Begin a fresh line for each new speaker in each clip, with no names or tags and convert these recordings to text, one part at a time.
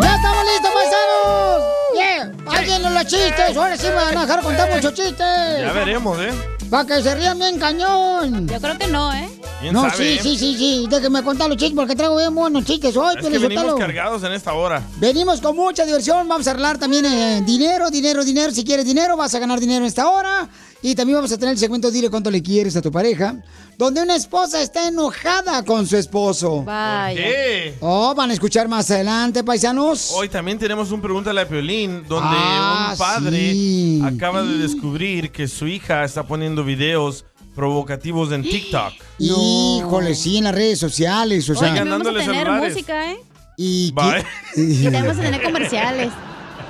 ¡Ya estamos listos, paisanos! ¡Yeah! ¡Alguien los chistes! ¡Ahora sí me van a dejar contar muchos chistes!
Ya veremos, ¿eh?
¡Para que se rían bien cañón! Yo creo que no, ¿eh?
¿Quién
No,
sabe,
sí,
eh?
sí, sí, sí. Déjenme contar los chistes porque traigo bien buenos chistes hoy,
Es que
Piolín
venimos
Sotelo.
cargados en esta hora.
Venimos con mucha diversión, vamos a arreglar también eh, dinero, dinero, dinero. Si quieres dinero, vas a ganar dinero en esta hora. Y también vamos a tener el segmento Dile cuánto le quieres a tu pareja, donde una esposa está enojada con su esposo.
Vaya. ¿Por qué? Oh,
Oh, van a escuchar más adelante, paisanos.
Hoy también tenemos un pregunta a la Piolín, donde
Ah,
un padre
sí.
acaba de descubrir que su hija está poniendo videos provocativos en TikTok.
Híjole, sí, en las redes sociales, o sea.
Oigan,
Vamos a
dándole
tener
celulares.
música, ¿eh?
Y
Bye.
Y también vamos a tener comerciales.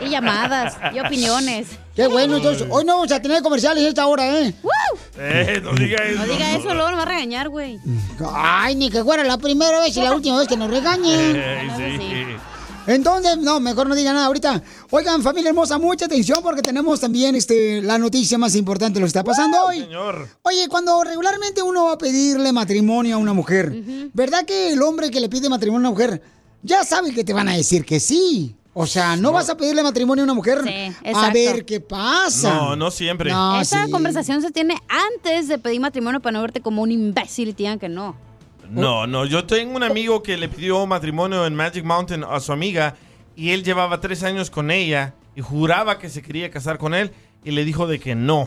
Y llamadas. Y opiniones.
Qué bueno, entonces, hoy no vamos a tener comerciales a esta hora, ¿eh?
¡Woo!
Eh, no diga eso.
No diga eso, luego nos va a regañar, güey.
Ay, ni que fuera la primera vez y la última vez que nos regañen.
Eh, sí.
Entonces, no, mejor no digan nada ahorita. Oigan, familia hermosa, mucha atención porque tenemos también este, la noticia más importante, lo que está pasando hoy.
Señor.
Oye, cuando regularmente uno va a pedirle matrimonio a una mujer, ¿verdad que el hombre que le pide matrimonio a una mujer ya sabe que te van a decir que sí? O sea, no, vas a pedirle matrimonio a una mujer a
exacto.
ver qué pasa.
No, no siempre.
Esa conversación se tiene antes de pedir matrimonio para no verte como un imbécil y te digan que no.
No, no, yo tengo un amigo que le pidió matrimonio en Magic Mountain a su amiga y él llevaba tres años con ella y juraba que se quería casar con él y le dijo de que no.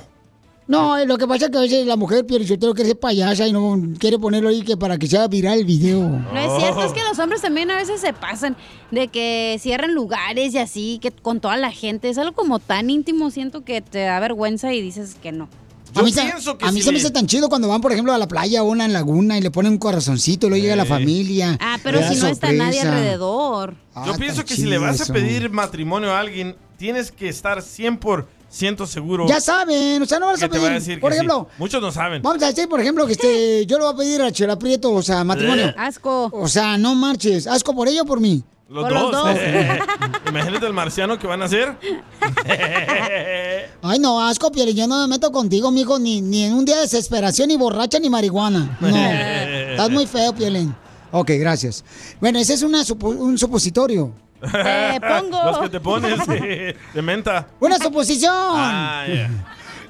No, eh, lo que pasa es que a veces la mujer piolichotero quiere ser payasa y no quiere ponerlo ahí que para que sea viral el video.
No es cierto, es que los hombres también a veces se pasan de que cierran lugares y así, que con toda la gente. Es algo como tan íntimo, siento que te da vergüenza y dices que no.
a mí, se- a mí se me hace tan chido cuando van, por ejemplo, a la playa o una en laguna y le ponen un corazoncito, luego llega la familia.
Ah, pero
le da
si no está nadie
sorpresa.
alrededor.
Ah,
Yo pienso que si le vas a pedir matrimonio a alguien, tienes que estar 100% seguro.
Ya saben, o sea, no vas
que
a
te
pedir.
va a decir
por
que sí.
ejemplo,
Muchos no saben.
vamos a decir, por ejemplo, que este, yo le voy a pedir a Chela Prieto, o sea, matrimonio.
Eh.
Asco.
O sea, no marches. Asco por ella o por mí.
Los
por
dos.
los dos.
eh. Imagínate el marciano que van a hacer.
Ay, no, asco, Piolín, yo no me meto contigo, mijo, ni, ni en un día de desesperación, ni borracha, ni marihuana. No, estás muy feo, Piolín. Ok, gracias. Bueno, ese es una supo- un supositorio.
pongo.
Los que te pones eh, de menta.
¡Una suposición!
Ah, ya.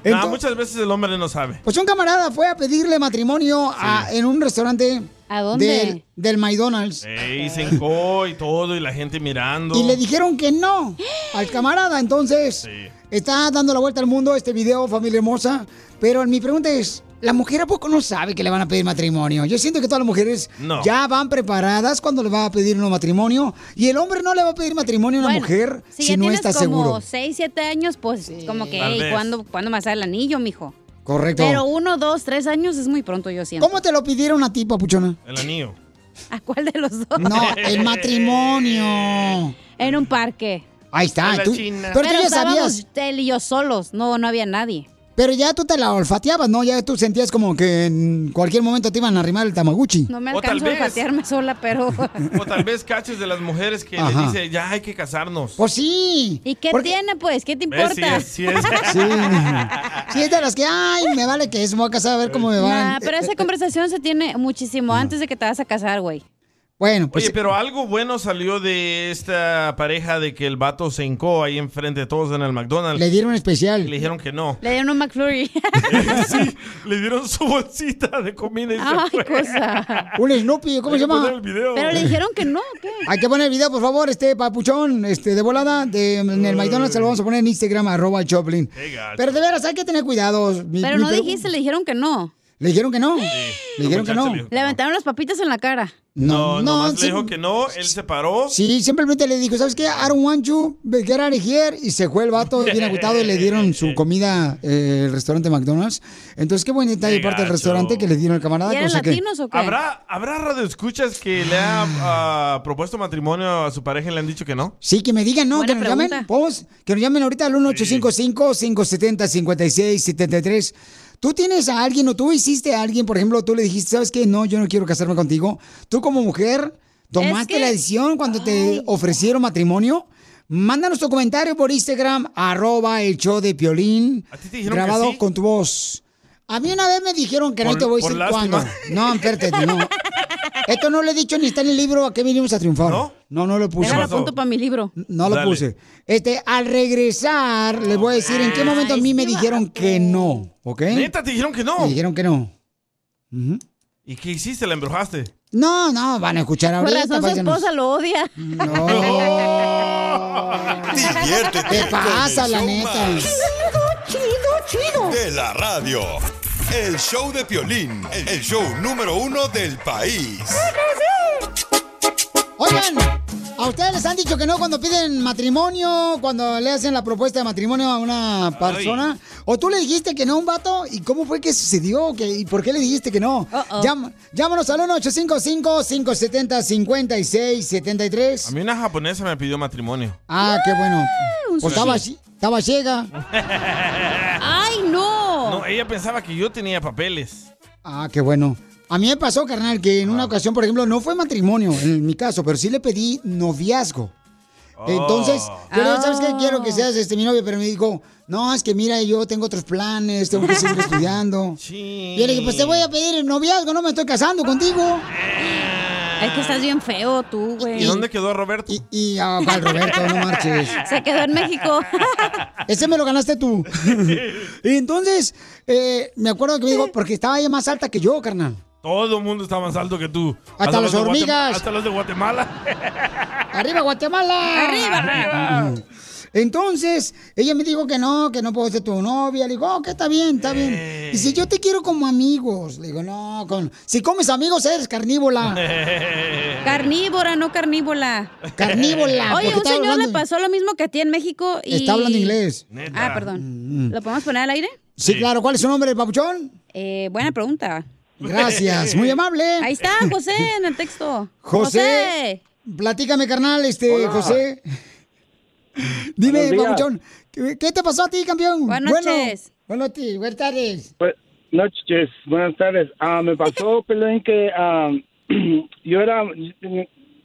Ento-
Nah, muchas veces el hombre no sabe.
Pues un camarada fue a pedirle matrimonio a- en un restaurante
¿A
dónde?
Del, del McDonald's.
Eh, y se hincó y todo, y la gente mirando.
Y le dijeron que no al camarada. Entonces, está dando la vuelta al mundo este video, familia hermosa. Pero mi pregunta es, ¿la mujer a poco no sabe que le van a pedir matrimonio? Yo siento que todas las mujeres
No.
ya van preparadas cuando le va a pedir un matrimonio. Y el hombre no le va a pedir matrimonio a una
Bueno,
mujer si,
ya
no
tienes
está
como
seguro.
6, 7 años, pues como que,
Tal
hey,
vez.
¿cuándo, ¿cuándo me sale el anillo, mijo?
Correcto.
Pero uno, dos, tres años es muy pronto, yo siento.
¿Cómo te lo pidieron a ti, papuchona?
El anillo.
¿A cuál de los dos?
No, el matrimonio.
En un parque.
Ahí está. tú-
Pero,
pero tú ya
estábamos
sabías.
él y yo solos, no, no había nadie.
Pero ya tú te la olfateabas, ¿no? Ya tú sentías como que en cualquier momento te iban a arrimar el tamaguchi.
No me
O tal
alcanzo a
vez.
patearme sola, pero...
O tal vez caches de las mujeres que
Ajá.
le dice, ya hay que casarnos.
Pues sí.
¿Y qué tiene, pues? ¿Qué te
¿Ves? Sí
importa?
es, sí es.
Sí. Sí, es de las que, ay, me vale que es, me voy a casar a ver cómo me va.
Nah, pero esa conversación se tiene muchísimo antes de que te vas a casar, güey.
Bueno, pues.
Oye, pero algo bueno salió de esta pareja de que el vato se hincó ahí enfrente de todos en el McDonald's.
Le dieron un especial.
Y le dijeron que no.
Le dieron un McFlurry.
Sí, le dieron su bolsita de comida y
Ay,
se fue.
cosa.
Un Snoopy, ¿cómo
Hay
se
que poner el
llama?
video.
Pero le dijeron que no, ¿qué?
Hay que poner el video, por favor, este papuchón, este, de volada, de, en el McDonald's, se lo vamos a poner en Instagram, arroba el Choplin.
Qué gacho.
Pero de veras, hay que tener cuidado. mi-
Pero
mi
no
pre-
dijiste, le dijeron que no.
Le dijeron que no. Le dijeron que
muchacha
no.
le dijo-
Le aventaron las papitas en la cara.
No, no, nomás
sí-
le dijo que no, él se paró.
Sí, simplemente le dijo, ¿sabes qué? I don't want you, get out of here. Y se fue el vato bien agotado y le dieron su comida eh, el restaurante McDonald's. Entonces, qué buen detalle
Qué
parte del
gacho.
restaurante que le dieron al camarada.
¿Y eran
Ah, cosa que-
latinos o qué?
¿Habrá, ¿Habrá radioescuchas que le ha ah, propuesto matrimonio a su pareja y le han dicho que no?
Sí, que me digan, no,
Buena
que nos
pregunta.
llamen, pues, que nos llamen ahorita al 1-855-570-5673. Tú tienes a alguien o tú hiciste a alguien, por ejemplo, tú le dijiste, ¿sabes qué? No, yo no quiero casarme contigo. Tú como mujer, ¿tomaste
Es que-
la decisión cuando te ofrecieron matrimonio? Mándanos tu comentario por Instagram, arroba el show de Piolín,
¿A ti te dijeron que
grabado
sí?
con tu voz. A mí una vez me dijeron que no
Por-
te voy a
por
decir
lástima.
cuándo. No, espérate, no. Esto no lo he dicho ni está en el libro a qué vinimos a triunfar.
¿No?
No, no lo puse.
Déjalo
pasó?
apunto para mi libro.
No lo
Dale.
puse. Este, al regresar, les voy a decir en
Ah,
qué momento a mí me dijeron que no, ¿ok?
Neta, te dijeron que no.
Me dijeron que no. Ujú.
¿Y qué hiciste? ¿La embrujaste?
No, no, van a escuchar
Por
ahorita.
razón su
paisanos.
esposa lo odia.
No.
Diviértete.
¿Qué
con
pasa,
el
la
show
neta?
más De la radio. El show de Piolín. El show número uno del país.
Oigan, ¿a ustedes les han dicho que no cuando piden matrimonio, cuando le hacen la propuesta de matrimonio a una persona? ¿O tú le dijiste que no a un vato? ¿Y cómo fue que sucedió? ¿Qué- ¿Y por qué le dijiste que no?
Uh-oh.
Llam- llámanos al 1-855-570-5673.
A mí una japonesa me pidió matrimonio.
Ah, qué bueno.
un
Pues estaba, estaba ciega.
¡Ay, no!
No, ella pensaba que yo tenía papeles.
Ah, qué bueno. A mí me pasó, carnal, que en una ocasión, por ejemplo, no fue matrimonio en mi caso, pero sí le pedí noviazgo. Entonces, yo le digo, ¿sabes qué?
Ah.
Quiero que seas este, mi novia, pero me dijo, no, es que mira, yo tengo otros planes, tengo que seguir estudiando. Y
Sí.
yo le dije, pues te voy a pedir el noviazgo, no me estoy casando contigo.
Es que estás bien feo tú, güey.
¿Y dónde quedó Roberto?
Y, y ah, pa'l Roberto, no marches.
Se quedó en México.
Ese me lo ganaste tú. y entonces, eh, me acuerdo que me dijo, porque estaba ella más alta que yo, carnal.
Todo el mundo está más alto que tú.
Hasta las
los de Guatem-
hormigas.
Hasta los de Guatemala.
¡Arriba, Guatemala! ¡Arriba,
Mm,
arriba! Entonces, ella me dijo que no, que no puedo ser tu novia. Le digo, oh, que está bien, está
Eh.
bien. Y si yo te quiero como amigos. Le digo, no, con... si comes amigos eres carnívola.
Carnívora, no carnívora.
Carnívola.
Oye,
porque
un
estaba
señor le
hablando-
pasó lo mismo que a ti en México y...
Está hablando inglés. Mm,
Neta.
Ah, perdón. ¿Lo podemos poner al aire?
Sí, claro. ¿Cuál es su nombre, papuchón?
Eh, buena pregunta.
Gracias, muy amable.
Ahí está, José, en el texto.
José. Platícame, carnal, este,
Hola.
José. Dime,
Buenos días.
papuchón, ¿qué qué te pasó a ti, campeón?
Buenas
Bueno,
noches.
Buenas noches, buenas tardes.
Bu- Noches, Pues, buenas tardes. Ah, me pasó, Pelín, que ah, yo era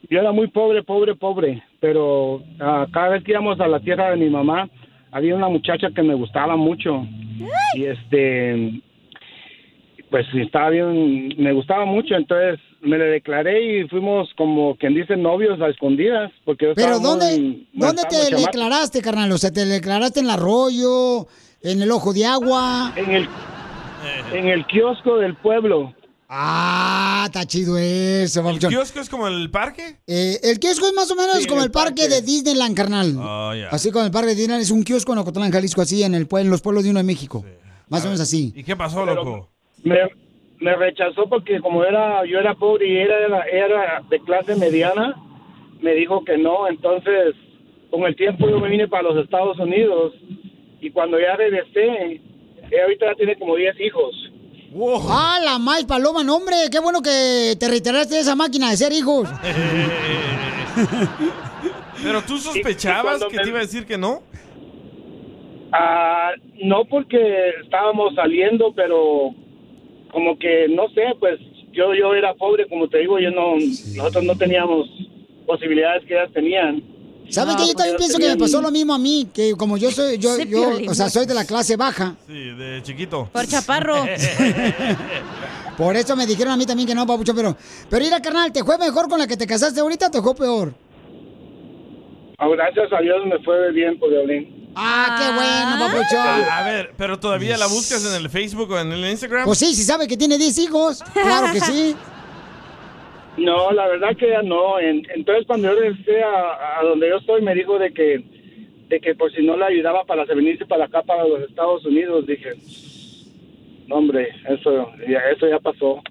yo era muy pobre, pobre, pobre, pero ah, cada vez que íbamos a la tierra de mi mamá, había una muchacha que me gustaba mucho. Y este, pues estaba bien, me gustaba mucho, entonces me le declaré y fuimos como quien dice novios a escondidas, porque yo
Pero
estaba muy-
¿dónde,
bueno,
¿dónde
estaba
te
muy chamaco.
declaraste, carnal? O sea, ¿te declaraste en el arroyo, en el ojo de agua?
En el, en el kiosco del pueblo.
Ah, está chido eso,
¿El
papuchón.
kiosco es como el parque?
Eh, el kiosco es más o menos
Sí,
como
en
el
el
parque,
parque.
de Disneyland, carnal.
Ah, ya.
Así como el parque de Disneyland es un kiosco en Ocotlán, Jalisco, así en, el, pue- en los pueblos de uno de México. Más o menos así.
¿Y qué pasó,
Pero-
loco?
me, me rechazó porque como era yo era pobre y era, era era de clase mediana me dijo que no entonces con el tiempo yo me vine para los Estados Unidos y cuando ya regresé ella ahorita ya tiene como 10 hijos
Wow.
¡Ah, la más paloma! No, hombre, qué bueno que te reiteraste de esa máquina de ser hijos.
¿Pero tú sospechabas
Y- y cuando
que
me-
te iba a decir que no?
Ah, no porque estábamos saliendo pero como que no sé pues yo yo era pobre como te digo yo no nosotros no teníamos posibilidades que ellas tenían
¿Sabes
No,
qué? Yo
pues
también
yo
pienso que me
tenía-
pasó lo mismo a mí, que como yo soy, yo,
Ese
yo,
piolín.
o sea, soy de la clase baja.
Sí, de chiquito.
Por chaparro.
Por eso me dijeron a mí también que no, papucho, pero. Pero mira, carnal, ¿te fue mejor con la que te casaste ahorita o te fue peor?
Ah, Gracias a Dios me fue bien, pues, por Violín.
Ah, qué bueno, papuchón.
A ver, pero todavía la buscas en el Facebook o en el Instagram.
Pues sí, si sabe que tiene 10 hijos. Claro que sí.
No, la verdad que ya no. En- entonces, cuando yo regresé a, a donde yo estoy, me dijo de que, de que por si no le ayudaba para se venirse para acá, para los Estados Unidos, dije, no, hombre, eso ya, eso ya pasó.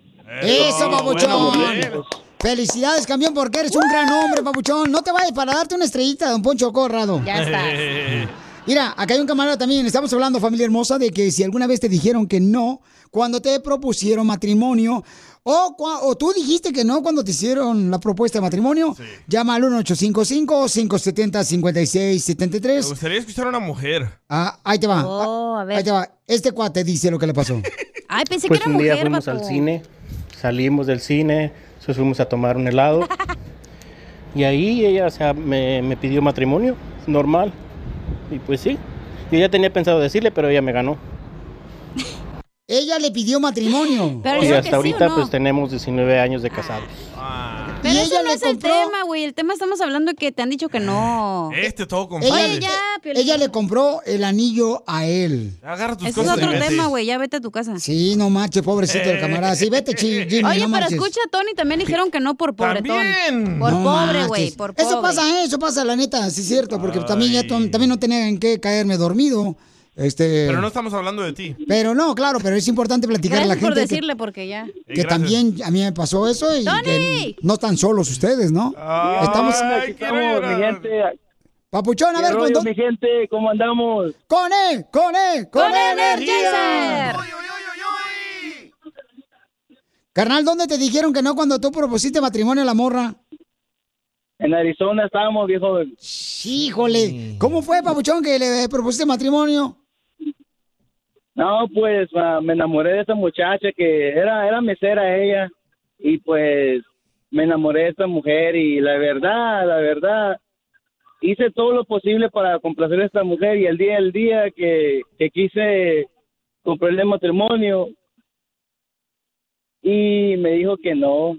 Eh,
Eso,
Bueno,
papuchón.
bueno.
Felicidades, campeón, porque eres un gran hombre, papuchón. No te vayas para darte una estrellita, don Poncho Corrado. Mira, acá hay un camarada también. Estamos hablando, familia hermosa, de que si alguna vez te dijeron que no cuando te propusieron matrimonio o, cua- o tú dijiste que no cuando te hicieron la propuesta de matrimonio, llama al 1855-570-5673.
Me gustaría escuchar a una mujer.
Ah, ahí te va.
Oh, a ver.
Ahí te va. Este cuate dice lo que le pasó.
Ay, pensé
Pues
que era
un día
mujer,
fuimos
vato.
al cine, salimos del cine, nos fuimos a tomar un helado. y ahí ella o sea, me, me pidió matrimonio, normal. Y pues sí, yo ya tenía pensado decirle, pero ella me ganó.
Ella le pidió matrimonio.
Pero
y
dijo que
hasta
sí o
ahorita
no.
pues tenemos 19 años de casados.
Pero
Y ella
eso no
le
es
compró-
el tema, güey. El tema estamos hablando de que te han dicho que no.
Este todo
Ella,
confunde.
Oye, ya, Piolín.
ella le compró el anillo a él.
Agarra tus
Eso es
cosas.
otro
y vete.
tema, güey. Ya vete a tu casa.
Sí, no manches, pobrecito el camarada. Sí, vete, chi- Jimmy,
Oye,
no
pero
marches.
escucha, Tony, también dijeron que no por pobretón.
También.
Por
No
pobre,
marches.
güey. Por pobre.
Eso pasa, eso pasa, la neta, sí es cierto, porque también ya tom- también no tenía en qué caerme dormido. Este,
Pero no estamos hablando de ti.
pero no, claro, pero es importante platicar a la
Gracias
gente
por
que-
decirle, porque ya.
que,
Gracias.
también a mí me pasó eso y
¡Tony!
que no están solos ustedes, ¿no?
Ah.
Estamos
Ay, quiero
Estamos, mi
llorar.
gente,
Papuchón, a
¿qué
ver con
rollo,
dónde-
mi gente? ¿Cómo andamos?
con él, con él, con,
¡Con
él,
Energizer!
Carnal, ¿dónde te dijeron que no cuando tú propusiste matrimonio a la morra?
En Arizona estábamos, viejo.
Sí, Híjole, ¿cómo fue, Papuchón, que le propusiste matrimonio?
No, pues ah, me enamoré de esa muchacha que era, era mesera ella y pues me enamoré de esta mujer y la verdad, la verdad, hice todo lo posible para complacer a esta mujer y el día, el día que, que quise comprarle matrimonio y me dijo que no.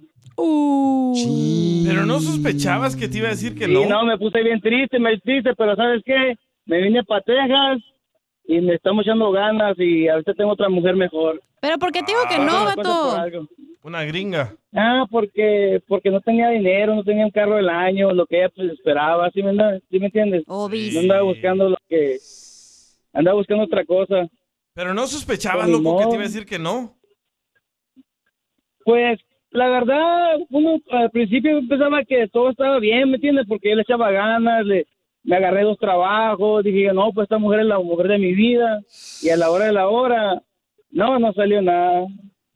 Sí.
Pero no sospechabas que te iba a decir que
Y
no.
no, me puse bien triste, me triste, pero ¿sabes qué? Me vine para Texas y me estamos echando ganas y ahorita tengo otra mujer mejor.
Pero ¿por qué te digo que no,
Las cosas Ah, por
vato?
algo.
Una gringa.
Ah, porque porque no tenía dinero, no tenía un carro del año, lo que ella pues, esperaba, ¿sí me, anda- sí me entiendes?
Oh,
No
bis.
andaba buscando lo que... Andaba buscando otra cosa.
Pero no sospechabas,
Ni
loco, que te
modo.
iba a decir que no.
Pues, la verdad, uno al principio pensaba que todo estaba bien, ¿me entiendes? Porque yo le echaba ganas, le, me agarré dos trabajos, dije, no, pues esta mujer es la mujer de mi vida. Y a la hora de la hora, no, no salió nada.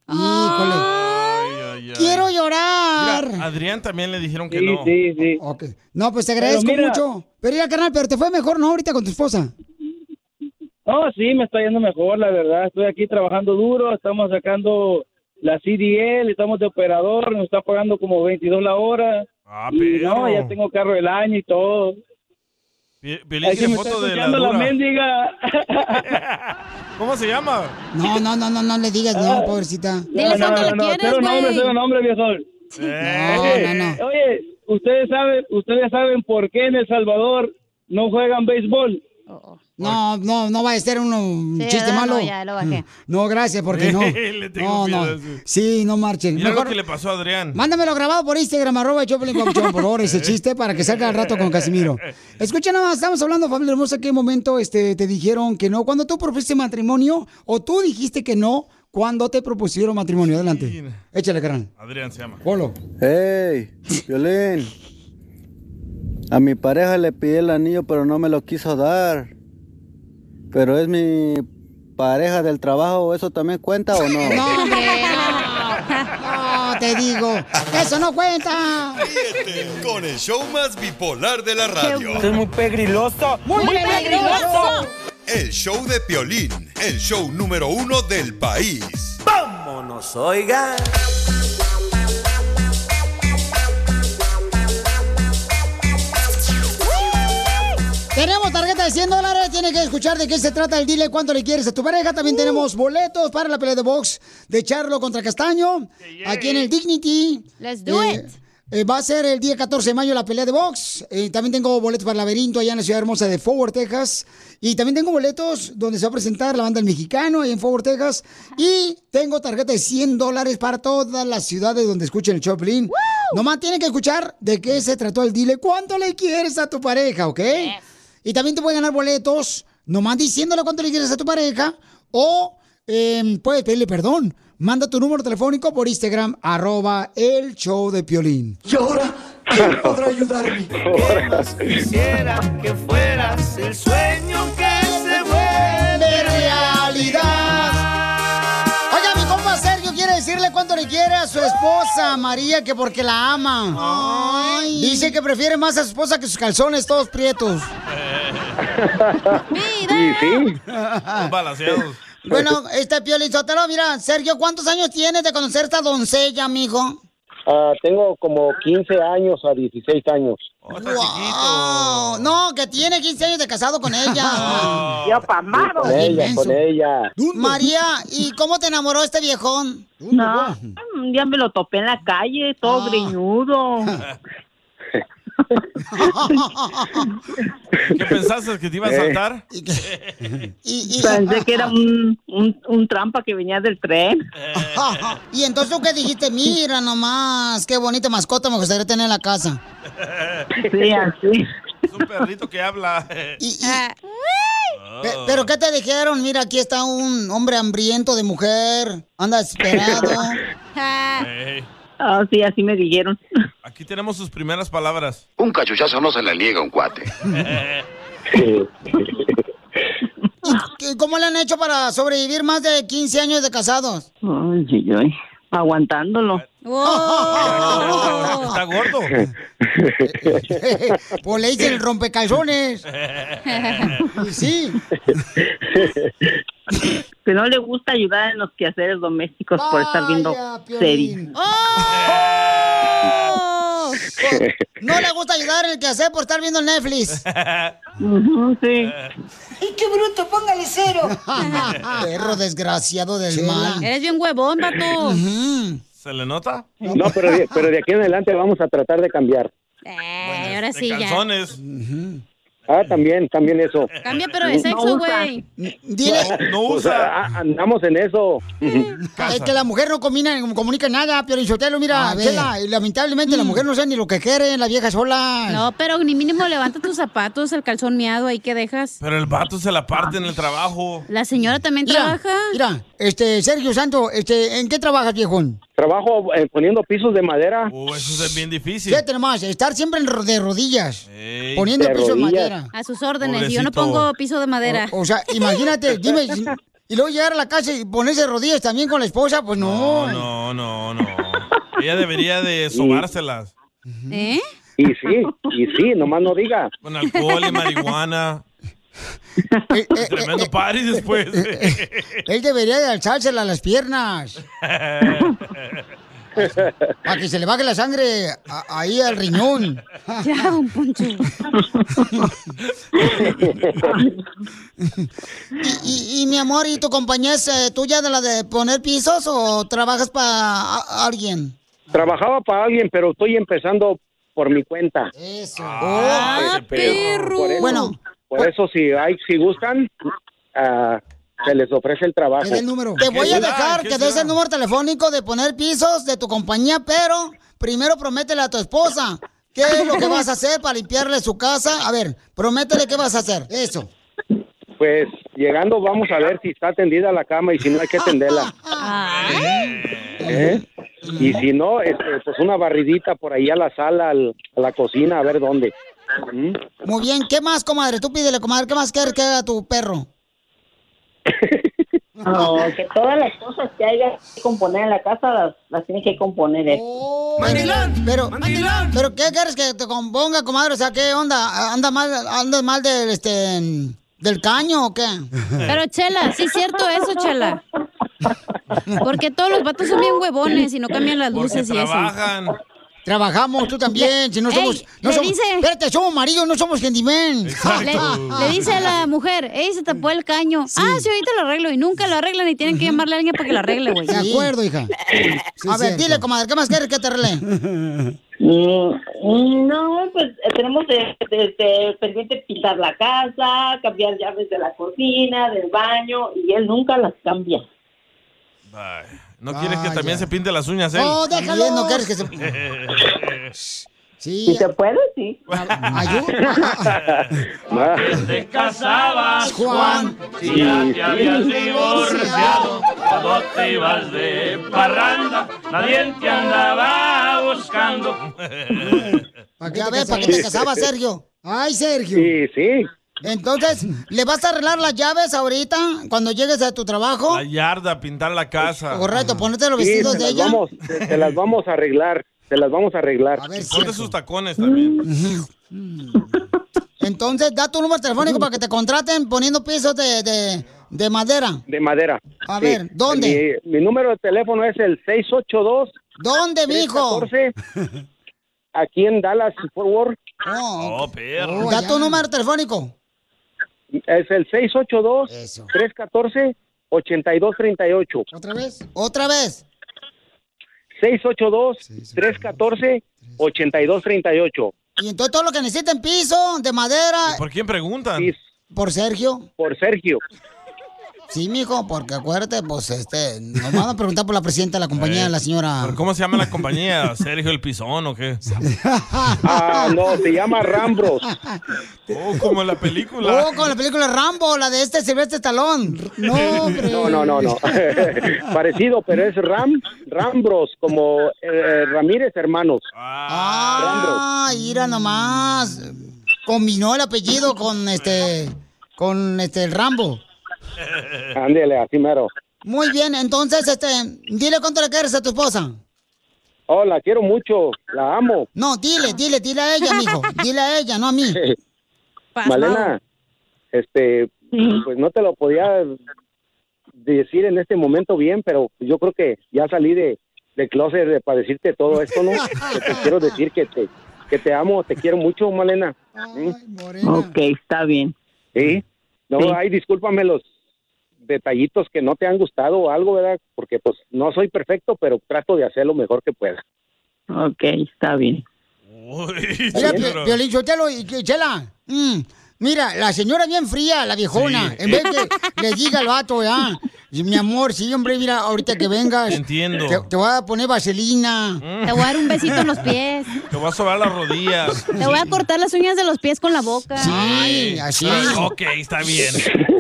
Híjole,
Ay, ay, ay.
quiero
Mira,
llorar.
a Adrián también le dijeron que
Sí,
no.
sí, sí.
Ok. No, pues te agradezco
Pero mira-
mucho. Pero mira, carnal, pero te fue mejor, ¿no? Ahorita con tu esposa.
No, sí, me está yendo mejor, la verdad. Estoy aquí trabajando duro, estamos sacando la CDL, estamos de operador, nos está pagando como 22 la hora.
Ah,
y no,
pero.
ya tengo carro del año y todo.
Pi-
Ahí
Piolín
sí me
tiene
está
foto de la
escuchando la
dura.
mendiga.
¿Cómo se llama?
No, no, no, no, no le digas
Ah.
no, pobrecita.
Dile cuánto le quieres,
cero nombre,
güey.
cero nombre, viejo.
No, no, no.
Oye, ustedes saben, ustedes saben por qué en El Salvador no juegan béisbol.
Oh, oh.
No, no, no va a ser uno, un
Sí,
chiste
¿verdad?
malo. Mm.
No, ya, lo bajé.
No, gracias, porque no.
Le
No,
tengo
no.
miedo, sí.
Sí, no marchen.
Mira
Mejor
lo que le pasó a Adrián.
Mándamelo grabado por Instagram, arroba el Choplin con Papuchón, por favor, ese chiste para que salga al rato con Casimiro. Escucha nada más, estamos hablando, familia hermosa, ¿qué momento este, te dijeron que no? Cuando tú propusiste matrimonio o tú dijiste que no cuando te propusieron matrimonio? Adelante. Échale, carnal.
Adrián se llama.
Polo.
Hey, Violín. A mi pareja le pidí el anillo, pero no me lo quiso dar. Pero es mi pareja del trabajo, ¿eso también cuenta o no?
No, hombre, no. No, te digo. Eso no cuenta.
Ríete con el show más bipolar de la radio.
Es muy pegriloso.
Muy, peligroso.
El show de Piolín, el show número uno del país.
Vámonos, oiga.
Tenemos tarjeta Billete de 100 dólares, tiene que escuchar de qué se trata el dile cuánto le quieres a tu pareja. También tenemos boletos para la pelea de box de Charlo contra Castaño, aquí en el Dignity.
Let's do
Eh, eh, va a ser el día 14 de mayo la pelea de box. Eh, también tengo boletos para el laberinto allá en la ciudad hermosa de Forward, Texas. Y también tengo boletos donde se va a presentar la banda El Mexicano ahí en Forward, Texas. Y tengo tarjeta de 100 dólares para todas las ciudades donde escuchen el Choplin. Nomás tienen que escuchar de qué se trató el dile. ¿Cuánto le quieres a tu pareja, ok? Y también te pueden ganar boletos nomás diciéndole cuánto le quieres a tu pareja o eh, puedes pedirle perdón. Manda tu número telefónico por Instagram, arroba el show de Piolín.
Y ahora, ¿quién podrá ayudarme? ¿Qué más quisiera que fueras el sueño que se vuelve
realidad? Oiga, mi compa Sergio quiere decirle cuánto le quiere a su esposa María, que porque la ama. Dice que prefiere más a su esposa que sus calzones todos prietos.
Y
sí.
Balaseados.
Bueno, este Piolín Sotelo, mira, Sergio, ¿cuántos años tienes de conocer esta doncella, mijo?
Ah, tengo como 15 años a 16 años.
Wow. No, que tiene 15 años de casado con ella.
Ya Con ella, con ella.
María, ¿y cómo te enamoró este viejón? Ah.
No, un día me lo topé en la calle, todo greñudo.
¿Qué pensaste? ¿Que te iba a
Eh.
saltar?
Pensé que era un, un, un trampa que venía del tren.
y entonces tú qué dijiste, mira nomás, qué bonita mascota me gustaría tener en la casa.
Sí, así.
Es un perrito que habla. Oh.
Pe- ¿Pero qué te dijeron? Mira, aquí está un hombre hambriento de mujer, anda desesperado.
Ey,
Ah, sí, así me dijeron.
Aquí tenemos sus primeras palabras.
Un cachuchazo no se le niega a un cuate.
¿Y ¿Cómo le han hecho para sobrevivir más de 15 años de casados?
Ay, ay, ay. Aguantándolo.
Está gordo.
pues le dicen el rompecalzones. Y sí.
Que no le gusta ayudar en los quehaceres domésticos por estar viendo
Vaya,
series.
Piolín. ¡Oh! No le gusta ayudar en el quehacer por estar viendo Netflix.
sí.
¡Ay, qué bruto! ¡Póngale cero! Perro desgraciado del mal.
Eres bien huevón, vato.
¿Se le nota?
No, pero de, pero de aquí en adelante vamos a tratar de cambiar.
Eh, ahora sí, ya.
Calzones.
Ah, también, también eso.
Cambia, pero de sexo, güey.
No
Pues, ah, ah, andamos en eso.
Es que la mujer no combina, no comunica nada, pero Sotelo, mira,
A ver.
Chela, y lamentablemente la mujer no sabe ni lo que quiere, la vieja sola.
No, pero ni mínimo levanta tus zapatos, el calzón miado ahí que dejas.
Pero el vato se la parte en el trabajo.
La señora también
Mira,
trabaja.
Mira, este, Sergio Santo, este, ¿en qué trabajas, viejón?
Trabajo eh, poniendo pisos de madera.
Oh, eso es bien difícil.
Fíjate nomás, estar siempre en ro- de rodillas,
Ey.
poniendo piso de madera.
A sus órdenes. Yo no
Pobrecito.
pongo piso de madera.
O, o sea, imagínate, dime, si- y luego llegar a la casa y ponerse de rodillas también con la esposa, pues no.
No, no, no. Ella debería de sobárselas.
¿Eh?
Y sí, y sí, nomás no diga.
Con alcohol y marihuana.
Eh,
Tremendo party después.
Él debería de alzársela a las piernas. Para que se le baje la sangre a- ahí al riñón.
Ya, un poncho.
y, y, mi amor, ¿y tu compañía es eh, tuya de la de poner pisos o trabajas para a- alguien?
Trabajaba para alguien, pero estoy empezando por mi cuenta.
Eso. Oh.
Ah, pero Por eso,
Bueno, pues-
por eso si hay, si gustan, ah, se les ofrece el trabajo.
te Te voy a dejar que des el número telefónico de poner pisos de tu compañía, pero primero prométele a tu esposa qué es lo que vas a hacer para limpiarle su casa. A ver, prométele qué vas a hacer. Eso.
Pues llegando vamos a ver si está tendida la cama y si no hay que tenderla. ¿Eh? Y si no, este, pues una barridita por ahí a la sala, al- a la cocina, a ver dónde. ¿Mm?
Muy bien, ¿qué más, comadre? Tú pídele, comadre, ¿qué más quieres que haga tu perro?
No, que todas las cosas que haya que componer en la casa las, las tiene que componer él.
Mandilón, pero, pero ¿qué quieres que te componga, comadre? O sea, ¿qué onda? ¿Anda mal, andas mal del este del caño o qué?
Pero Chela, sí es cierto eso, Chela. Porque todos los vatos son bien huevones y no cambian las
Porque
luces y eso.
trabajan.
Trabajamos, tú también, si no
Ey,
somos... no
le
somos
dice-
Espérate, somos maridos, no somos gentlemen.
Le, le dice a la mujer, ey, se tapó el caño. Ah, sí, ahorita lo arreglo. Y nunca lo arreglan y tienen que llamarle a alguien para que lo arregle, güey.
De acuerdo, hija. a ver,
cierto.
dile, comadre, ¿qué más quieres que te arregle?
Mm, No, pues eh, tenemos de- de- de pendiente pintar la casa, cambiar llaves de la cocina, del baño, y él nunca las cambia.
Ay, ¿No quieres que también se pinte las uñas eh? él?
Ah, No, déjalo. Bien, no quieres que
se...
Sí.
Si se puede, sí.
¿Ah,
Te casabas, Juan, si ya te habías divorciado, cuando te ibas de parranda, nadie te andaba buscando.
¿Para qué, ¿Para qué te casabas, Sergio? Ay, Sergio.
Sí, sí.
Entonces, ¿le vas a arreglar las llaves ahorita cuando llegues a tu trabajo?
La yarda, pintar la casa.
Correcto, ponerte los
Sí,
vestidos
se
de
las
ella.
vamos.
Te, te las vamos a arreglar, te las vamos a arreglar.
Ponte sus tacones también.
Entonces, da tu número telefónico para que te contraten poniendo pisos de, de, de madera.
De madera.
A ver, ¿dónde?
Mi, mi número de teléfono es el 682.
¿Dónde, mijo?
Aquí en Dallas, Fort Worth.
Oh,
perro.
da tu número telefónico.
Es el 682-314-8238.
¿Otra vez? ¿Otra vez?
682-314-8238.
Y entonces todo lo que necesiten, piso, de madera,
¿Por quién preguntan?
por Sergio.
Por Sergio.
Sí, mijo, porque acuérdate, pues, este, nos van a preguntar por la presidenta de la compañía, la señora...
Eh,
¿Pero ¿Cómo se llama la compañía? ¿Sergio el Pisón o qué?
Ah, no, se llama Rambros.
Oh, como en la película.
Oh, con la película Rambo, la de este Silvestre Talón. No, hombre.
No, no, no, no. Parecido, pero es Ram, Rambros, como eh, eh, Ramírez Hermanos.
Ah, mira nomás. Combinó el apellido con este. con este el Rambo.
Ándele, así mero.
Muy bien, entonces, este, dile cuánto le quieres a tu esposa.
Oh, la quiero mucho, la amo.
No, dile, dile, dile a ella, mijo. Dile a ella, no a mí.
Malena, este, pues no te lo podía decir en este momento bien, pero yo creo que ya salí de, de closet de- para decirte todo esto, ¿no? Que te quiero decir que te, que te amo, te quiero mucho, Malena.
Ok, está bien.
¿Sí? No,
Sí.
ay, discúlpame los detallitos que no te han gustado o algo, ¿verdad? Porque pues no soy perfecto, pero trato de hacer lo mejor que pueda.
Ok, está bien.
Mira, Pio- Piolín, Sotelo y que- Chela. mm, mira, la señora bien fría, la viejona.
Sí.
En vez que le diga al vato, ya. Mi amor, sí, hombre, mira, ahorita que vengas.
Entiendo.
Te, te voy a poner vaselina.
Te voy a dar un besito en los pies.
Te voy a sobar las rodillas.
Te voy a cortar las uñas de los pies con la boca.
Ay,
así.
ah, Ok, está bien.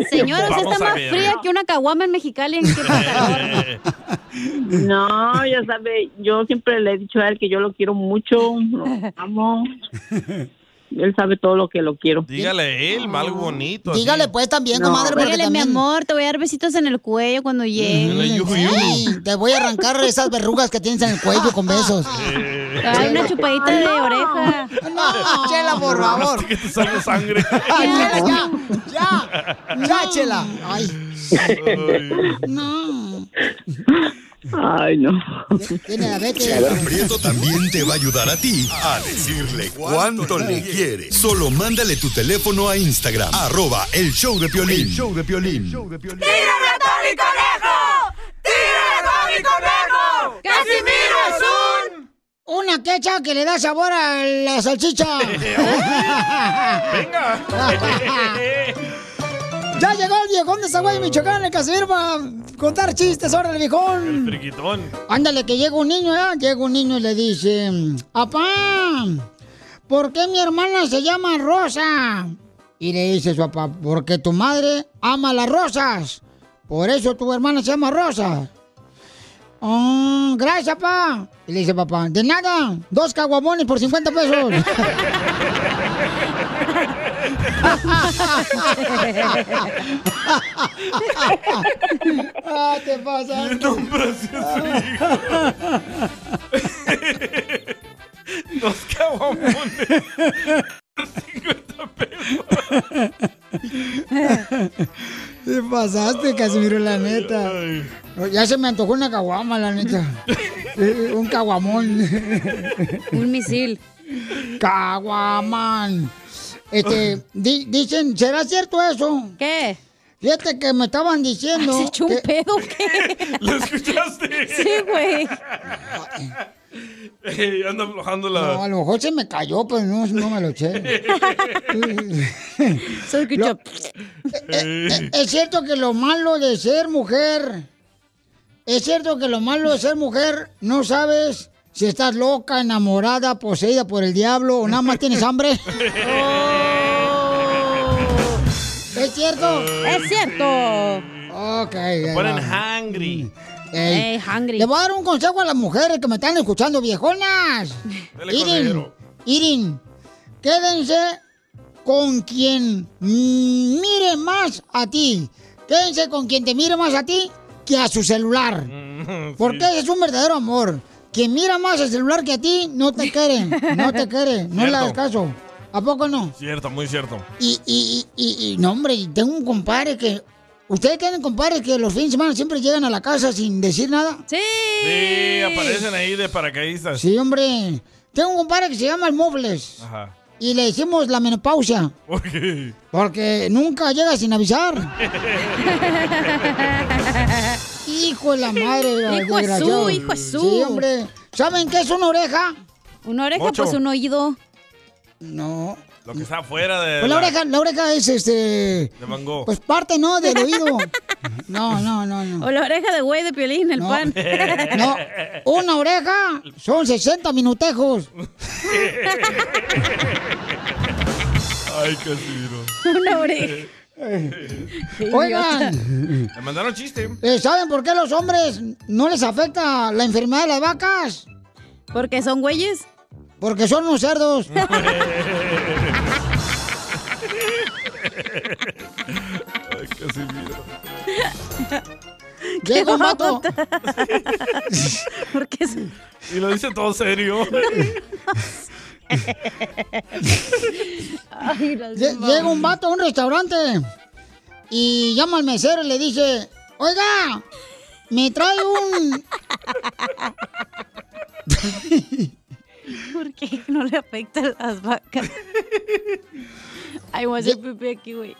Señora, usted
Vamos
está
a
más
ver.
fría que una caguama en Mexicali. ¿en qué pasa?
No, ya sabe, yo siempre le he dicho a él que yo lo quiero mucho, lo amo. Él sabe todo lo que lo quiero.
Dígale él, algo bonito. así.
Dígale pues también,
No,
comadre, porque
Dígale, mi
también...
amor, te voy a dar besitos en el cuello cuando llegue.
Sí, te voy a arrancar esas verrugas que tienes en el cuello con besos.
Ay, una chupadita de oreja.
No, Chela, por favor.
Que te salga sangre.
Ay, Chela, ya, ya, ya, Chela. Ay, no.
Ah,
Ay, no.
Tiene
El
diabetes.
Prieto también te va a ayudar a ti a decirle cuánto le quiere. Solo mándale tu teléfono a Instagram, arroba el show de Piolín. show de Piolín.
¡Tírame a Tony Conejo! ¡Tírame a Tony Conejo! ¡Casimiro es un...
Una quecha que le da sabor a la salchicha.
¡Venga!
Ya llegó el viejón de Zaguay, Michoacán, el Casimiro para contar chistes. Órale, viejón.
Friquitón.
Ándale, que llega un niño, ¿eh? Llega un niño y le dice, ¡Apá! ¿Por qué mi hermana se llama Rosa? Y le dice su papá, porque tu madre ama las rosas. Por eso tu hermana se llama Rosa. "Ah, gracias, papá. Y le dice papá, de nada, dos caguamones por 50 pesos. ah, te pasa.
Dos caguamones.
Te pasaste, Casimiro, la neta. Ya se me antojó una caguama, la neta. Eh, un caguamón.
Un misil.
Caguamán. Este, di- dicen, ¿será cierto eso?
¿Qué?
Fíjate que me estaban diciendo.
¿Se echó un
que-
pedo o qué?
¿Lo escuchaste?
Sí, güey.
Ey, anda aflojando la.
No, a lo mejor se me cayó, pero no, no me lo eché. eh,
Se escuchó.
Es cierto que lo malo de ser mujer. Es cierto que lo malo de ser mujer, no sabes si estás loca, enamorada, poseída por el diablo o nada más tienes hambre. ¿Es cierto?
Es cierto.
Ok. ahí
Ponen
va.
hungry.
Ey. Le voy a dar un consejo a las mujeres que me están escuchando, viejonas.
Dale,
Irin,
consejero.
Irin, quédense con quien mire más a ti. Quédense con quien te mire más a ti que a su celular. Porque ese es un verdadero amor. Quien mira más el celular que a ti, no te quiere, no te quiere, no le
Cierto.
hagas caso. ¿A poco no?
Cierto, muy cierto.
Y, y, y, y- y, no, hombre, y tengo un compadre que. ¿Ustedes tienen compadres que los fines de semana siempre llegan a la casa sin decir nada?
Sí.
Sí, aparecen ahí de paracaidistas.
Sí, hombre. Tengo un compadre que se llama el Mofles.
Ajá.
Y le decimos la menopausia.
¿Por qué?
Porque nunca llega sin avisar. Hijo de la madre.
Hijo de su,
desgraciado.
hijo de su.
Sí, hombre. ¿Saben qué es una oreja?
Una oreja,
Ocho.
pues un oído.
No.
Lo que está afuera de.
Pues la oreja, la oreja es este.
De Van Gogh.
Pues parte, ¿no? Del oído. No, no, no, no.
O la oreja de güey de piolín, el pan.
No, Uh. una oreja son 60 minutejos.
Ay, Casimiro.
Una oreja.
Oigan.
Le mandaron chiste.
Eh, ¿Saben por qué los hombres no les afecta la enfermedad de las vacas?
¿Porque son güeyes?
Porque son unos cerdos.
Ay, Casimiro.
Llega un vato.
Porque son...
Y lo dice todo serio.
Ay, las
Lle-
mamas.
Llega un vato a un restaurante y llama al mesero y le dice, oiga, me trae un...
¿Por qué no le afecta a las vacas? Ay, voy a hacer pipí aquí, güey.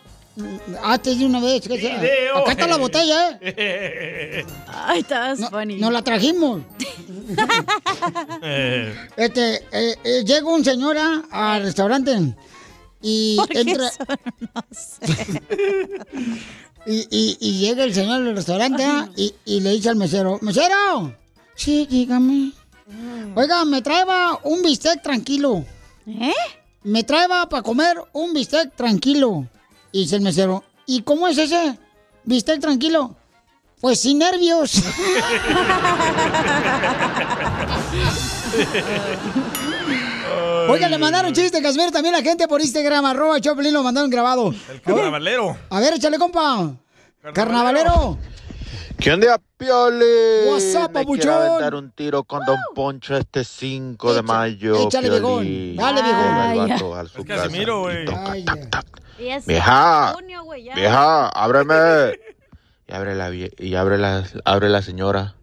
Hazte de una vez. que sea- Acá está la botella, ¿eh?
¿eh?
Ay, estabas funny.
Nos la trajimos. Este, eh, eh, llega un señor ah, al restaurante y
¿Por qué
entra...
son?
Y, y- y llega el señor del restaurante ah, y, y le dice al mesero, mesero, sí, dígame. Oiga, me traeba un bistec tranquilo.
¿Eh?
Me traeba para comer un bistec tranquilo. Y dice el mesero, ¿y cómo es ese bistec tranquilo? Pues sin nervios. Oiga, le mandaron chiste, Casimiro, también la gente por Instagram, arroba Choplin, lo mandaron grabado.
El carnavalero.
A ver, échale, compa. Carnavalero.
¿Qué onda, Pioli?
What's up,
Me
papuchón?
quiero aventar un tiro con Don Poncho este 5 de mayo.
échale,
Piolín.
viejón. Dale, viejón.
Llega el
Ay,
vato a su casa y toca, tac, tac.
Y es
Vieja,
junio, güey, ya.
vieja, ábreme. Y abre la, vie- y abre la, abre la señora.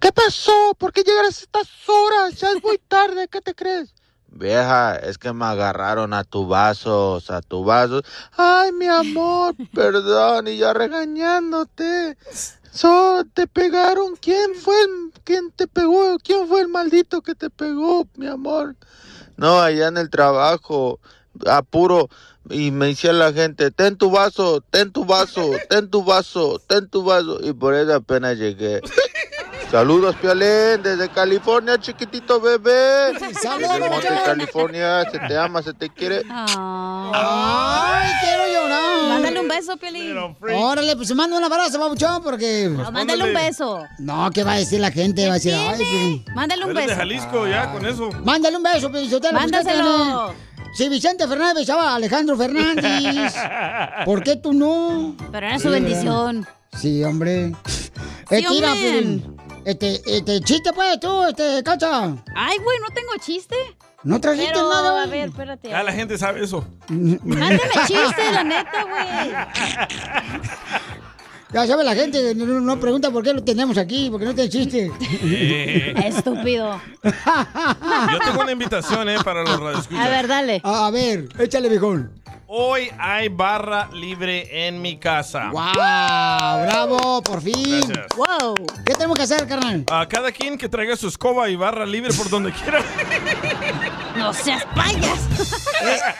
¿Qué pasó? ¿Por qué llegas a estas horas? Ya es muy tarde, ¿qué te crees? Vieja, es que me agarraron a tu vasos, a tu vasos. Ay, mi amor, perdón, y yo regañándote. So, te pegaron. ¿Quién fue el, quién te pegó? ¿Quién fue el maldito que te pegó, mi amor? No, allá en el trabajo, apuro. Y me decía la gente, ten tu vaso, ten tu vaso, ten tu vaso, ten tu vaso. Y por eso apenas llegué. Saludos, Pialén, desde California, chiquitito bebé.
Saludos,
Desde Monte
Piolín.
California, se te ama, se te quiere.
Ah.
Ay, quiero llorar.
Mándale un beso, Piolín.
Órale, pues manda un abrazo, babuchón, porque.
O Pues, mándale un beso.
No, ¿qué va a decir la gente? Va a decir, ay, pues,
Mándale un
Eres de
beso.
Jalisco, ya, con eso.
Mándale un beso, pues, Pelizotelo.
Mándaselo.
Si Vicente Fernández besaba a Alejandro Fernández, ¿por qué tú no?
Pero era su
Sí,
bendición.
Sí, hombre. Este, mira,
hombre.
Pelín, este, este, chiste, pues, tú, este, cacha.
Ay, güey, no tengo chiste.
No trajiste
Pero,
nada.
A ver, espérate.
Ya la gente sabe eso.
Mándame chiste, la neta, güey.
Ya sabe la gente, no, no pregunta por qué lo tenemos aquí, porque no te chiste.
Estúpido.
Yo tengo una invitación, ¿eh? Para los radioescuchas.
A ver, dale.
A, ver, échale, viejón.
Hoy hay barra libre en mi casa.
¡Wow!
Ah,
¡Bravo! ¡Por fin!
Gracias.
¡Wow! ¿Qué tenemos que hacer, carnal?
A cada quien que traiga su escoba y barra libre por donde quiera.
No seas payas.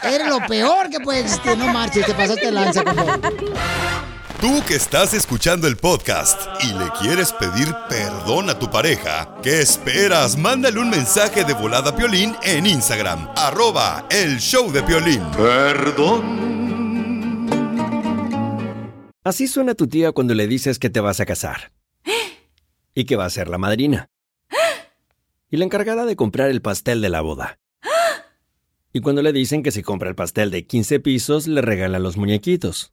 Eres lo peor que puede existir. No marches, te pasaste de lanza, por favor.
Tú que estás escuchando el podcast y le quieres pedir perdón a tu pareja, ¿qué esperas? Mándale un mensaje de volada a Piolín en Instagram, arroba el show de Piolín. Perdón.
Así suena tu tía cuando le dices que te vas a casar. Y que va a ser la madrina. Y la encargada de comprar el pastel de la boda. Y cuando le dicen que si compra el pastel de 15 pisos, le regalan los muñequitos.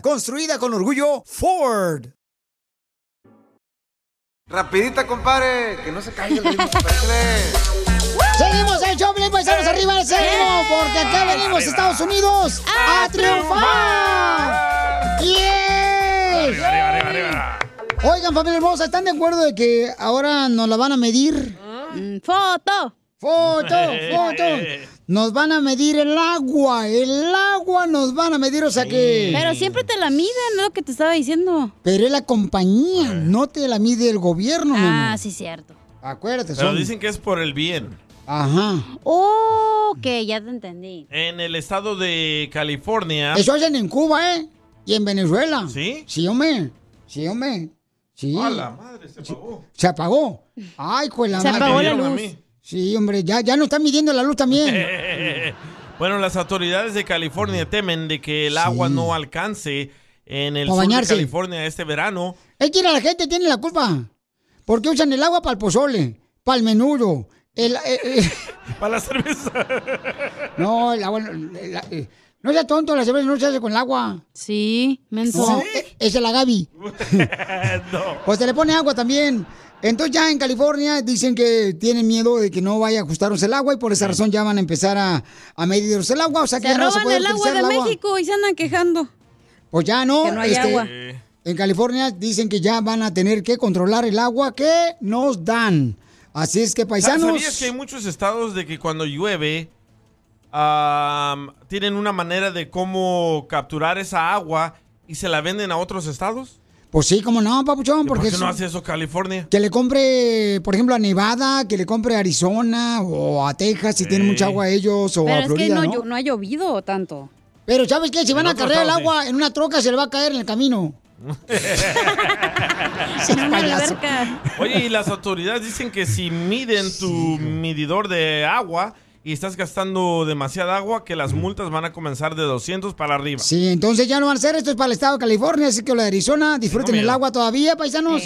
construida con orgullo Ford.
Rapidita, compadre, que no se caiga el ritmo,
Seguimos el show, Pelín, paisanos, arriba el ánimo, porque acá
Arriba.
venimos, Estados Unidos, ¡Eh! a, triunfar. ¡Yes! Oigan, familia hermosa, ¿están de acuerdo de que ahora nos la van a medir?
Ah. Mm,
¡Foto! ¡Foto! ¡Foto! Nos van a medir el agua, el agua nos van a medir, o sea que...
Pero siempre te la miden, es lo que te estaba diciendo.
Pero es la compañía, no te la mide el gobierno, mi
Ah,
amor.
sí, cierto.
Acuérdate,
Pero
son-
dicen que es por el bien.
Ajá.
Oh, que ya te entendí.
En el estado de California.
Eso hacen en Cuba, ¿eh? Y en Venezuela. ¿Sí? Sí, hombre. Sí, hombre. Sí.
¡A la madre! Se apagó.
Se apagó. Ay, pues la
Se
madre.
apagó la Me dieron a luz. mí.
Sí, hombre, ya, ya no están midiendo la luz también.
bueno, las autoridades de California temen de que el agua no alcance en el
Pa'
sur
bañarse.
de California este verano.
Es que la gente tiene la culpa. Porque usan el agua para el pozole, para el menudo. El, eh, eh,
Para la cerveza.
no, el agua. no- la- eh, no sea tonto, la cerveza no se hace con el agua.
Sí, menso.
No, e- esa es la Gaby. Pues se le pone agua también. Entonces ya en California dicen que tienen miedo de que no vaya a ajustarse el agua y por esa razón ya van a empezar a, a medirse el agua. O sea que
Se
ya no se
roban
puede
el agua
utilizar
de
el agua.
México y se andan quejando.
Pues ya no.
Que no hay agua.
En California dicen que ya van a tener que controlar el agua que nos dan. Así es que paisanos.
Ah, ¿Sabías que hay muchos estados de que cuando llueve am, tienen una manera de cómo capturar esa agua y se la venden a otros estados?
Pues sí, como no, papuchón,
¿Por
porque
qué
es-
no hace eso California?
que le compre, por ejemplo, a Nevada, que le compre a Arizona o a Texas si tienen
Ey.
mucha agua ellos o
Pero
a
es
Florida,
que no,
¿no?
llo- no ha llovido tanto.
Pero ¿sabes qué? Si van
En
a
otro
cargar el
estado, sí.
agua en una troca, se le va a caer en el camino. Seas payaso.
Oye, y las autoridades dicen que si miden tu medidor de agua y estás gastando demasiada agua, que las multas van a comenzar de 200 para arriba.
Sí, entonces ya no van a hacer esto es para el estado de California, así que lo de Arizona, disfruten
miedo.
el agua todavía, paisanos.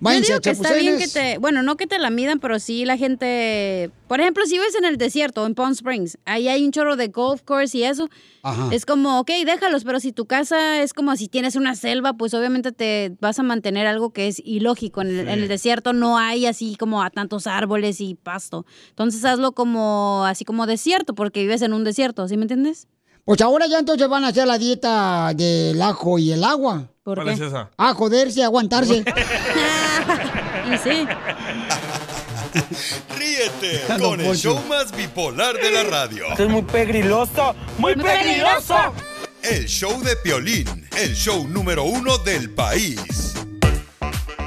Váyanse
Yo digo
a
que está bien que
Chapucenes.
te, bueno, no que te la midan, pero sí la gente, por ejemplo, si ves en el desierto, en Palm Springs, ahí hay un chorro de golf course y eso,
Ajá.
es como, ok, déjalos, pero si tu casa es como si tienes una selva, pues obviamente te vas a mantener algo que es ilógico, en el,
Sí.
en el desierto no hay así como a tantos árboles y pasto, entonces hazlo como, así como desierto, porque vives en un desierto, ¿sí me entiendes?
Pues ahora ya entonces van a hacer la dieta del ajo y el agua.
¿Por ¿Cuál qué? es esa?
A Ah, joderse, a aguantarse.
y sí.
Ríete
Ya lo
con el
voy,
show
yo.
más bipolar de la radio.
Esto es muy pegriloso, muy pegriloso.
El show de Piolín, el show número uno del país.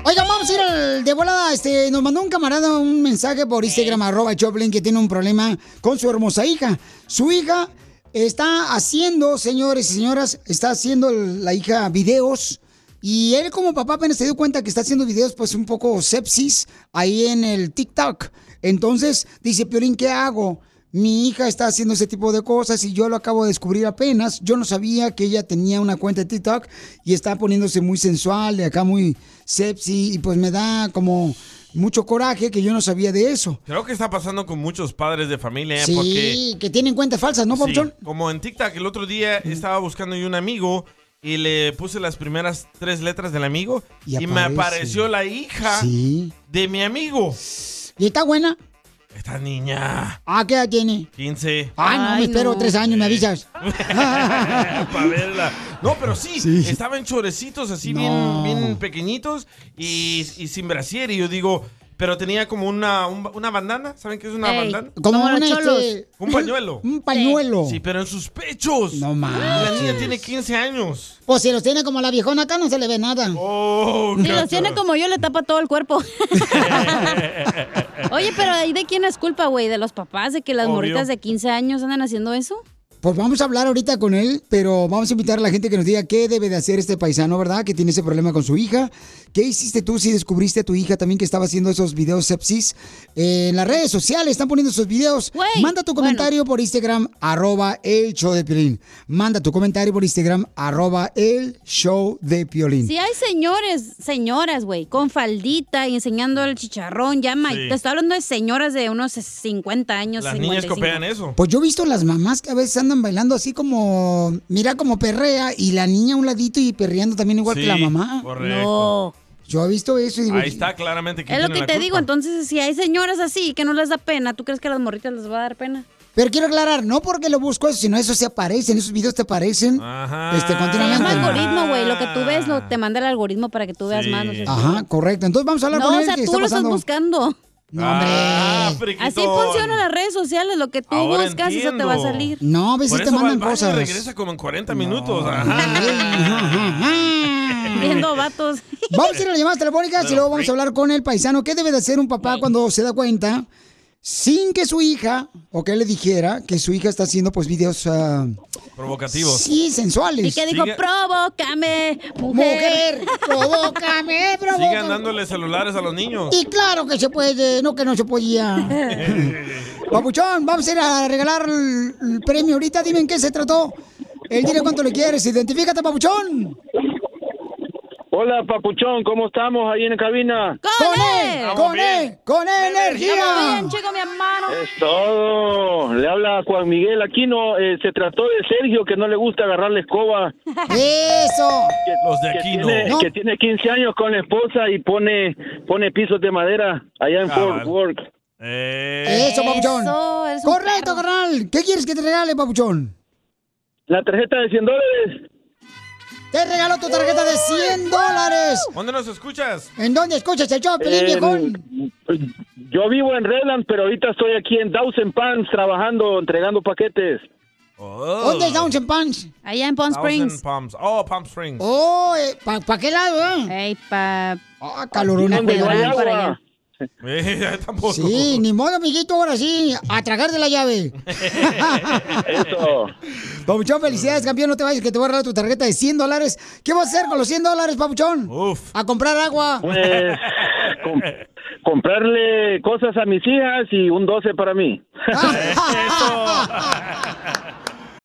Oiga, vamos a ir al- de volada. Este, nos mandó un camarada un mensaje por Instagram, arroba Choplin, que tiene un problema con su hermosa hija. Su hija está haciendo, señores y señoras, está haciendo el- la hija videos. Y él como papá apenas se dio cuenta que está haciendo videos pues un poco sepsis ahí en el TikTok. Entonces dice, Piolín, ¿qué hago? Mi hija está haciendo ese tipo de cosas y yo lo acabo de descubrir apenas. Yo no sabía que ella tenía una cuenta de TikTok y está poniéndose muy sensual, de acá muy sepsi y pues me da como mucho coraje que yo no sabía de eso.
Creo que está pasando con muchos padres de familia, ¿eh? porque...
Sí, que tienen cuentas falsas, ¿no,
Sí,
Papuchón?
como en TikTok, el otro día estaba buscando yo un amigo y le puse las primeras tres letras del amigo
Y
y, me
aparece.
apareció la hija
Sí.
de mi amigo.
¿Y está buena?
Esta niña,
Ah, ¿qué edad tiene?
15.
Ah, no, me espero tres años, me avisas.
Para verla. No, pero sí, estaban chorecitos así
No.
bien, bien pequeñitos y, y sin brasier. Y yo digo, pero tenía como una, un- una bandana. ¿Saben qué es una
Ey,
bandana?
como Como los una, cholos. este,
un pañuelo.
un pañuelo.
Sí, pero en sus pechos. No
manches.
La niña tiene 15 años.
O Pues si los tiene como la viejona acá, no se le ve nada.
Oh,
Si los tiene como yo, le tapa todo el cuerpo. Oye, pero ¿y de quién es culpa, güey? ¿De los papás? ¿De que las
Obvio.
morritas de 15 años andan haciendo eso?
Pues vamos a hablar ahorita con él, pero vamos a invitar a la gente que nos diga qué debe de hacer este paisano, ¿verdad? Que tiene ese problema con su hija. ¿Qué hiciste tú si descubriste a tu hija también que estaba haciendo esos videos sepsis? Eh, en las redes sociales están poniendo esos videos. Manda tu comentario por Instagram, arroba el show de Piolín. Manda tu comentario por Instagram, arroba el show de Piolín.
Si hay señores, señoras, güey, con faldita y enseñando el chicharrón, ya, ma-
Sí.
te estoy hablando de señoras de unos 50 años. 55.
eso.
Pues yo he visto las mamás que a veces andan bailando así como, mira como perrea y la niña a un ladito y perreando también igual que
Sí,
la mamá.
correcto.
No.
Yo he visto eso y digo,
Ahí está claramente que
Es lo que te digo, entonces, si hay señoras así que no les da pena, ¿tú crees que a las morritas les va a dar pena?
Pero quiero aclarar, no porque lo busco eso, sino eso se aparece, en esos videos te aparecen
Ah,
este,
Es un
continuamente.
algoritmo, güey. Lo que tú ves lo, te manda el algoritmo para que tú veas más. No, sé.
Ajá, correcto. Entonces vamos a hablar
No,
con
o
él.
sea,
que
tú
está
lo estás
pasando.
buscando.
No, hombre.
Así funcionan las redes sociales. Lo que tú
Ahora
buscas, eso te
entiendo.
va a salir.
No, a veces
Por
te
eso va
mandan
al baño y
cosas.
regresa como en 40 minutos. Ajá.
Viendo vatos.
Vamos a ir a las llamadas telefónicas y luego vamos a hablar con el paisano. ¿Qué debe de hacer un papá cuando se da cuenta, sin que su hija, o que él le dijera, que su hija está haciendo pues videos ah,
Provocativos.
Sí, sensuales.
Y que dijo,
Sigue-
provócame, mujer.
Mujer, provócame,
Sigan dándole celulares a los niños.
Y claro que se puede, no que no se podía. Papuchón, vamos a ir a regalar el, el premio ahorita. Dime en qué se trató. Él dile cuánto le quieres. Identifícate, Papuchón.
Hola, Papuchón, ¿cómo estamos ahí en la cabina?
¡Con él!
¡Con él! ¡Con
Estamos
energía!
bien, chico, mi hermano.
Es todo. Le habla Juan Miguel Aquino. Eh, se trató de Sergio, que no le gusta agarrar la escoba.
¡Eso!
Los de
Que
aquí no.
tiene, que tiene 15 años con la esposa y pone, pone pisos de madera allá en
Cabal.
Fort Worth.
Eso, Papuchón. Correcto, carnal. ¿Qué quieres que te regale, Papuchón?
La tarjeta de 100 dólares.
Te regalo tu tarjeta de 100 dólares.
¿Dónde nos escuchas?
¿En dónde escuchas el
Pues
show, Pelín,
Eh,
viejón?
Yo vivo en Redland, pero ahorita estoy aquí en Thousand Pans trabajando, entregando paquetes.
Oh.
¿Dónde es Downs and Pants?
Allá en Palm
Thousand Palms. Oh, Palm Springs.
Oh, ¿para qué lado, eh?
Ey, pa...
Ah, calorona.
Donde no hay
calorona.
agua. Eh, tampoco.
Sí, ni modo, amiguito, ahora sí, a tragar de la llave.
Eso.
Papuchón, felicidades, campeón. No te vayas, que te voy a regalar tu tarjeta de 100 dólares. ¿Qué vas a hacer con los 100 dólares, Papuchón?
Uf.
A comprar agua.
Pues com- comprarle cosas a mis hijas y un 12 para mí.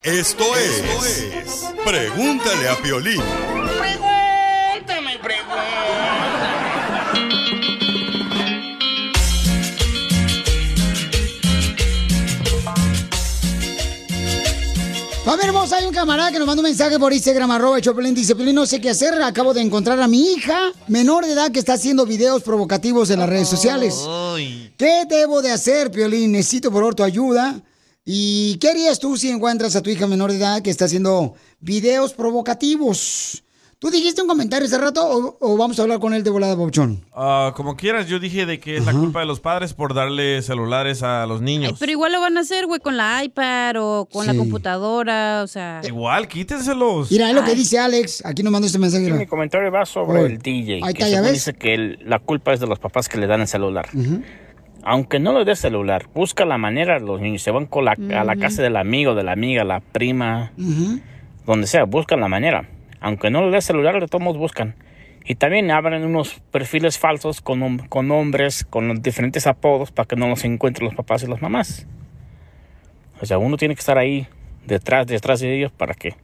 Esto es, Pregúntale a Piolín.
Pregúntame,
Familia hermosa, hay un camarada que nos manda un mensaje por Instagram, arroba el Choplin, dice, Piolín, no sé qué hacer, acabo de encontrar a mi hija menor de edad que está haciendo videos provocativos en las redes sociales. ¿Qué debo de hacer, Piolín? Necesito, por favor, tu ayuda. ¿Y qué harías tú si encuentras a tu hija menor de edad que está haciendo videos provocativos? ¿Tú dijiste un comentario hace rato o, o vamos a hablar con él de volada, Bobchón?
Ah, como quieras, yo dije de que es la culpa de los padres por darle celulares a los niños.
Pero igual lo van a hacer, güey, con la iPad o con la
Sí.
computadora, o sea...
Igual, quítenselos.
Mira, es lo que dice Alex. Aquí nos mandó este mensaje.
Sí, mi
mira.
comentario va sobre
Oye,
el DJ.
ahí
que
está, ya
según
ves.
dice que el- la culpa es de los papás que le dan el celular. Aunque no le des celular, busca la manera, los niños se van con la- a la
Ujú.
casa del amigo, de la amiga, la prima, donde sea, buscan la manera. Aunque no le des celular, de todos modos buscan. Y también abren unos perfiles falsos con, hom- con nombres, con los diferentes apodos para que no los encuentren los papás y las mamás. O sea, uno tiene que estar ahí, detrás, detrás de ellos, para que...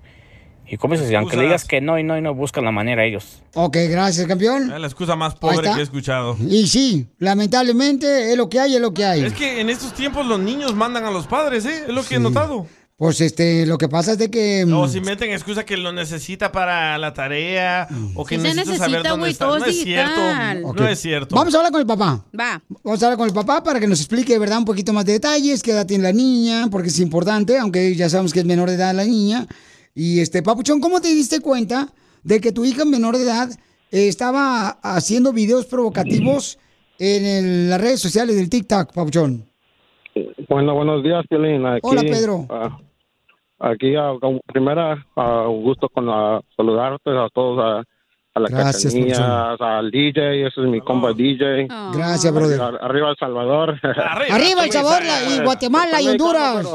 Y como dices, aunque le digas que no y no y no, buscan la manera ellos.
Ok, gracias, campeón.
Es La excusa más
Ahí
pobre
está.
que he escuchado.
Y sí, lamentablemente es lo que hay, es lo que hay.
Es que en estos tiempos los niños mandan a los padres, ¿eh? Es lo que he notado.
Pues este, lo que pasa es de que...
O
mm,
si meten excusa que lo necesita para la tarea o que
Sí Mm. se
necesita, saber
necesita,
dónde
güey,
está.
todo
No
es
es cierto.
digital.
No
ok.
es cierto.
Vamos a hablar con el papá.
Va.
Vamos a hablar con el papá para que nos explique, ¿verdad? Un poquito más de detalles, qué edad tiene la niña, porque es importante, aunque ya sabemos que es menor de edad la niña. Y este, Papuchón, ¿cómo te diste cuenta de que tu hija menor de edad eh, estaba haciendo videos provocativos en el- las redes sociales del TikTok, Papuchón?
Bueno, buenos días, Piolín. Aquí,
Hola, Pedro.
ah, aquí, ah, con- primera, ah, un gusto con ah, saludarte a todos, a, a la
Gracias, Ah.
cachanilla, al DJ, ese es mi compa DJ.
Gracias, brother.
Ar- Arriba El Salvador.
Arriba El Salvador la- y Guatemala y Honduras.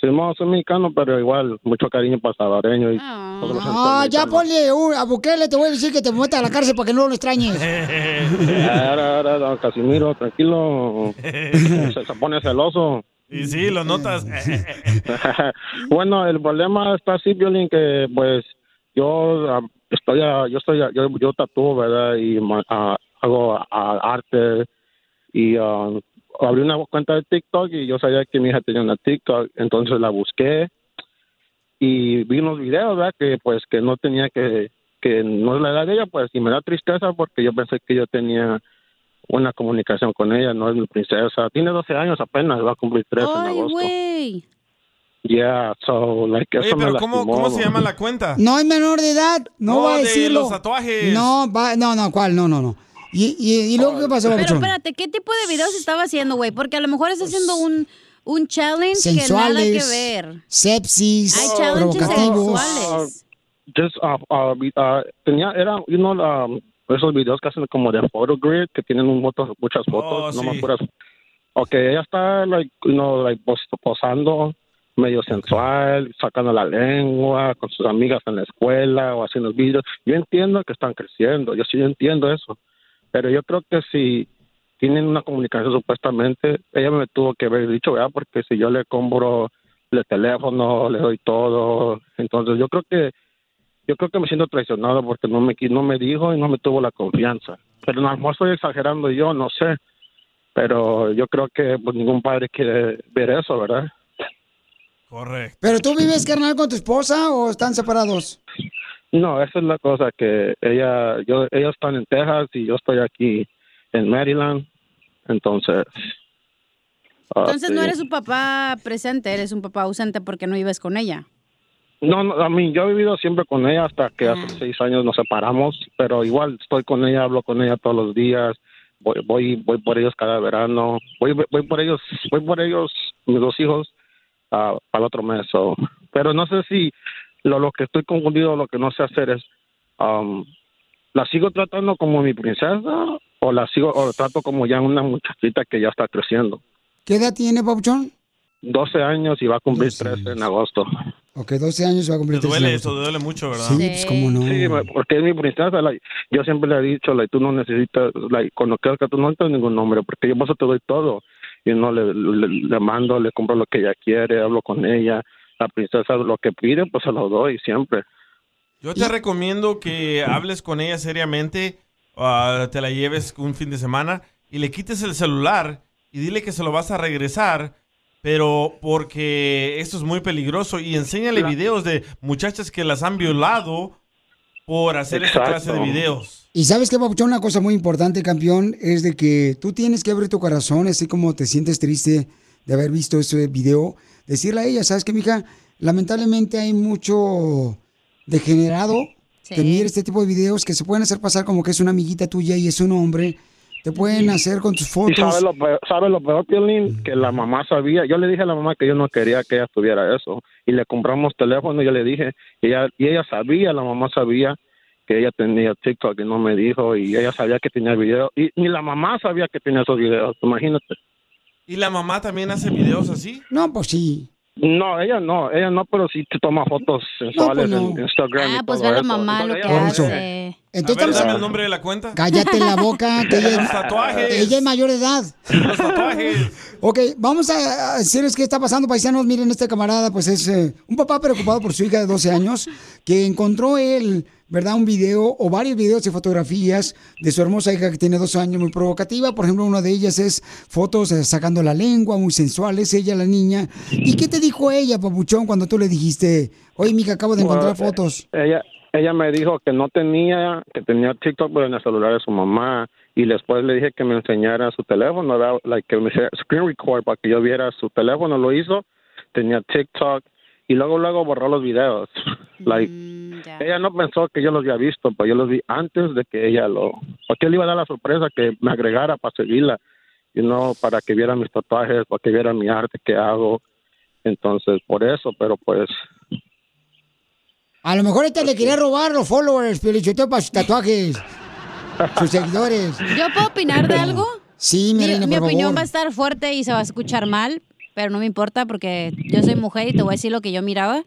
Simón, soy mexicano, pero igual, mucho cariño para salvadoreño. Y todos los
Ah, ya ponle un- a Bukele, te voy a decir que te meta a la cárcel para que no lo extrañes.
Ahora, ahora, don Casimiro, tranquilo. Se, se pone celoso.
Y sí, lo notas.
Mm.
Eh,
bueno, el problema está así, Violín, que pues yo ah, estoy, ah, yo estoy, ah, yo, yo tatúo, ¿verdad? Y ma- ah, hago ah, arte y ah, abrí una cuenta de TikTok y yo sabía que mi hija tenía una TikTok, entonces la busqué y vi unos videos, ¿verdad? Que pues que no tenía que, que no es la edad de ella, pues, y me da tristeza porque yo pensé que yo tenía una comunicación con ella, no es mi princesa, tiene 12 años apenas, va a cumplir 13 en
Ay,
agosto.
güey.
Yeah, so like
Oye,
eso me
pero ¿cómo,
lastimó.
¿cómo se llama la cuenta?
No es menor de edad, no,
No,
va a
de
decirlo.
los tatuajes.
No, va, no, no, ¿cuál? No, no, no. ¿Y, y, y luego qué pasó,
Pero
Papuchón?
espérate, ¿qué tipo de videos estaba haciendo, güey? Porque a lo mejor está haciendo un, un challenge que nada
Sensuales.
que ver.
sepsis,
Hay challenges
provocativos.
sexuales.
Just, uh, uh, vi- uh, tenía era you know, um, esos videos que hacen como de photo grid que tienen un moto- muchas fotos, no
sí.
más puras. Okay, ella está like, you know, like pos- posando medio sensual, sacando la lengua con sus amigas en la escuela o haciendo videos. Yo entiendo que están creciendo, yo sí entiendo eso, pero yo creo que si tienen una comunicación supuestamente, ella me tuvo que haber dicho, ¿verdad? Porque si yo le compro el teléfono, le doy todo, entonces yo creo que yo creo que me siento traicionado porque no me qui- no me dijo y no me tuvo la confianza. Pero a lo mejor estoy exagerando yo, no sé. Pero yo creo que pues, ningún padre quiere ver eso, ¿verdad?
Correcto.
¿Pero tú vives, carnal, con tu esposa o están separados?
No, esa es la cosa que ella, yo, ellos están en Texas y yo estoy aquí en Maryland, entonces. ah,
Entonces no
sí.
eres un papá presente, eres un papá ausente porque no vives con ella.
No, no, a mí yo he vivido siempre con ella hasta que hace seis años nos separamos, pero igual estoy con ella, hablo con ella todos los días, voy, voy, voy por ellos cada verano, voy, voy por ellos, voy por ellos mis dos hijos ah, para el otro mes. so. Pero no sé si lo, lo que estoy confundido, lo que no sé hacer es, am, ¿la sigo tratando como mi princesa o la sigo o la trato como ya una muchachita que ya está creciendo?
¿Qué edad tiene, Papuchón?
12 años y va a cumplir 13 en agosto.
Ok, 12 años va a cumplir
Te duele
13
eso, te duele mucho, ¿verdad?
Sí, pues, ¿cómo no?
Sí, ma- porque es mi princesa. like, yo siempre le he dicho, like, tú no necesitas, like, cuando crezca tú no necesitas ningún nombre, porque yo por eso te doy todo. Yo no le, le, le mando, le compro lo que ella quiere, hablo con ella. La princesa lo que pide, pues se lo doy siempre.
Yo te recomiendo que hables con ella seriamente, ah, te la lleves un fin de semana y le quites el celular y dile que se lo vas a regresar, pero porque esto es muy peligroso y enséñale videos de muchachas que las han violado por hacer esta clase de
Exacto.
videos.
Y sabes que, Papuchón, una cosa muy importante, campeón, es de que tú tienes que abrir tu corazón, así como te sientes triste de haber visto ese video, decirle a ella, ¿sabes qué, mija? Lamentablemente hay mucho degenerado que mira este tipo de videos que se pueden hacer pasar como que es una amiguita tuya y es un hombre. Te pueden hacer con tus
Y sabe
fotos.
lo peor, sabe lo peor, Piolín? que la mamá sabía. Yo le dije a la mamá que yo no quería que ella tuviera eso. Y le compramos teléfono, yo le dije. Y ella, y ella sabía, la mamá sabía que ella tenía TikTok y no me dijo. Y ella sabía que tenía videos. Y ni la mamá sabía que tenía esos videos, imagínate.
¿Y la mamá también hace videos así?
No, pues sí.
No, ella no, ella no, pero sí te toma fotos sensuales en Instagram. y todo eso. Entonces, ella no
Por
sabe.
eso.
A
Entonces,
ver,
estamos-
dame el nombre de la cuenta.
cállate la boca, que
Los
ella,
tatuajes.
ella es mayor de edad.
Los tatuajes.
Ok, vamos a a decirles qué está pasando, paisanos. Miren, este camarada, pues es eh, un papá preocupado por su hija de 12 años, que encontró él, ¿verdad? Un video o varios videos y fotografías de su hermosa hija que tiene 12 años, muy provocativa. Por ejemplo, una de ellas es fotos eh, sacando la lengua, muy sensuales, ella, la niña. ¿Y qué te dijo ella, papuchón, cuando tú le dijiste, oye, mija, acabo de encontrar
Bueno,
fotos?
Ella, ella me dijo que no tenía, que tenía TikTok, pero en el celular de su mamá. Y después le dije que me enseñara su teléfono, ¿verdad? like, que me hiciera screen record para que yo viera su teléfono. Lo hizo, tenía TikTok y luego, luego borró los videos. Like, Ella no pensó que yo los había visto, pero yo los vi antes de que ella lo... Porque le iba a dar la sorpresa que me agregara para seguirla, y no para que viera mis tatuajes, para que viera mi arte que hago. Entonces, por eso, pero pues
A lo mejor esta le quería robar los followers, Piolichoteo, para sus tatuajes, sus seguidores.
¿Yo puedo opinar de algo?
Sí,
Mi,
mi, reina,
mi
por
opinión
favor.
va a estar fuerte y se va a escuchar mal, pero no me importa porque yo soy mujer y te voy a decir lo que yo miraba.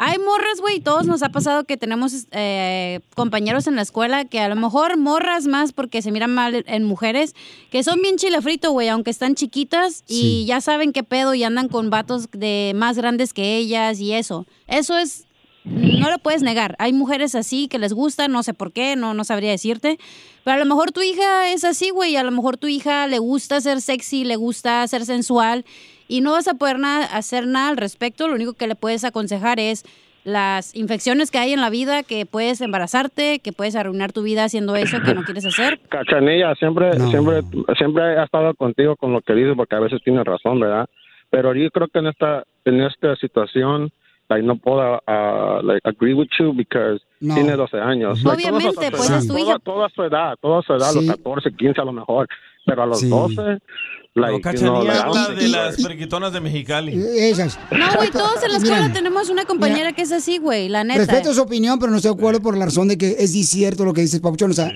Hay morras, güey, todos nos ha pasado que tenemos eh, compañeros en la escuela que a lo mejor morras más porque se miran mal en mujeres, que son bien chilefrito, güey, aunque están chiquitas y ya saben qué pedo y andan con vatos de más grandes que ellas y eso. Eso es no lo puedes negar. Hay mujeres así que les gusta, no sé por qué, no, no sabría decirte. Pero a lo mejor tu hija es así, güey. A lo mejor tu hija le gusta ser sexy, le gusta ser sensual. Y no vas a poder na- hacer nada al respecto. Lo único que le puedes aconsejar es las infecciones que hay en la vida, que puedes embarazarte, que puedes arruinar tu vida haciendo eso que no quieres hacer.
Cachanilla, siempre, siempre, siempre ha estado contigo con lo que dices, porque a veces tienes razón, ¿verdad? Pero yo creo que en esta, en esta situación, like, no puedo ah, like, agree with you because
No.
tiene 12 años. Like, todos a
Obviamente,
su
pues
edad,
es tu
toda-
hija.
Toda su edad, toda su edad,
Sí.
los 14, 15 a lo mejor, pero a los
Sí.
12, like, you know,
Cachanilla
like,
habla
I'm-
de las periquitonas de Mexicali.
Esas.
No, güey, todos en la escuela
Mira.
tenemos una compañera que es así, güey, la neta.
Respeto su opinión, pero no estoy de acuerdo por la razón de que es cierto lo que dices, Papuchón. O sea,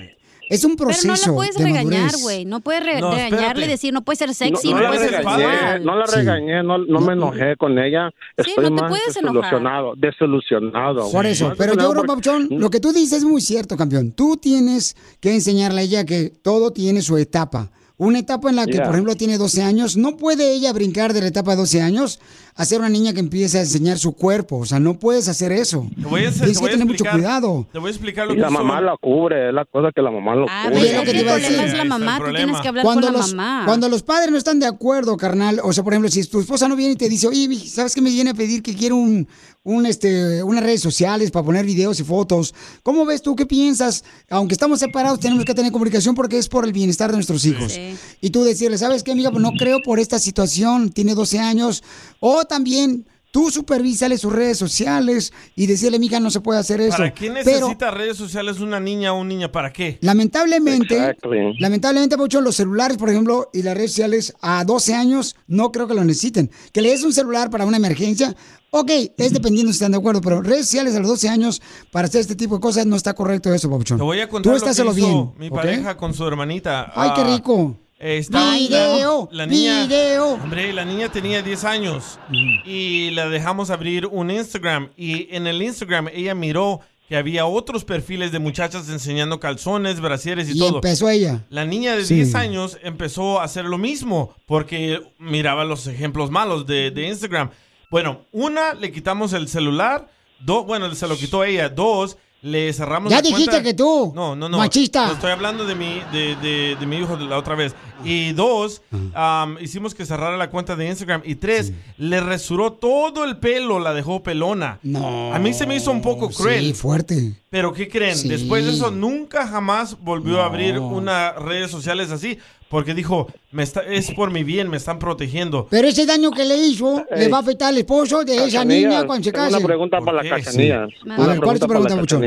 es un
Pero no
proceso.
la puedes
de
regañar,
madurez.
güey. No puedes re-
No,
regañarle
espérate.
y decir, no puedes ser
No,
sexy,
no
no,
la
puedes ser
regañé,
sensual.
no la regañé, no, no me enojé con ella. Estoy
no te
más
puedes enojar.
desilusionado, desilusionado.
Por eso,
Más
pero yo
desilusionado
creo,
porque-
Papuchón, lo que tú dices es muy cierto, campeón. Tú tienes que enseñarle a ella que todo tiene su etapa. Una etapa en la que,
Yeah.
por ejemplo, tiene 12 años, no puede ella brincar de la etapa de 12 años a ser una niña que empiece a enseñar su cuerpo. O sea, no puedes hacer eso.
Te voy a, te
Tienes que
voy a
tener mucho
explicar-
cuidado.
Te voy a explicar lo
Y
que
la
son.
mamá la cubre, es la cosa que la mamá lo
Ah, pero
cubre.
es que el problema es la mamá, tú tienes que hablar
cuando
con la
los,
mamá.
Cuando los padres no están de acuerdo, carnal, o sea, por ejemplo, si tu esposa no viene y te dice, oye, mija, ¿sabes qué me viene a pedir que quiero un, un, este, unas redes sociales para poner videos y fotos? ¿Cómo ves tú? ¿Qué piensas? Aunque estamos separados, tenemos que tener comunicación porque es por el bienestar de nuestros hijos. Y tú decirle, ¿sabes qué, amiga? Pues no creo por esta situación, tiene 12 años. O también... Tú supervísale sus redes sociales y decirle, mija, no se puede hacer eso.
¿Para qué necesita
Pero
redes sociales una niña o un niño? ¿Para qué?
lamentablemente,
Exactly.
lamentablemente, Papuchón, los celulares, por ejemplo, y las redes sociales a 12 años no creo que lo necesiten. Que le des un celular para una emergencia, ok, es dependiendo si están de acuerdo, pero redes sociales a los 12 años para hacer este tipo de cosas no está correcto eso, Papuchón.
Te voy a contar
Tú
lo que hizo
estáselo bien.
mi
¿ok?
pareja con su hermanita.
Ay, qué
Ah,
rico.
eh, está-
Video,
la, la niña,
video. Mm.
Hombre, la niña tenía 10 años y la dejamos abrir un Instagram y en el Instagram ella miró que había otros perfiles de muchachas enseñando calzones, brasieres y,
Y
todo.
empezó ella.
La niña de
Sí.
10 años empezó a hacer lo mismo porque miraba los ejemplos malos de, de Instagram. Bueno, una, le quitamos el celular. Dos, bueno, se lo quitó ella. Dos, le cerramos
Ya
la
dijiste
cuenta.
que tú.
No, no, Pues, no.
Machista.
No, estoy hablando de mi, de, de- de mi hijo de la otra vez. Y dos, am, hicimos que cerrara la cuenta de Instagram. Y tres, le resuró todo el pelo, la dejó pelona.
No.
A mí se me hizo un poco cruel.
Sí, fuerte.
Pero ¿qué creen?
Sí.
Después de eso nunca jamás volvió a abrir unas redes sociales así porque dijo, me está, es por mi bien, me están protegiendo.
Pero ese daño que le hizo le
Ey.
va a afectar al esposo de esa
Cachanilla,
niña cuando se
tengo una
case.
pregunta para la
qué?
cachanilla.
Sí. A ver, ¿cuál es tu pregunta, Buchón?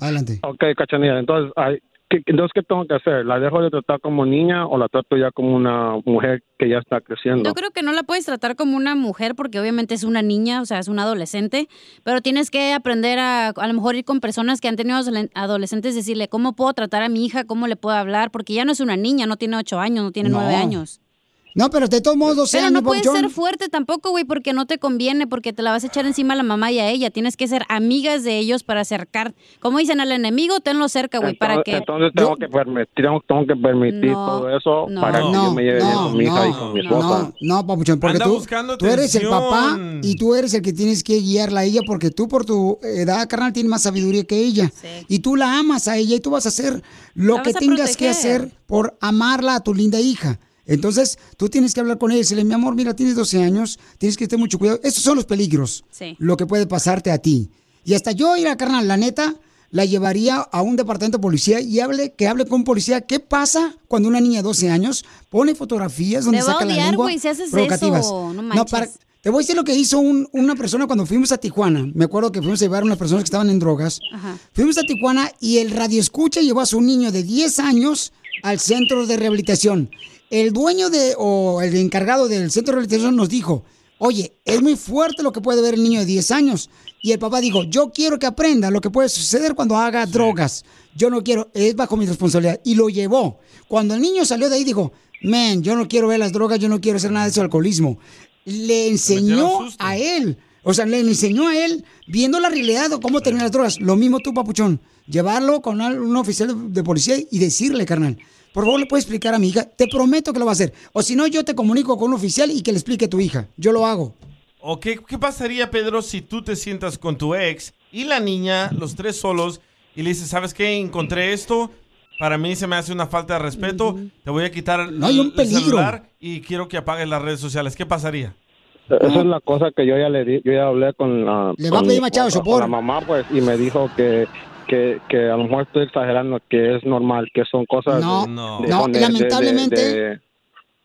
Adelante.
Ok, cachanilla, entonces, ay, ¿qué, entonces, ¿qué tengo que hacer? ¿La dejo de tratar como niña o la trato ya como una mujer que ya está creciendo?
Yo creo que no la puedes tratar como una mujer porque obviamente es una niña, o sea, es una adolescente, pero tienes que aprender a a lo mejor ir con personas que han tenido adolen- adolescentes, decirle cómo puedo tratar a mi hija, cómo le puedo hablar, porque ya no es una niña, no tiene ocho años, no tiene
No.
nueve años.
No, pero de todos modos, 12
Pero
años,
no puedes
Papuchón.
ser fuerte tampoco, güey, porque no te conviene, porque te la vas a echar encima a la mamá y a ella. Tienes que ser amigas de ellos para acercar. Como dicen, al enemigo tenlo cerca, güey, para
entonces,
que...
entonces tengo, que permitir, tengo, tengo que permitir
No,
todo eso
no.
para que
No,
yo me lleve bien con mi hija y con mi esposa.
No, no, papuchón, porque
Anda
tú,
buscando
tú eres el
atención.
papá y tú eres el que tienes que guiarla a ella porque tú por tu edad carnal tienes más sabiduría que ella y tú la amas a ella y tú vas a hacer lo
La
que
vas a
tengas que
proteger.
hacer por amarla a tu linda hija. Entonces, tú tienes que hablar con ella y decirle, mi amor, mira, tienes 12 años, tienes que tener mucho cuidado. Estos son los peligros,
Sí.
lo que puede pasarte a ti. Y hasta yo, ir a carnal, la neta, la llevaría a un departamento de policía y hable, que hable con un policía. ¿Qué pasa cuando una niña de 12 años pone fotografías donde
Te va a
saca la
odiar,
lengua
güey, si haces
provocativas?
eso, no manches.
te voy a decir lo que hizo un- una persona cuando fuimos a Tijuana. Me acuerdo que fuimos a llevar a unas personas que estaban en drogas.
Ajá.
Fuimos a Tijuana y el radio escucha llevó a su niño de 10 años al centro de rehabilitación. El dueño de, o el encargado del centro de rehabilitación nos dijo, oye, es muy fuerte lo que puede ver el niño de 10 años. Y el papá dijo, yo quiero que aprenda lo que puede suceder cuando haga drogas. Yo no quiero, es bajo mi responsabilidad. Y lo llevó. Cuando el niño salió de ahí dijo, man, yo no quiero ver las drogas, yo no quiero hacer nada de ese alcoholismo. Le enseñó a él. O sea, le enseñó a él, viendo la realidad, o cómo terminan las drogas. Lo mismo tú, papuchón. Llevarlo con al- un oficial de- de policía y decirle, carnal, por favor, le puedes explicar a mi hija. Te prometo que lo va a hacer. O si no, yo te comunico con un oficial y que le explique a tu hija. Yo lo hago.
¿O qué, qué pasaría, Pedro, si tú te sientas con tu ex y la niña, los tres solos, y le dices, ¿sabes qué? Encontré esto, para mí se me hace una falta de respeto, te voy a quitar
hay un
el
peligro.
celular y quiero que apagues las redes sociales. ¿Qué pasaría?
Esa es la cosa que yo ya le di, yo ya hablé con la,
Le va a
con
pedir
mi
machado de
esposa,
sopor.
con la mamá pues y me dijo que, que, que a lo mejor estoy exagerando, que es normal, que son cosas
No,
de-
no.
de-
No,
de- de-
lamentablemente,
de-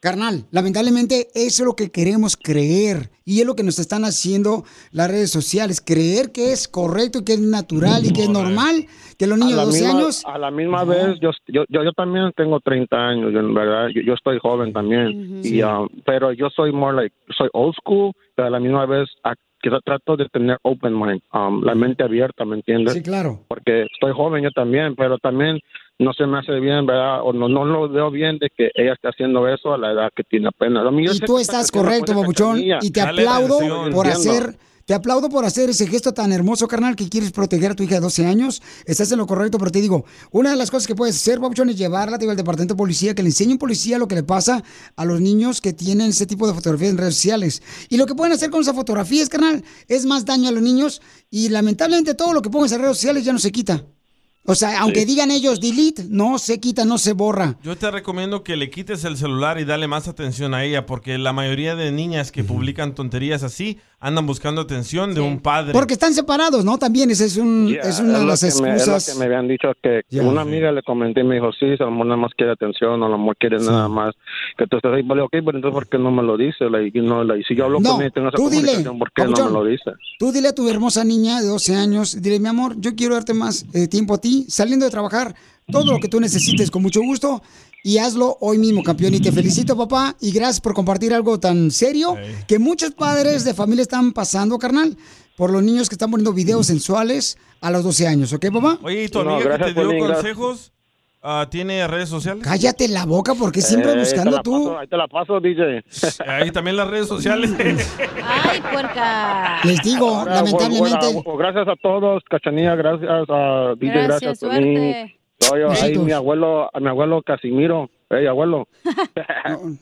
Carnal, lamentablemente eso es lo que queremos creer y es lo que nos están haciendo las redes sociales, creer que es correcto y que es natural y que es normal que los niños
a
de
la
12
misma,
años...
a la misma vez, yo, yo, yo, yo también tengo 30 años, yo, en verdad, yo, yo estoy joven también, y, um, pero yo soy more like, soy old school, pero a la misma vez a- que tra- trato de tener open mind, um, la mente abierta, ¿me entiendes?
Sí, claro.
Porque estoy joven yo también, pero también no se me hace bien, ¿verdad? O no, no lo veo bien de que ella esté haciendo eso a la edad que tiene apenas. A mí yo
Y
sé
tú
que
estás
haciendo
correcto,
buena
Babuchón,
cachanilla.
y te aplaudo
Yo
por
entiendo.
hacer, te aplaudo por hacer ese gesto tan hermoso, carnal, que quieres proteger a tu hija de 12 años. Estás en lo correcto, pero te digo, una de las cosas que puedes hacer, Babuchón, es llevarla te digo, al departamento de policía, que le enseñe un policía lo que le pasa a los niños que tienen ese tipo de fotografías en redes sociales. Y lo que pueden hacer con esas fotografías, carnal, es más daño a los niños y lamentablemente todo lo que pongas en redes sociales ya no se quita. O O sea, aunque
Sí.
digan ellos delete, no se quita, no se borra.
Yo te recomiendo que le quites el celular y dale más atención a ella, porque la mayoría de niñas que publican tonterías así andan buscando atención de un padre.
Porque están separados, ¿no? También esa es, un, es una de las
es lo que me-
excusas.
es lo que me habían dicho que una amiga le comenté y me dijo, sí, el amor nada más quiere atención, el amor quiere nada más que tú estés ahí. Vale, ok, pero entonces ¿por qué no me lo dice? Like, y no, like, si yo hablo
No,
con ella y tengo esa
tú dile,
comunicación, ¿por qué
papuchón.
no me lo dice?
Tú dile a tu hermosa niña de 12 años, dile, mi amor, yo quiero darte más eh, tiempo a ti, saliendo de trabajar, todo lo que tú necesites con mucho gusto y hazlo hoy mismo, campeón. Y te felicito, papá, y gracias por compartir algo tan serio que muchos padres de familia están pasando, carnal, por los niños que están poniendo videos sensuales a los 12 años, ¿ok, papá?
Oye, ¿y tu
No,
amiga que
gracias,
te dio
Piolín, gracias.
consejos ah, tiene redes sociales?
Cállate la boca porque siempre
Eh, ahí te
buscando
la
tú.
paso, ahí te la paso, DJ.
Ahí también las redes sociales.
Ay, puerca.
Les digo,
Ahora, bueno, bueno, gracias a todos, Cachanilla, gracias a DJ,
Gracias,
gracias, Piolín.
suerte.
Soy yo, ahí
Besitos.
mi abuelo, a mi abuelo Casimiro. Ey, abuelo.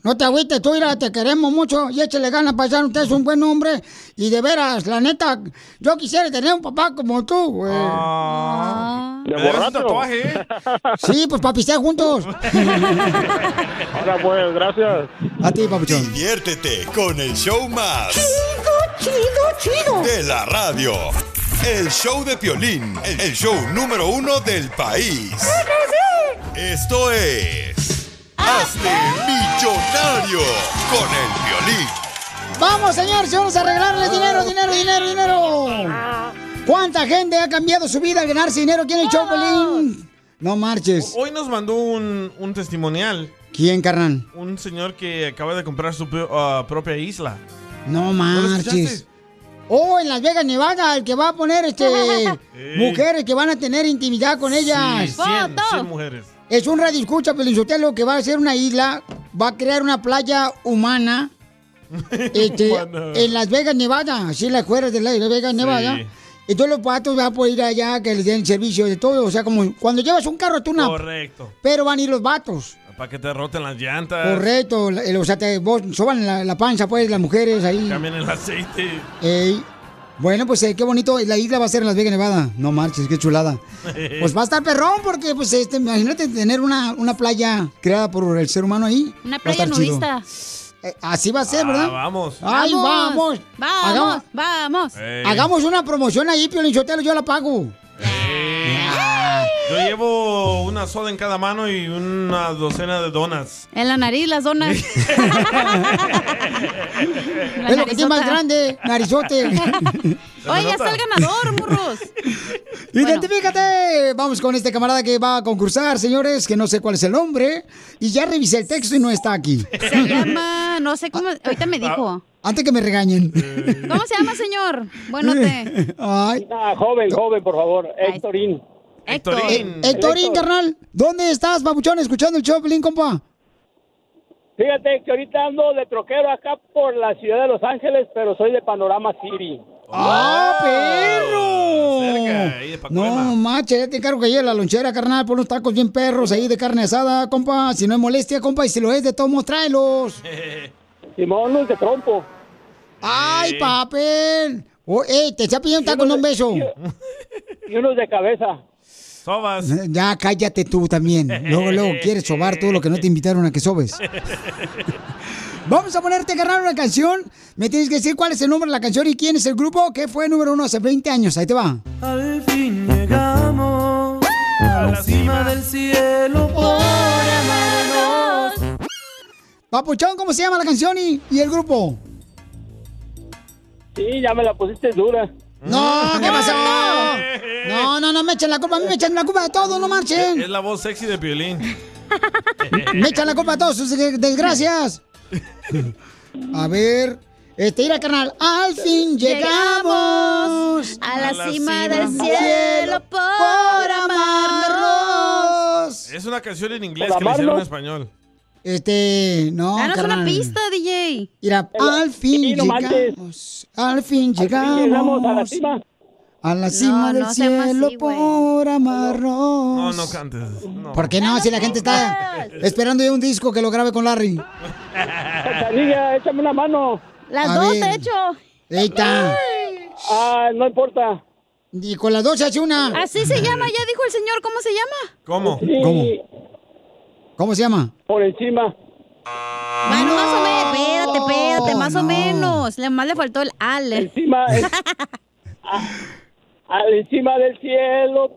No te agüites, tú mira, te queremos mucho y échale ganas, paisano, usted es un buen hombre y de veras, la neta, yo quisiera tener un papá como tú, güey.
Ah.
De borracho.
Sí, pues para pistear juntos.
Ahora pues, gracias.
A ti, papuchón.
Diviértete con el show más.
Chido, chido, chido.
De la radio. El show de Piolín, el el show número uno del país. Esto es... ¡Hazte millonario con el Piolín!
Vamos, señores, vamos a arreglarle dinero, dinero, dinero, dinero. ¿Cuánta gente ha cambiado su vida al ganarse dinero? ¿Quién es Chocolín? No marches.
Hoy nos mandó un, un testimonial,
¿Quién, carnal?
un señor que acaba de comprar su pe- ah, propia isla.
No
lo
marches.
escuchaste?
Oh, en Las Vegas, Nevada, el que va a poner este mujeres que van a tener intimidad con ellas.
Sí, 100, 100 mujeres.
Es un radio escucha, Pelizotelo, que va a ser una isla, va a crear una playa humana este,
Humana.
en Las Vegas, Nevada. Así las cuerdas de Las Vegas, Nevada.
Sí.
Entonces los patos van a poder ir allá, que les den servicio de todo. O sea, como cuando llevas un carro, tú una...
Correcto. Pues.
Pero van a ir los vatos.
Para que te roten las llantas.
Correcto. la- O sea, te vos- soban la, la panza, pues, las mujeres ahí.
Cambian el aceite.
Ey. Bueno, pues eh, qué bonito. La isla va a ser en Las Vegas, Nevada. No marches, qué chulada. Pues va a estar perrón porque, pues, este, imagínate tener una, una playa creada por el ser humano ahí.
Una
Va a
playa
estar chido.
nudista.
Eh, así va a ser, ¿verdad?
Ah, vamos.
Ay, vamos.
Vamos,
Hagamos-
vamos.
Hagamos una promoción ahí, Piolín Sotelo, yo la pago.
Yo llevo una soda en cada mano y una docena de donas.
En la nariz, las donas.
es lo que tiene más grande, narizote.
Oye, está el ganador, burros.
Identifícate. Vamos con este camarada que va a concursar, señores, que no sé cuál es el nombre. Y ya revisé el texto y no está aquí.
Se llama, no sé cómo, ahorita me dijo.
Antes que me regañen.
¿Cómo se llama, señor?
Eh.
Buenote.
Ay.
Ah,
joven, joven, por favor. Héctorín.
Eh, Héctorín, carnal. ¿Dónde estás, papuchón, escuchando el Choplin, compa?
Fíjate que ahorita ando de troquero acá por la ciudad de Los Ángeles, pero soy de Panorama City.
¡Ah, perro! no, macho, ya te encargo que lleve la lonchera, carnal, por unos tacos bien perros ahí de carne asada, compa. Si no es molestia, compa, y si lo es, de todos modos, tráelos.
Simón, de trompo.
¡Ay, papel! Oh, ey, te está pidiendo un taco, no un beso.
Y unos de cabeza.
Sobas.
Eh, Ya, cállate tú también. Luego, luego quieres sobar todo lo que no te invitaron a que sobes. Vamos a ponerte, carnal, una canción. Me tienes que decir cuál es el nombre de la canción y quién es el grupo que fue número uno hace 20 años. Ahí te va.
Al fin llegamos a la cima del cielo por amarnos.
Papuchón, ¿cómo se llama la canción y, y el grupo?
Sí, ya me la pusiste dura.
No,
Mm.
¿qué pasó? No, no, no me echen la culpa. A mí me echan la culpa de todo, no
Eh,
marchen.
Es la voz sexy de Piolín.
Me echan la culpa de todos sus de- desgracias. A ver. Este, mira, carnal. Al fin llegamos
a la cima del cielo por amarnos.
Es una canción en inglés
Hola,
que le hicieron en
Marlo.
español.
Este, no,
Danos una
carnal.
pista, DJ.
Mira, al
Sí,
fin
no
llegamos. Al fin llegamos.
llegamos a la cima.
A la cima
No,
del
no se llama
cielo
así,
por amarnos.
No, no cantes. No.
¿Por qué no? Si la gente está esperando ya un disco que lo grabe con Larry.
Cachanilla, échame una mano.
Las A dos, ver. de
hecho.
Eita.
Ah, no importa.
Y con las dos se hace una.
Así se llama, ya dijo el señor, ¿cómo se llama?
¿Cómo?
¿Cómo? ¿Cómo se llama?
Por encima.
Ah,
Bueno, más o menos, espérate, espérate, más o menos. Le, más le faltó el al.
Encima, Ah, al encima del cielo.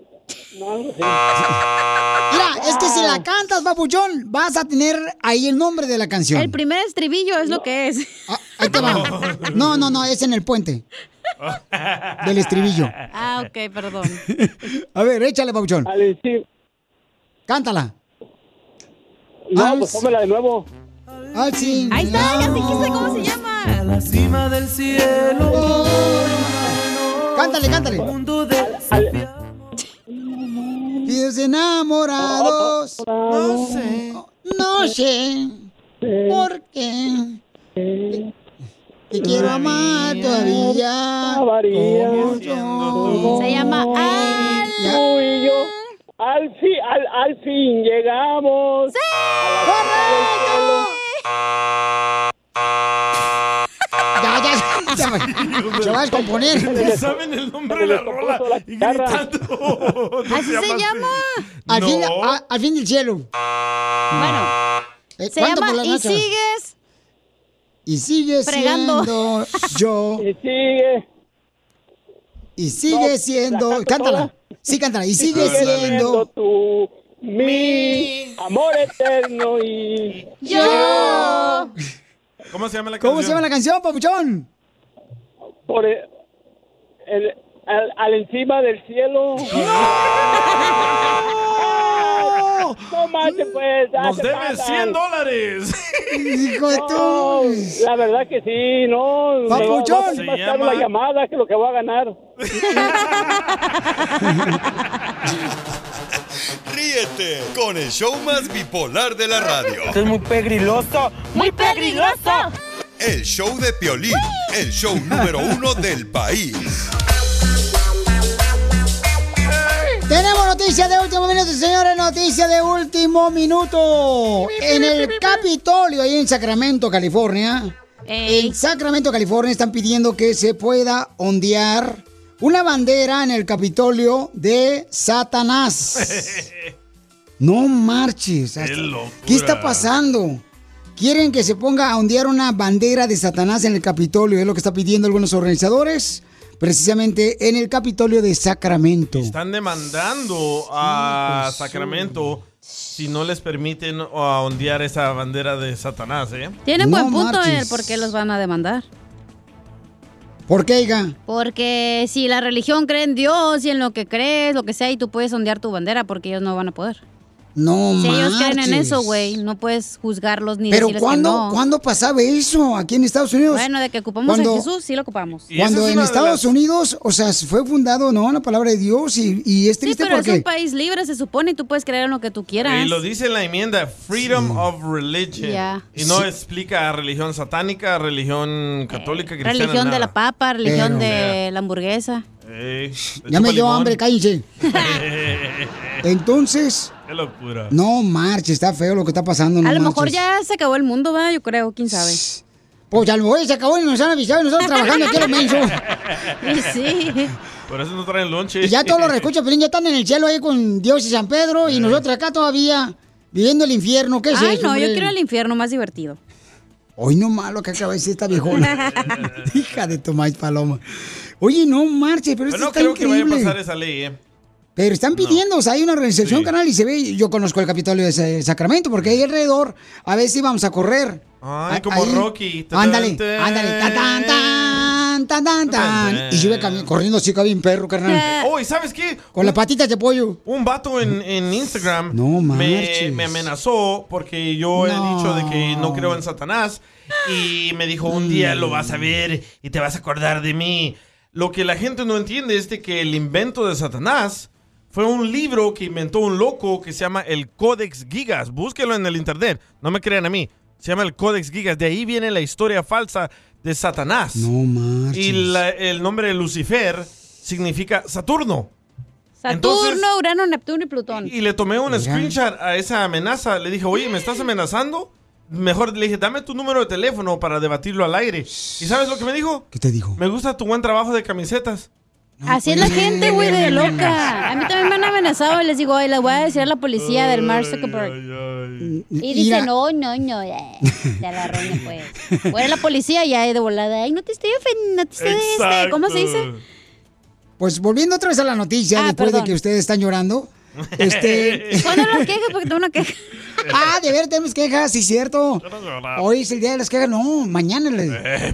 No, no sé.
Mira, es que si la cantas, papuchón, vas a tener ahí el nombre de la canción. Ah,
El primer estribillo es lo que es.
Ahí te va. No, no, no, es en el puente. Del estribillo.
Ah, ok, perdón.
A ver, échale, papuchón.
Al encima.
Cántala.
No, pues pónmela de nuevo.
Al cima.
Ahí está, ya dijiste cómo
Ah.
se llama.
A la cima del cielo.
Oh. Cántale, cántale.
Mundo de
Pies enamorados.
No sé.
No sé por qué. Te, te quiero amar todavía. como yo.
Se llama Al.
Tú y yo. Al, fi- al, al fin llegamos.
Ya, ya, ya. Te vas a componer.
saben el nombre de la rola y gritando. No
Así se
así.
llama.
Al, fin,
No.
a- al fin del cielo.
Bueno,
Eh,
se
¿cuánto
llama
por las
Y
nachas?
sigues.
Y sigue
fregando.
siendo yo.
Y sigue.
Y sigue
No, la
siendo.
canto
Cántala.
toda.
Sí, cántala. Y sigue
Sigue
siendo.
tú mi amor eterno y
Yo.
¿Cómo se llama la canción?
¿Cómo se llama la canción, papuchón?
por e- el, el- al, al encima del cielo. ¡No! manches, pues! ya
Mm. Nos
se
debe
pasan.
100 dólares.
Hijo de
No,
tú.
la verdad que sí, no.
Papuchón.
Me va- va a costar la llamada que lo que voy a ganar.
Ríete con el show más bipolar de la radio.
es muy pegriloso.
¡Muy peligroso!
El show de Piolín, el show número uno del país.
Tenemos noticias de último minuto, señores. Noticias de último minuto. En el Capitolio, ahí en Sacramento, California. En Sacramento, California, están pidiendo que se pueda ondear una bandera en el Capitolio de Satanás. No marches.
Qué locura.
¿Qué está pasando? Quieren que se ponga a ondear una bandera de Satanás en el Capitolio, es lo que está pidiendo algunos organizadores, precisamente en el Capitolio de Sacramento.
Están demandando a Sacramento si no les permiten uh, ondear esa bandera de Satanás, ¿eh?
Tienen
No
buen punto eh, en
marches.
el por qué los van a demandar.
¿Por qué, Iga?
Porque si la religión cree en Dios y en lo que crees, lo que sea, y tú puedes ondear tu bandera porque ellos no van a poder.
No
si ellos
marches.
creen en eso, güey, no puedes juzgarlos ni
Pero
decirles
¿cuándo,
que no.
¿cuándo pasaba eso aquí en Estados Unidos?
Bueno, de que ocupamos
Cuando-
a Jesús, sí lo ocupamos.
Y esa
Cuando
es
en
una de
Estados
las-
Unidos, o sea, fue fundado, ¿no? La palabra de Dios y, y es
Sí,
triste
pero es
porque...
un país libre, se supone, y tú puedes creer en lo que tú quieras.
Y lo dice en la enmienda, Freedom of Religion.
Ya.
Y no
Sí.
explica a religión satánica, religión católica, cristiana.
Eh, religión de la
nada.
papa, religión
Pero-
de la hamburguesa.
Eh, le
Ya me dio
chupa limón.
hambre, cállense. Entonces,
Qué locura.
no marches, está feo lo que está pasando. No
a lo mejor
marches.
ya se acabó el mundo, va, yo creo, quién sabe.
Pues ya lo se acabó y nos han avisado y nosotros trabajando aquí a lo menso.
Y sí.
Por eso no traen lonche.
Y ya todos los reescuchas, Pelín, ya están en el cielo ahí con Dios y San Pedro y nosotros acá todavía viviendo el infierno. ¿Qué es
Ay,
eso,
no, yo
hombre?
quiero el infierno más divertido.
Hoy no malo que acaba de decir esta viejona. Hija de tu maíz paloma. Oye, no marches, pero
Pero
esto
no
está
creo que
increíble.
vaya a pasar esa ley, ¿eh?
Pero están pidiendo, o sea, hay una organización, canal, y se ve, yo conozco el Capitolio de Sa- Sacramento, porque ahí alrededor a veces íbamos a correr.
Ay,
A-
como
ahí.
Rocky.
Ándale, ándale. Tan, tan, tan, tan, tan, tan. Y yo iba cami- corriendo así, cabía un perro, carnal.
Oh, ¿y sabes qué?
Con las patitas de pollo.
Un vato en, en Instagram me,
marches.
me amenazó porque yo he
No.
dicho de que no creo en Satanás y me dijo un día lo vas a ver y te vas a acordar de mí. Lo que la gente no entiende es de que el invento de Satanás fue un libro que inventó un loco que se llama el Códex Gigas. Búsquelo en el internet, no me crean a mí. Se llama el Códex Gigas. De ahí viene la historia falsa de Satanás.
No marches.
y la- el nombre de Lucifer significa Saturno.
Saturno,
Entonces-
Urano, Neptuno y Plutón.
Y le tomé un screenshot a esa amenaza. Le dije, oye, ¿me estás amenazando? Mejor le dije, dame tu número de teléfono para debatirlo al aire. ¿Y sabes lo que me dijo?
¿Qué te dijo?
Me gusta tu buen trabajo de camisetas.
Así es la gente, güey, de loca. A mí también me han amenazado. Les digo, ay, le voy a decir a la policía del Mark Zuckerberg. Y
Mira.
dicen, no, no, no. eh, Ya la roña, pues. Fuera la policía y ahí de volada. Ay, no te estoy ofendiendo, no te estoy... este, ¿Cómo se dice?
Pues volviendo otra vez a la noticia,
Ah,
después
perdón.
de que ustedes están llorando. Este...
Cuando las quejas, porque tengo una queja.
Ah, de ver, tenemos quejas, sí, cierto. Hoy es el día de las quejas, no, mañana.
Eh,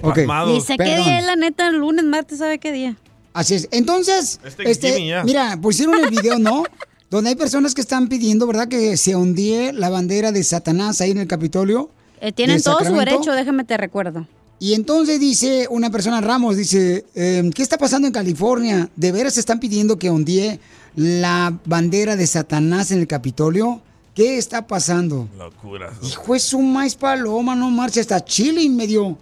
Les... Ok,
Dice, ¿qué
perdón.
día es la neta? Lunes, martes, ¿sabe qué día?
Así es. Entonces,
Este
este,
Jimmy ya.
mira, pusieron el video, ¿no? Donde hay personas que están pidiendo, ¿verdad? Que se hundie la bandera de Satanás ahí en el Capitolio.
Eh, tienen
de
todo su
Sacramento.
derecho, déjame te recuerdo.
Y entonces dice una persona, Ramos, dice, eh, ¿qué está pasando en California? ¿De veras están pidiendo que hundie la bandera de Satanás en el Capitolio? ¿Qué está pasando?
Locura.
Hijo, es un maíz paloma, no marcha, está chilling medio.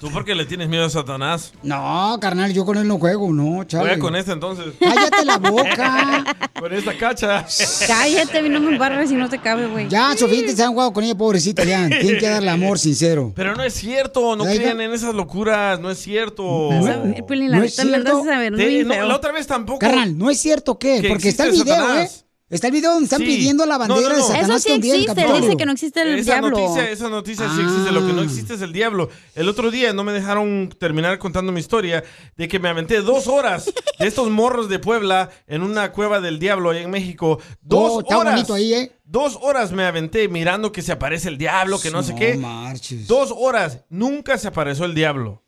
¿Tú por qué le tienes miedo a Satanás?
No, carnal, yo con él no juego, no, chale.
Juega con esta entonces.
Cállate la boca.
con esta cacha.
Cállate, no me barres si no te cabe, güey.
Ya, Sofía, te han jugado con ella, pobrecita, ya. Tienen que darle amor sincero.
Pero no es cierto, no
Ay,
crean en esas locuras, no es cierto.
No, Piolín, la no es neta, me cierto. andas sabiendo
Te-
bien
no,
feo.
la otra vez tampoco.
Carnal, no es cierto que,
Que
porque está el
existe
video,
Satanás.
¿eh? Está el video donde están
Sí.
pidiendo la
No,
bandera
no, no.
de Satanás
Eso sí
que hundía el
existe, él
Capitolio.
dice que no existe el
esa
diablo.
noticia, esa noticia sí existe, lo que
Ah.
no existe es el diablo. El otro día no me dejaron terminar contando mi historia de que me aventé dos horas de estos morros de Puebla en una cueva del diablo ahí en México. Dos
Oh, está
horas.
bonito ahí, ¿eh?
Dos horas me aventé mirando que se aparece el diablo, que no, sé
No
qué.
marches.
Dos horas, nunca se apareció el diablo.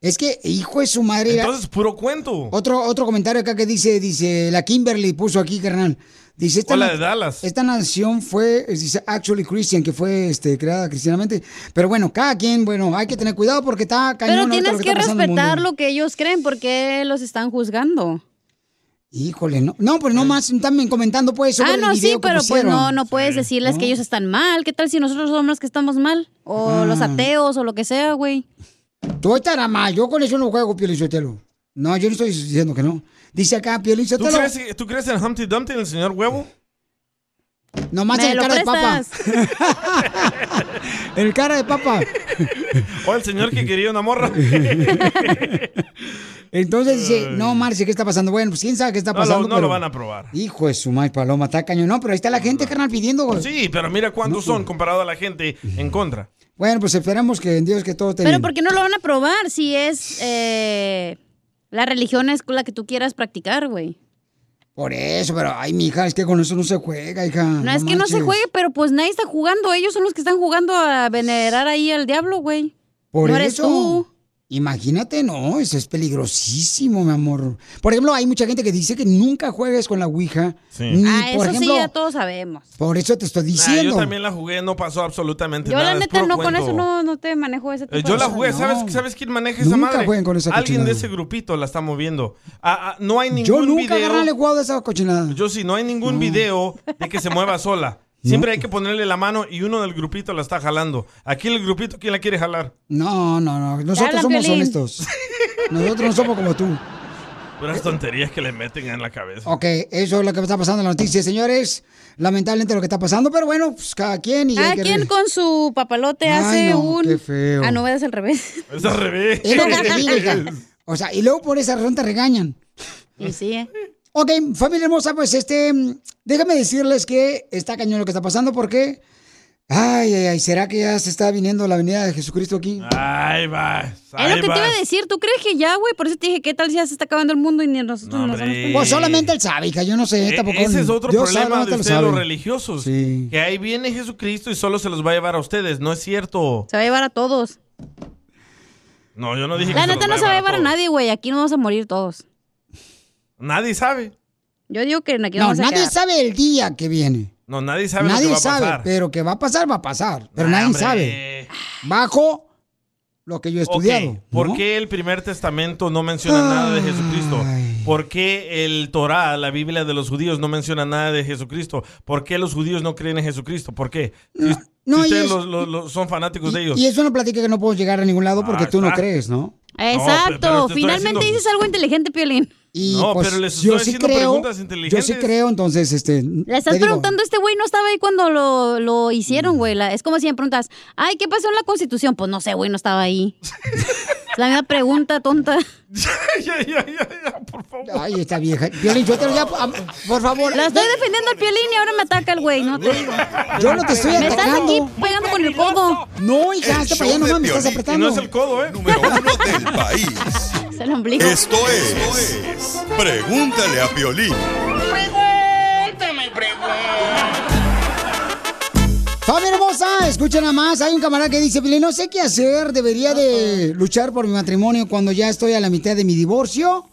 Es que, hijo de su madre. era-
Entonces, puro cuento.
Otro, otro comentario acá que dice, dice, la Kimberly puso aquí, carnal. Dice, esta,
Hola,
na-
de Dallas.
esta nación fue, es- dice, actually Christian, que fue este, creada cristianamente. Pero bueno, cada quien, bueno, hay que tener cuidado porque está cañón.
Pero
ahorita
tienes
lo
que
está pasando en el
respetar
mundo.
lo que ellos creen, porque los están juzgando.
Híjole, no, no, pues no más, también comentando pues sobre
Ah,
el
no, sí,
video que
pero pues
pusieron.
no, no puedes decirles que ellos están mal. ¿Qué tal si nosotros somos los que estamos mal? O
Ah.
los ateos, o lo que sea, güey.
Tú estarás mal, yo con eso no juego, Piolín Sotelo. No, yo no estoy diciendo que no. Dice acá, Piolín
¿Tú
Sotelo,
crees, ¿Tú crees en Humpty Dumpty, en el señor huevo?
nomás
¿Me
en el
lo
cara de papa. en el cara de papa.
¿O el señor que quería una morra?
Entonces dice, no, Marce, ¿qué está pasando? Bueno, pues quién sabe qué está
No, lo-
pasando.
no lo
pero-
van a probar.
Hijo de su madre, paloma, está cañón. No, pero ahí está la gente, carnal, pidiendo. güey.
Pues Sí, pero mira cuántos son comparado a la gente en contra.
Bueno, pues esperamos que en Dios que todo esté
Pero
bien.
¿por qué no lo van a probar si es eh, la religión es la que tú quieras practicar, güey?
Por eso, pero ay, mija, es que con eso Ah, no se juega, hija.
No, es que no se
marches.
juegue, pero pues nadie está jugando. Ellos son los que están jugando a venerar ahí al diablo, güey.
Por
no
eso.
eres tú.
Imagínate, no, eso es peligrosísimo, mi amor. Por ejemplo, hay mucha gente que dice que nunca juegues con la Ouija. Ni,
ah, eso
por ejemplo,
sí, ya todos sabemos.
por eso te estoy
Nah, yo
diciendo.
también la jugué, no pasó absolutamente
Yo
nada.
la
es
neta
puro
no, con
cuento.
eso no, no te manejo ese tipo
Eh,
de
yo la
cosas.
jugué,
No.
¿sabes, ¿sabes quién maneja esa
Nunca
madre?
jueguen con esa
Alguien de
cochinada.
ese grupito la está moviendo. Ah, ah, no hay ningún
Yo nunca,
video.
carnal, he jugado esa cochinada.
Yo sí, no hay ningún video de que se mueva sola. Siempre hay que ponerle la mano y uno del grupito la está jalando. Aquí el grupito, ¿quién la quiere jalar?
No, no, no. Nosotros
hablan,
somos
Piolín.
honestos. Nosotros no somos como tú.
Unas tonterías que le meten en la cabeza.
Ok, eso es lo que está pasando en la noticia, señores. Lamentablemente lo que está pasando, pero bueno, pues cada quien y hay
Cada
que-
quien con su papalote hace
no,
un...
qué feo.
Ah, no, es al revés.
Eh, Es al revés.
Es lo que te digo, hija. O sea, y luego por esa razón te regañan.
Y sí, ¿eh?
Ok, familia hermosa, pues este, mm, déjame decirles que está cañón lo que está pasando porque, ay, ay, ay, ¿será que ya se está viniendo la venida de Jesucristo aquí?
Ah. Ahí vas.
Es lo
ahí
que te iba
vas.
a decir. ¿Tú crees que ya, güey? Por eso te dije, ¿qué tal si ya se está acabando el mundo y ni nosotros nos damos cuenta?
Pues solamente él sabe, hija, yo no sé,
E-
tampoco.
Ese es otro
Dios
problema
solamente
de
lo
ustedes,
sabe.
los religiosos. Que ahí viene Jesucristo y solo se los va a llevar a ustedes. No es cierto.
Se va a llevar a todos.
No, yo no dije
La
que
neta no
los
se va a llevar a
todos.
nadie, güey. Aquí nos vamos a morir todos.
Nadie sabe.
Yo digo que aquí
No,
vamos a
nadie
quedar.
sabe el día que viene.
No, nadie sabe
Nadie
lo que va
sabe,
a pasar. Ah,
pero que va a pasar, va a pasar. Pero nadie
hombre.
sabe. Bajo lo que yo he estudiado.
Ok, ¿Por
¿no?
qué el primer testamento no menciona nada de Jesucristo? ¿Por qué el Torá, la Biblia de los judíos, no menciona nada de Jesucristo? ¿Por qué los judíos no creen en Jesucristo? ¿Por qué? Si- si
no, y
ustedes
es-
los- los- los- son fanáticos de ellos.
Y eso no platica que no puedo llegar a ningún lado porque
Ah,
tú no
está.
crees, ¿no?
No, pero- pero
Exacto.
te estoy
Finalmente
haciendo-
dices algo inteligente, Piolín.
Y
No,
pues,
pero les
yo
estoy
sí
haciendo
creo,
preguntas
yo sí
inteligentes.
creo, entonces, este,
Le estás
te digo,
preguntando, este güey no estaba ahí cuando lo, lo hicieron, güey. La- Es como si me preguntas, ay, ¿qué pasó en la Constitución? Pues no sé, güey, no estaba ahí. Es la misma pregunta tonta.
Ay, esta vieja. Piolín, yo te lo ya, am- por favor.
La estoy defendiendo al Piolín y ahora me ataca el güey, no te digo.
Yo no te estoy
Me estás
atacando.
aquí pegando con el codo.
No, hija,
hasta
hazte para allá, no mames, me estás apretando.
codo,
¿eh? Número uno del país.
Es el ombligo.
Esto es. Pregúntale a Piolín.
Pregúntame,
Familia hermosa, escuchen nada más. Hay un camarada que dice, Piolín, no sé qué hacer. Debería de luchar por mi matrimonio cuando ya estoy a la mitad de mi divorcio.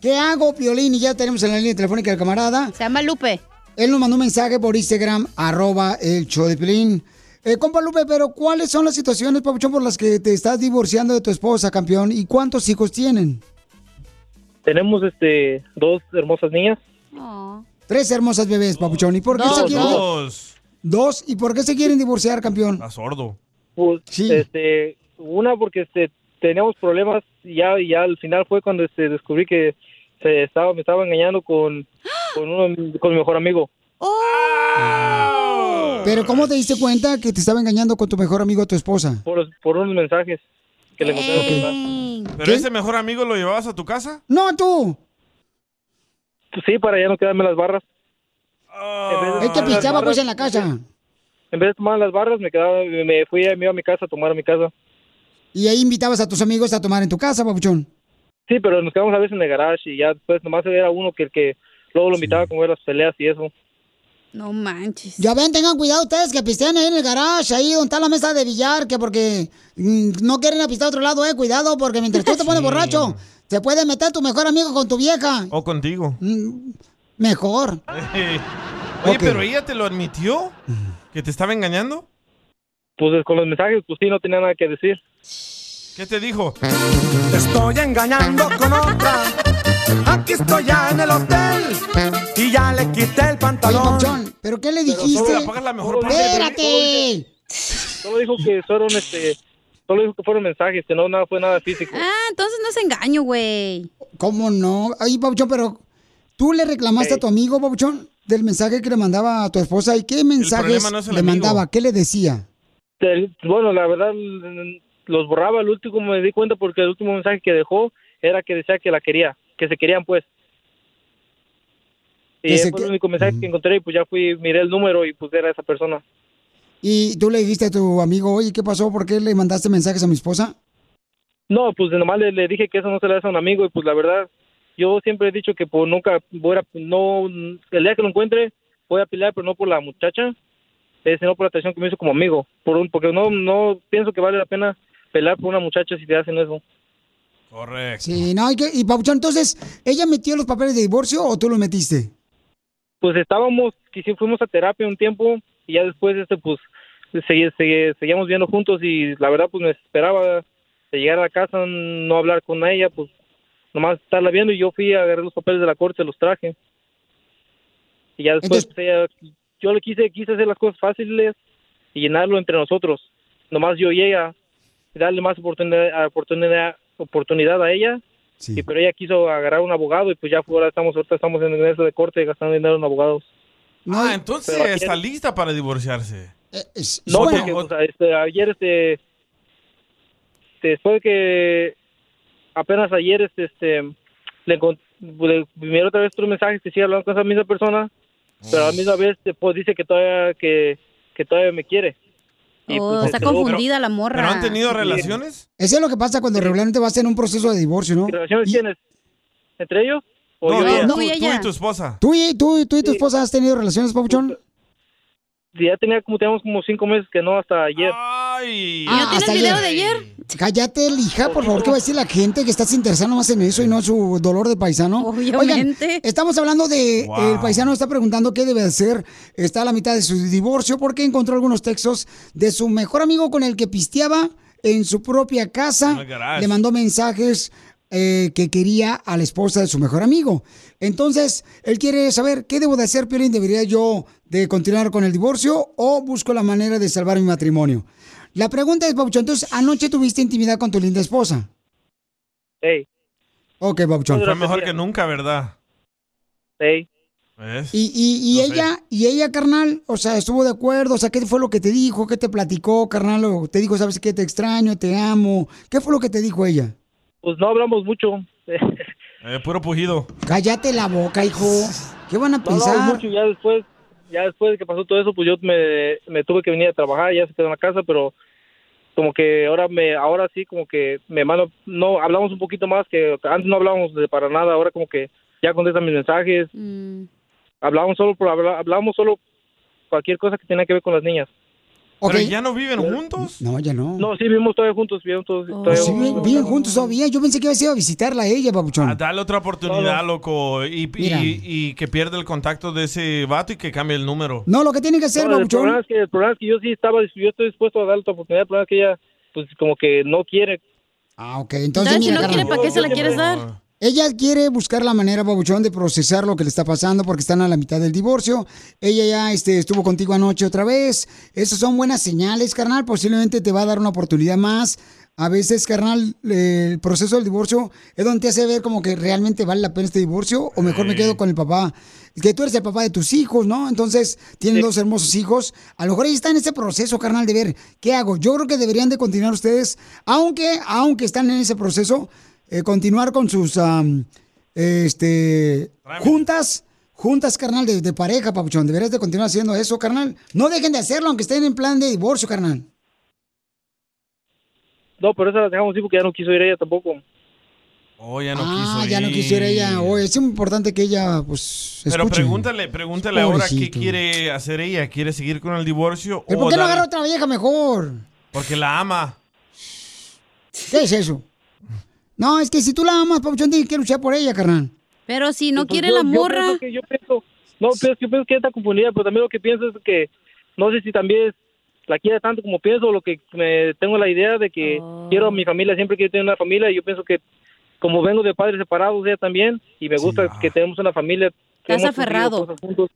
¿Qué hago, Piolín? Y ya tenemos en la línea telefónica al camarada.
Se llama Lupe.
Él nos mandó un mensaje por Instagram, arroba el show de Piolín. Eh, compa Lupe, pero ¿cuáles son las situaciones, Papuchón, por las que te estás divorciando de tu esposa, campeón? ¿Y cuántos hijos tienen?
Tenemos este dos hermosas niñas.
Tres hermosas bebés, Papuchón. ¿Y por qué se quieren? Dos. ¿Y por qué se quieren divorciar, campeón?
A sordo.
Pues, este, una porque este teníamos problemas y ya y ya al final fue cuando este descubrí que se estaba me estaba engañando con con uno con mi mejor amigo.
Pero ¿cómo te diste cuenta que te estaba engañando con tu mejor amigo, tu esposa?
por, por unos mensajes que le mandaron.
¿Pero ese mejor amigo lo llevabas a tu casa?
No, tú.
Sí, para ya no quedarme las barras.
Es
Ah,
que pichaba pues en la casa.
En vez de tomar las barras, me quedaba, me fui a, me iba a mi casa a tomar a mi casa.
Y ahí invitabas a tus amigos a tomar en tu casa, Papuchón.
Sí, pero nos quedamos a veces en el garage y ya después nomás era uno que el que luego lo invitaba a comer las peleas y eso.
No manches.
Ya ven, tengan cuidado ustedes que pistean ahí en el garage, ahí donde está la mesa de billar, que porque mm, no quieren apistar a otro lado, eh, cuidado, porque mientras tú te pones borracho, te puede meter tu mejor amigo con tu vieja.
¿O contigo?
Mejor.
Oye, pero ella te lo admitió que te estaba engañando.
eh,
Pues con los mensajes, pues sí, no tenía nada que decir. ¿Qué te dijo?
Te estoy engañando con otra. Aquí estoy ya en el hotel. Y ya le quité el pantalón.
¿pero qué le
dijiste?
¡Espérate!
Solo dijo que fueron este, solo dijo que fueron mensajes, que no nada fue nada físico.
Ah, entonces no se engaño, güey.
¿Cómo no? Ay, Papuchón, pero tú le reclamaste a tu amigo, Papuchón, del mensaje que le mandaba a tu esposa. ¿Y qué mensajes
problema no es el
le
amigo.
mandaba? ¿Qué le decía?
Te- Bueno, la verdad mm, los borraba. El último me di cuenta porque el último mensaje que dejó era que decía que la quería, que se querían pues. Y
Que
ese
se
fue
que-
el único mensaje que encontré y pues ya fui, miré el número y pues era esa persona.
Y tú le dijiste a tu amigo, oye, ¿qué pasó? ¿Por qué le mandaste mensajes a mi esposa?
No, pues nomás le, le dije que eso no se le hace a un amigo y pues la verdad, yo siempre he dicho que pues nunca voy a, no, el día que lo encuentre voy a pelear, pero no por la muchacha, eh, sino por la atención que me hizo como amigo, por un, porque no, no pienso que vale la pena pelear por una muchacha si te hacen eso.
Correcto.
Sí, no, hay que... Y Papuchón, entonces, ¿ella metió los papeles de divorcio o tú los metiste?
Pues estábamos, que sí fuimos a terapia un tiempo y ya después este pues segui- segui- seguíamos viendo juntos y la verdad pues me esperaba de llegar a la casa, no hablar con ella, pues nomás estarla viendo y yo fui a agarrar los papeles de la corte, los traje. Y ya después ella- yo le quise, quise hacer las cosas fáciles y llenarlo entre nosotros. Nomás yo y ella, darle más oportunidad, oportunidad, oportunidad a ella. Y, pero ella quiso agarrar un abogado y pues ya fue, ahora estamos, ahorita estamos en ingreso de corte gastando dinero en abogados.
ah, entonces
Pero ayer-
está lista para divorciarse.
No,
bueno.
porque o sea, este, ayer, este, este, después de que apenas ayer, este, este le, encon- le vinieron otra vez otros mensajes que sigue hablando con esa misma persona, pero a la misma vez, este, pues dice que todavía, que, que todavía me quiere. Y,
Oh,
pues,
está
este, luego-
confundida la morra.
¿Pero han tenido
Sí.
relaciones?
Eso es lo que pasa cuando regularmente vas en un proceso de divorcio, ¿no?
¿Relaciones tienes? ¿Entre ellos? ¿O
No,
yo y
no,
ella?
no, tú y
ella.
Tu esposa.
¿Tú y, tú, tú y tu esposa has tenido relaciones, Papuchón?
Ya tenía como, teníamos como cinco meses que no, hasta ayer.
Ay.
Ah, hasta Cállate, lija, por favor, que va a decir la gente que estás interesada más en eso y no en su dolor de paisano. Oigan, estamos hablando de. eh,
Wow.
El paisano está preguntando qué debe hacer. Está a la mitad de su divorcio porque encontró algunos textos de su mejor amigo con el que pisteaba en su propia casa.
Oh
En el garage.
Le mandó mensajes eh, que quería a la esposa de su mejor amigo. Entonces, él quiere saber qué debo de hacer, Piolín. ¿Debería yo de continuar con el divorcio o busco la manera de salvar mi matrimonio? La pregunta es, Pabuchón, entonces, anoche tuviste intimidad con tu linda esposa.
Ey,
Ok, Pabuchón.
Fue mejor que nunca, ¿verdad?
ey.
¿Ves?
Y, y, y
Lo sé.
ella, y ella, carnal, o sea, estuvo de acuerdo, o sea, ¿qué fue lo que te dijo? ¿Qué te platicó, carnal? ¿O te dijo, sabes qué, te extraño, te amo? ¿Qué fue lo que te dijo ella?
pues no hablamos mucho.
Eh, puro pujido.
Cállate la boca, hijo. ¿Qué van a
No hablamos
pensar?
mucho, ya después, ya después de que pasó todo eso, pues yo me, me tuve que venir a trabajar, ya se quedó en la casa, pero como que ahora me, ahora sí como que me mando, no, hablamos un poquito más que antes no hablábamos de para nada, ahora como que ya contesta mis mensajes,
Mm.
hablábamos solo por habla- hablábamos solo cualquier cosa que tenía que ver con las niñas.
Ok.
¿Ya no viven juntos?
No, ya no. Pues
No, sí, vivimos todavía juntos, vivimos todos, todavía
Oh, Sí, bien,
juntos.
bien juntos todavía. Yo pensé que ibas a ir a visitarla a ella,
Ah,
papuchón.
Dale otra oportunidad, loco. Y, y-
Mira.
y que pierda el contacto de ese vato y que cambie el número.
No, lo que tiene que hacer,
No, el
papuchón.
problema es que, el problema es que yo sí estaba, yo estoy dispuesto a darle otra oportunidad, el problema es que ella, pues como que no quiere.
Ah, ok, entonces, Entonces, si mira, no quiere,
¿Para qué se la quieres dar?
Ella quiere buscar la manera, Babuchón, de procesar lo que le está pasando porque están a la mitad del divorcio. Ella ya este, estuvo contigo anoche otra vez. Esas son buenas señales, carnal. Posiblemente te va a dar una oportunidad más. A veces, carnal, eh, el proceso del divorcio es donde te hace ver como que realmente vale la pena este divorcio o mejor me quedo con el papá. Es que tú eres el papá de tus hijos, ¿no? Entonces, tienen dos hermosos hijos. A lo mejor ella está en ese proceso, carnal, de ver qué hago. Yo creo que deberían de continuar ustedes, aunque, aunque están en ese proceso, eh, continuar con sus am, este juntas, juntas, carnal, de, de pareja, papuchón. Deberías de continuar haciendo eso, carnal. No dejen de hacerlo, aunque estén en plan de divorcio, carnal.
No, pero esa la dejamos así porque ya no quiso ir ella tampoco.
Oh, ya no
Ah,
quiso
ya no
ir.
quisiera ella. Oye, es importante que ella, pues,
Pero
escuche.
pregúntale, pregúntale ahora qué
Pobrecito.
quiere hacer ella. ¿Quiere seguir con el divorcio?
¿Pero
o
¿Por qué no
dar-
agarra otra vieja mejor?
Porque la ama.
¿Qué es eso? No, es que si tú la amas, papuchón, tienes que luchar por ella, carnal.
Pero si no
Pues
quiere
yo-
la
yo
morra.
pienso que- yo pienso- no, pero es que yo pienso que ella está confundida, pero también lo que pienso es que no sé si también es- la quiere tanto como pienso, lo que me, tengo la idea de que
Oh.
quiero a mi familia, siempre quiero tener una familia, y yo pienso que como vengo de padres separados, ella también, y me gusta
ah.
que tenemos una familia. que hemos construido
aferrado.
cosas juntos.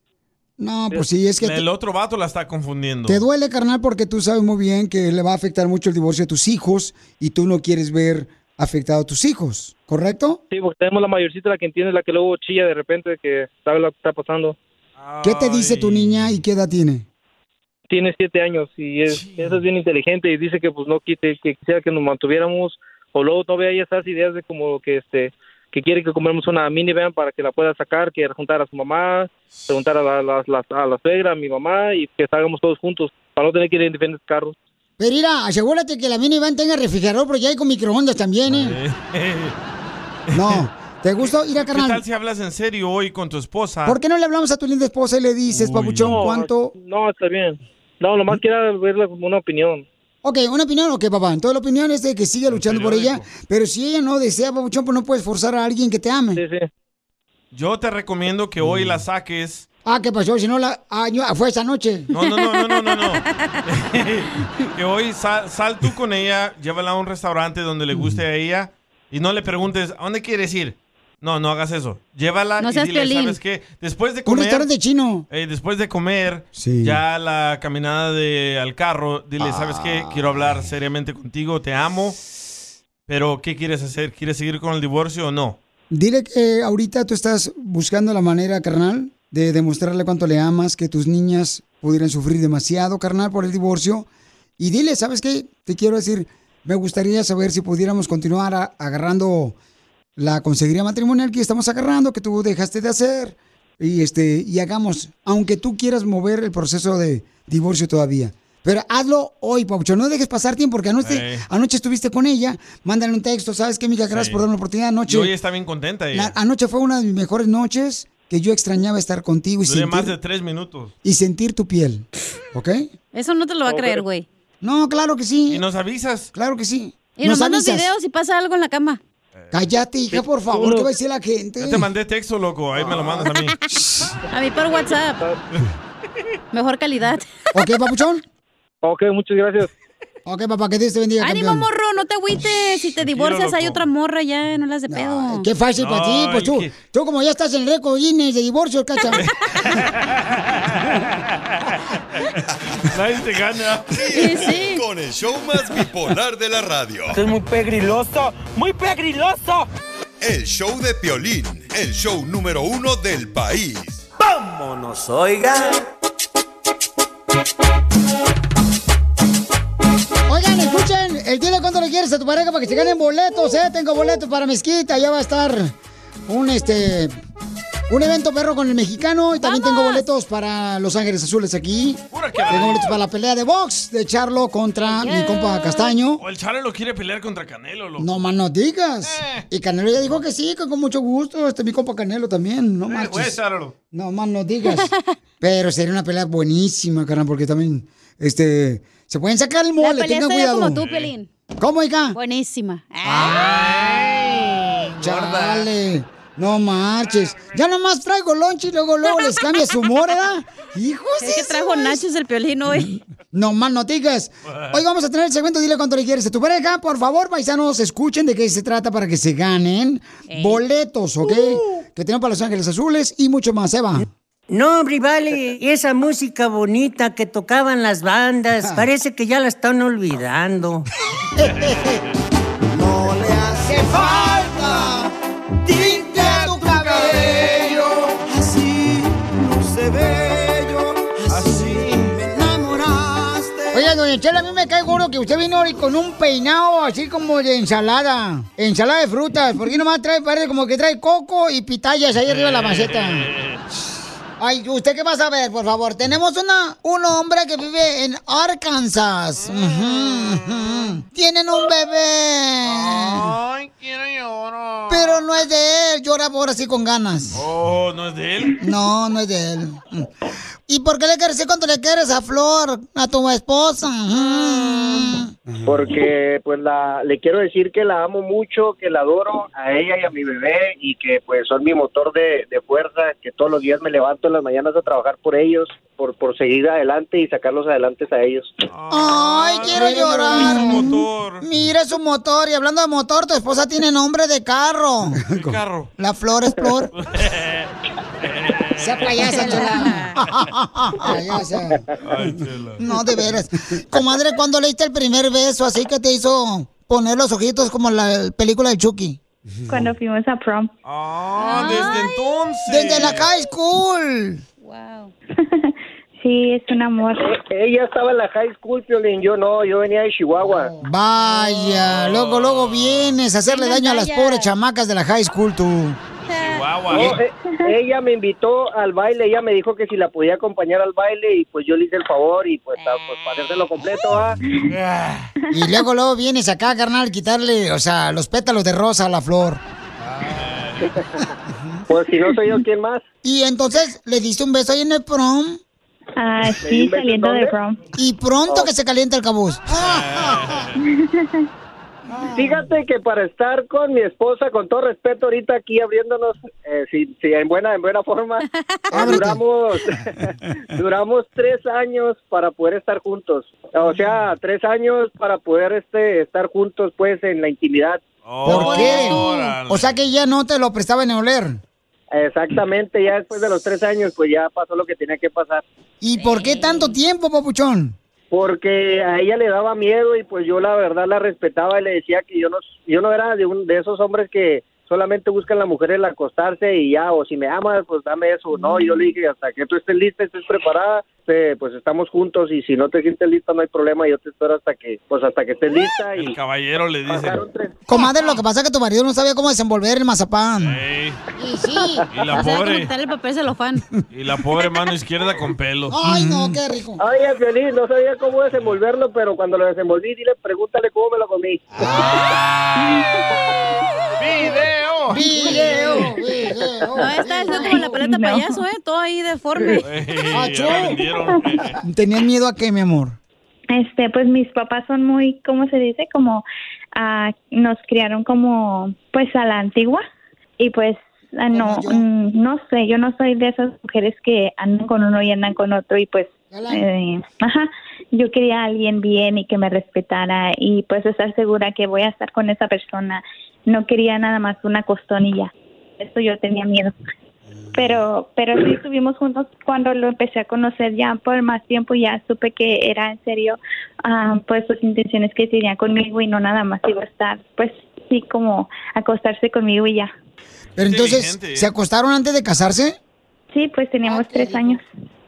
No, pues sí, es que
El otro vato la está confundiendo.
Te duele, carnal, porque tú sabes muy bien que le va a afectar mucho el divorcio de tus hijos y tú no quieres ver afectado a tus hijos, ¿correcto?
Sí, porque tenemos la mayorcita, la que entiende, la que luego chilla de repente, que sabe lo que está pasando.
¿Qué te dice tu niña y qué edad tiene?
tiene siete años y es, esa es bien inteligente y dice que pues no quite, que quisiera que nos mantuviéramos o luego todavía hay esas ideas de como que este que quiere que compremos una minivan para que la pueda sacar, que juntar a su mamá, preguntar a la, las- las- a la suegra, a mi mamá y que salgamos todos juntos para no tener que ir en diferentes carros.
Pero mira, asegúrate que la minivan tenga refrigerador, pero ya hay con microondas también, ¿eh? No, ¿te gustó? ir a
¿Qué
carnal.
tal si hablas en serio hoy con tu esposa?
¿Por qué no le hablamos a tu linda esposa y le dices, papuchón,
No,
cuánto?
No, está bien. No,
¿Mm?
nomás quería verla como una opinión.
Ok, una opinión, ok, papá. Entonces la opinión es de que siga luchando por ella, pero si ella no desea, papuchón, pues no puedes forzar a alguien que te ame.
Yo te recomiendo que hoy la saques.
Ah, ¿qué pasó? Si no, la... ah, yo- ah, fue esta noche.
No, no, no, no, no, no. no. que hoy sal, sal tú con ella, llévala a un restaurante donde le guste a ella y no le preguntes, ¿a dónde quieres ir? No, no hagas eso. Llévala
No
y
seas
dile,
Piolín.
¿sabes qué? Después de
Un
comer...
restaurante chino.
Eh, después de comer, ya la caminada de, al carro, dile, ¿sabes
Ah.
qué? Quiero hablar seriamente contigo, te amo, pero ¿qué quieres hacer? ¿Quieres seguir con el divorcio o no?
Dile que ahorita tú estás buscando la manera, carnal, de demostrarle cuánto le amas, que tus niñas pudieran sufrir demasiado, carnal, por el divorcio. Y dile, ¿sabes qué? Te quiero decir, me gustaría saber si pudiéramos continuar a- agarrando la consejería matrimonial que estamos agarrando, que tú dejaste de hacer. Y, este, y hagamos, aunque tú quieras mover el proceso de divorcio todavía. Pero hazlo hoy, Paucho. No dejes pasar tiempo, porque anoche,
Ey.
anoche estuviste con ella. Mándale un texto. ¿Sabes qué, mija? Gracias
Sí.
por darme la oportunidad. Anoche.
Yo hoy está bien contenta.
La-
Ella.
anoche fue una de mis mejores noches que yo extrañaba estar contigo y
Duré
sentir,
más de tres minutos.
y sentir tu piel. ¿Ok?
Eso no te lo va a
Ok.
creer, güey.
No, claro que sí.
¿Y nos avisas?
Claro que sí.
Y nos, mandas videos si pasa algo en la cama.
Cállate, hija, por favor, ¿qué va a decir la gente?
Ya te mandé texto, loco. Ahí me lo mandas a mí.
A mí por WhatsApp. Mejor calidad.
¿Ok, papuchón?
Ok, muchas gracias.
Ok, papá, que Dios te bendiga,
Ánimo,
campeón.
morro, no te agüites. Si te divorcias, hay
loco.
otra morra ya, no las de pedo.
Qué fácil para ti, pues tú. Tú como ya estás en récord Guinness de divorcio, cacha.
Nadie te gana.
Con el show más bipolar de la radio.
es muy pegriloso, muy pegriloso.
El show de Piolín, el show número uno del país.
¡Vámonos, oiga!
Oigan, escuchen, el Dile Cuánto Le quieres a tu pareja para que se ganen boletos, ¿eh? Tengo boletos para mezquita, ya va a estar un este. Un evento perro con el mexicano y también tengo boletos para Los Ángeles Azules aquí. Tengo boletos para la pelea de box de Charlo contra Ah, mi compa Castaño.
O el Charlie lo quiere pelear contra Canelo, loco.
No más no digas.
Eh.
Y Canelo ya dijo que sí, que con mucho gusto. Este mi compa Canelo también, no
Eh, güey,
marches.
Charlo.
No más no digas. Pero sería una pelea buenísima, carnal, porque también este se pueden sacar el mole,
pelea
tengan
sería
cuidado.
como tú, Pelín.
¿Cómo, hija?
Buenísima.
Chale, no marches. Ya nomás traigo lonche y luego luego les cambia su morada. Hijos
Es que trajo nachos el piolín hoy.
No más no digas. Hoy vamos a tener el segmento Dile cuánto le quieres a tu pareja. Por favor, paisanos, escuchen de qué se trata para que se ganen boletos, ¿ok?
Uh.
Que tenemos para Los Ángeles Azules y mucho más, Eva.
No, hombre, vale, y esa música bonita que tocaban las bandas, parece que ya la están olvidando.
Hace falta tinte a tu cabello, así luce bello, así me enamoraste.
Oiga, doña Chela, a mí me cae gordo que usted vino ahorita con un peinado así como de ensalada. Ensalada de frutas. Porque nomás trae, parece como que trae coco y pitayas ahí arriba de la maceta.
Eh,
Ay, ¿usted qué va a saber, por favor? Tenemos una, un hombre que vive en Arkansas. Ujú, ujú. Tienen un bebé. Ay, quiero llorar. Pero no es de él, llora por así con ganas.
Oh, ¿no es de él?
No, no es de él. Mm. ¿Y por qué le quieres decir cuánto le quieres a Flor, a tu esposa? Mm. Ujú.
Porque pues la, le quiero decir que la amo mucho, que la adoro a ella y a mi bebé y que pues son mi motor de, de fuerza, que todos los días me levanto en las mañanas a trabajar por ellos, por, por seguir adelante y sacarlos adelante a ellos.
Ay, quiero llorar. Mira su motor. Y hablando de motor, tu esposa tiene nombre de carro.
¿Qué carro?
La flor es flor.
Sea
payasa, chela. Payasa.
Ay, chela.
No, de veras. Comadre, ¿cuándo leíste el primer beso? Así que te hizo poner los ojitos como la película de Chucky.
Cuando fuimos a prom.
Ah, desde entonces.
Desde la high school.
Sí, es un amor.
Ella estaba en la high school, Piolín, yo no, yo venía de Chihuahua.
Vaya, luego, luego vienes a hacerle daño a las pobres chamacas de la high school, tú.
No, eh, ella me invitó al baile, ella me dijo que si la podía acompañar al baile y pues yo le hice el favor y pues, ah, pues para hacérselo completo, ¿ah?
Y luego, luego vienes acá, carnal, quitarle, o sea, los pétalos de rosa a la flor.
Pues si no soy yo, ¿quién más?
Y entonces, ¿le diste un beso ahí en el prom?
Ah,
sí, ¿Le di un beso saliendo en de dónde? prom.
Y pronto
Oh.
que se calienta el cabuz.
Fíjate que para estar con mi esposa, con todo respeto, ahorita aquí abriéndonos, eh, si, si en buena en buena forma, eh, duramos duramos tres años para poder estar juntos. O sea, tres años para poder este estar juntos, pues, en la intimidad. Oh,
¿Por qué? O sea que ya no te lo prestaba en oler.
Exactamente, ya después de los tres años, pues ya pasó lo que tenía que pasar.
¿Y por qué tanto tiempo, papuchón?
Porque a ella le daba miedo y pues yo la verdad la respetaba y le decía que yo no, yo no era de, un, de esos hombres que solamente buscan la mujer el acostarse y ya, o si me amas, pues dame eso. No, yo le dije, hasta que tú estés lista, estés preparada, eh, pues estamos juntos y si no te sientes lista no hay problema, yo te espero hasta que, pues hasta que estés lista y...
El caballero le dice.
Comadre, lo que pasa es que tu marido no sabía cómo desenvolver el mazapán.
Ey,
Y sí.
Y la
O sea,
pobre.
cortarle el papel celofán.
y la pobre mano izquierda con pelo. Mm.
qué rico.
Oye, Feliz, no sabía cómo desenvolverlo, pero cuando lo desenvolví, dile, pregúntale cómo me lo comí.
Video.
Video,
No, esta es como la paleta payaso, ¿eh? Todo ahí deforme.
Ah, ¿Tenías miedo a qué, mi amor?
Este, pues mis papás son muy, ¿cómo se dice? Como ah, nos criaron como, pues a la antigua. Y pues ah, no, mm, no sé, yo no soy de esas mujeres que andan con uno y andan con otro y pues, eh, ajá, yo quería a alguien bien y que me respetara y pues estar segura que voy a estar con esa persona. No quería nada más una costonilla. Eso yo tenía miedo. Pero, pero sí estuvimos juntos cuando lo empecé a conocer ya por más tiempo, ya supe que era en serio, ah, pues sus intenciones que tenía conmigo y no nada más iba a estar, pues sí, como acostarse conmigo y ya.
Pero entonces, ¿se acostaron antes de casarse?
Sí, pues teníamos tres años.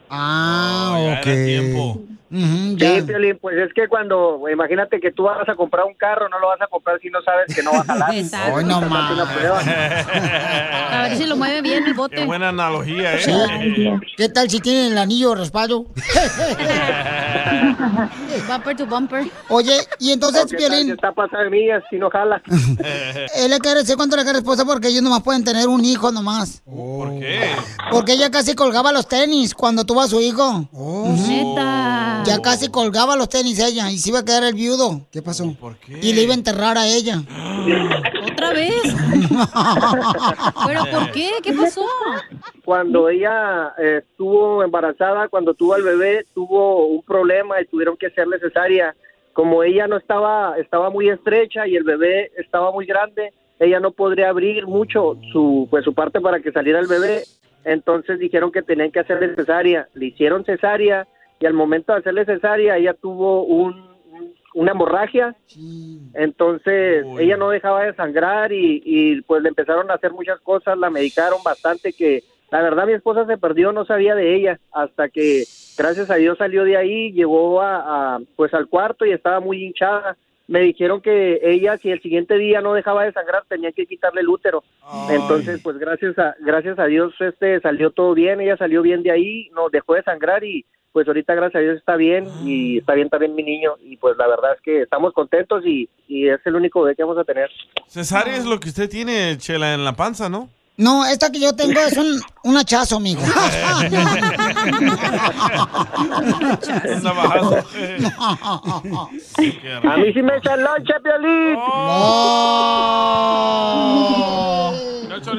Ah, ok.
ya.
Sí, Piolín, pues es que cuando, imagínate que tú vas a comprar un carro, no lo vas a comprar si no sabes que no va a jalar.
Exacto. Ay, no
Hasta que lo pruebas.
A ver si lo mueve bien el bote.
Qué buena analogía, ¿eh?
Sí. ¿Qué tal si tienen el anillo de respaldo?
bumper to bumper.
Oye, y entonces,
¿O qué tal
Piolín,
si Está pasado de millas si no jala.
él Eh, le quiere decir cuánto le quiere esposa porque ellos nomás pueden tener un hijo nomás.
¿Por qué?
Porque ella casi colgaba los tenis cuando tuvo a su hijo.
Neta.
Ya casi colgaba los tenis ella y se iba a quedar el viudo. ¿Qué pasó? Y le iba a enterrar a ella.
¿Otra vez? ¿Pero por qué? ¿Qué pasó?
Cuando ella eh, estuvo embarazada, cuando tuvo al bebé, tuvo un problema y tuvieron que hacerle cesárea. Como ella no estaba, estaba muy estrecha y el bebé estaba muy grande, ella no podría abrir mucho su, pues, su parte para que saliera el bebé. Entonces dijeron que tenían que hacerle cesárea. Le hicieron cesárea y al momento de hacerle cesárea, ella tuvo un- una hemorragia entonces ella no dejaba de sangrar y, y, pues le empezaron a hacer muchas cosas, la medicaron bastante que la verdad mi esposa se perdió, no sabía de ella hasta que gracias a Dios salió de ahí, llegó a, a, pues al cuarto y estaba muy hinchada. Me dijeron que ella si el siguiente día no dejaba de sangrar tenía que quitarle el útero. Entonces pues gracias a gracias a Dios este salió todo bien, ella salió bien de ahí, no dejó de sangrar y pues ahorita gracias a Dios está bien y está bien también mi niño y pues la verdad es que estamos contentos y, y es el único bebé que vamos a tener.
Cesárea es lo que usted tiene, Chela, en la panza, ¿no?
No, esta que yo tengo es un, un hachazo, mijo.
Un navajazo.
A mí sí me echan loncha, Piolín.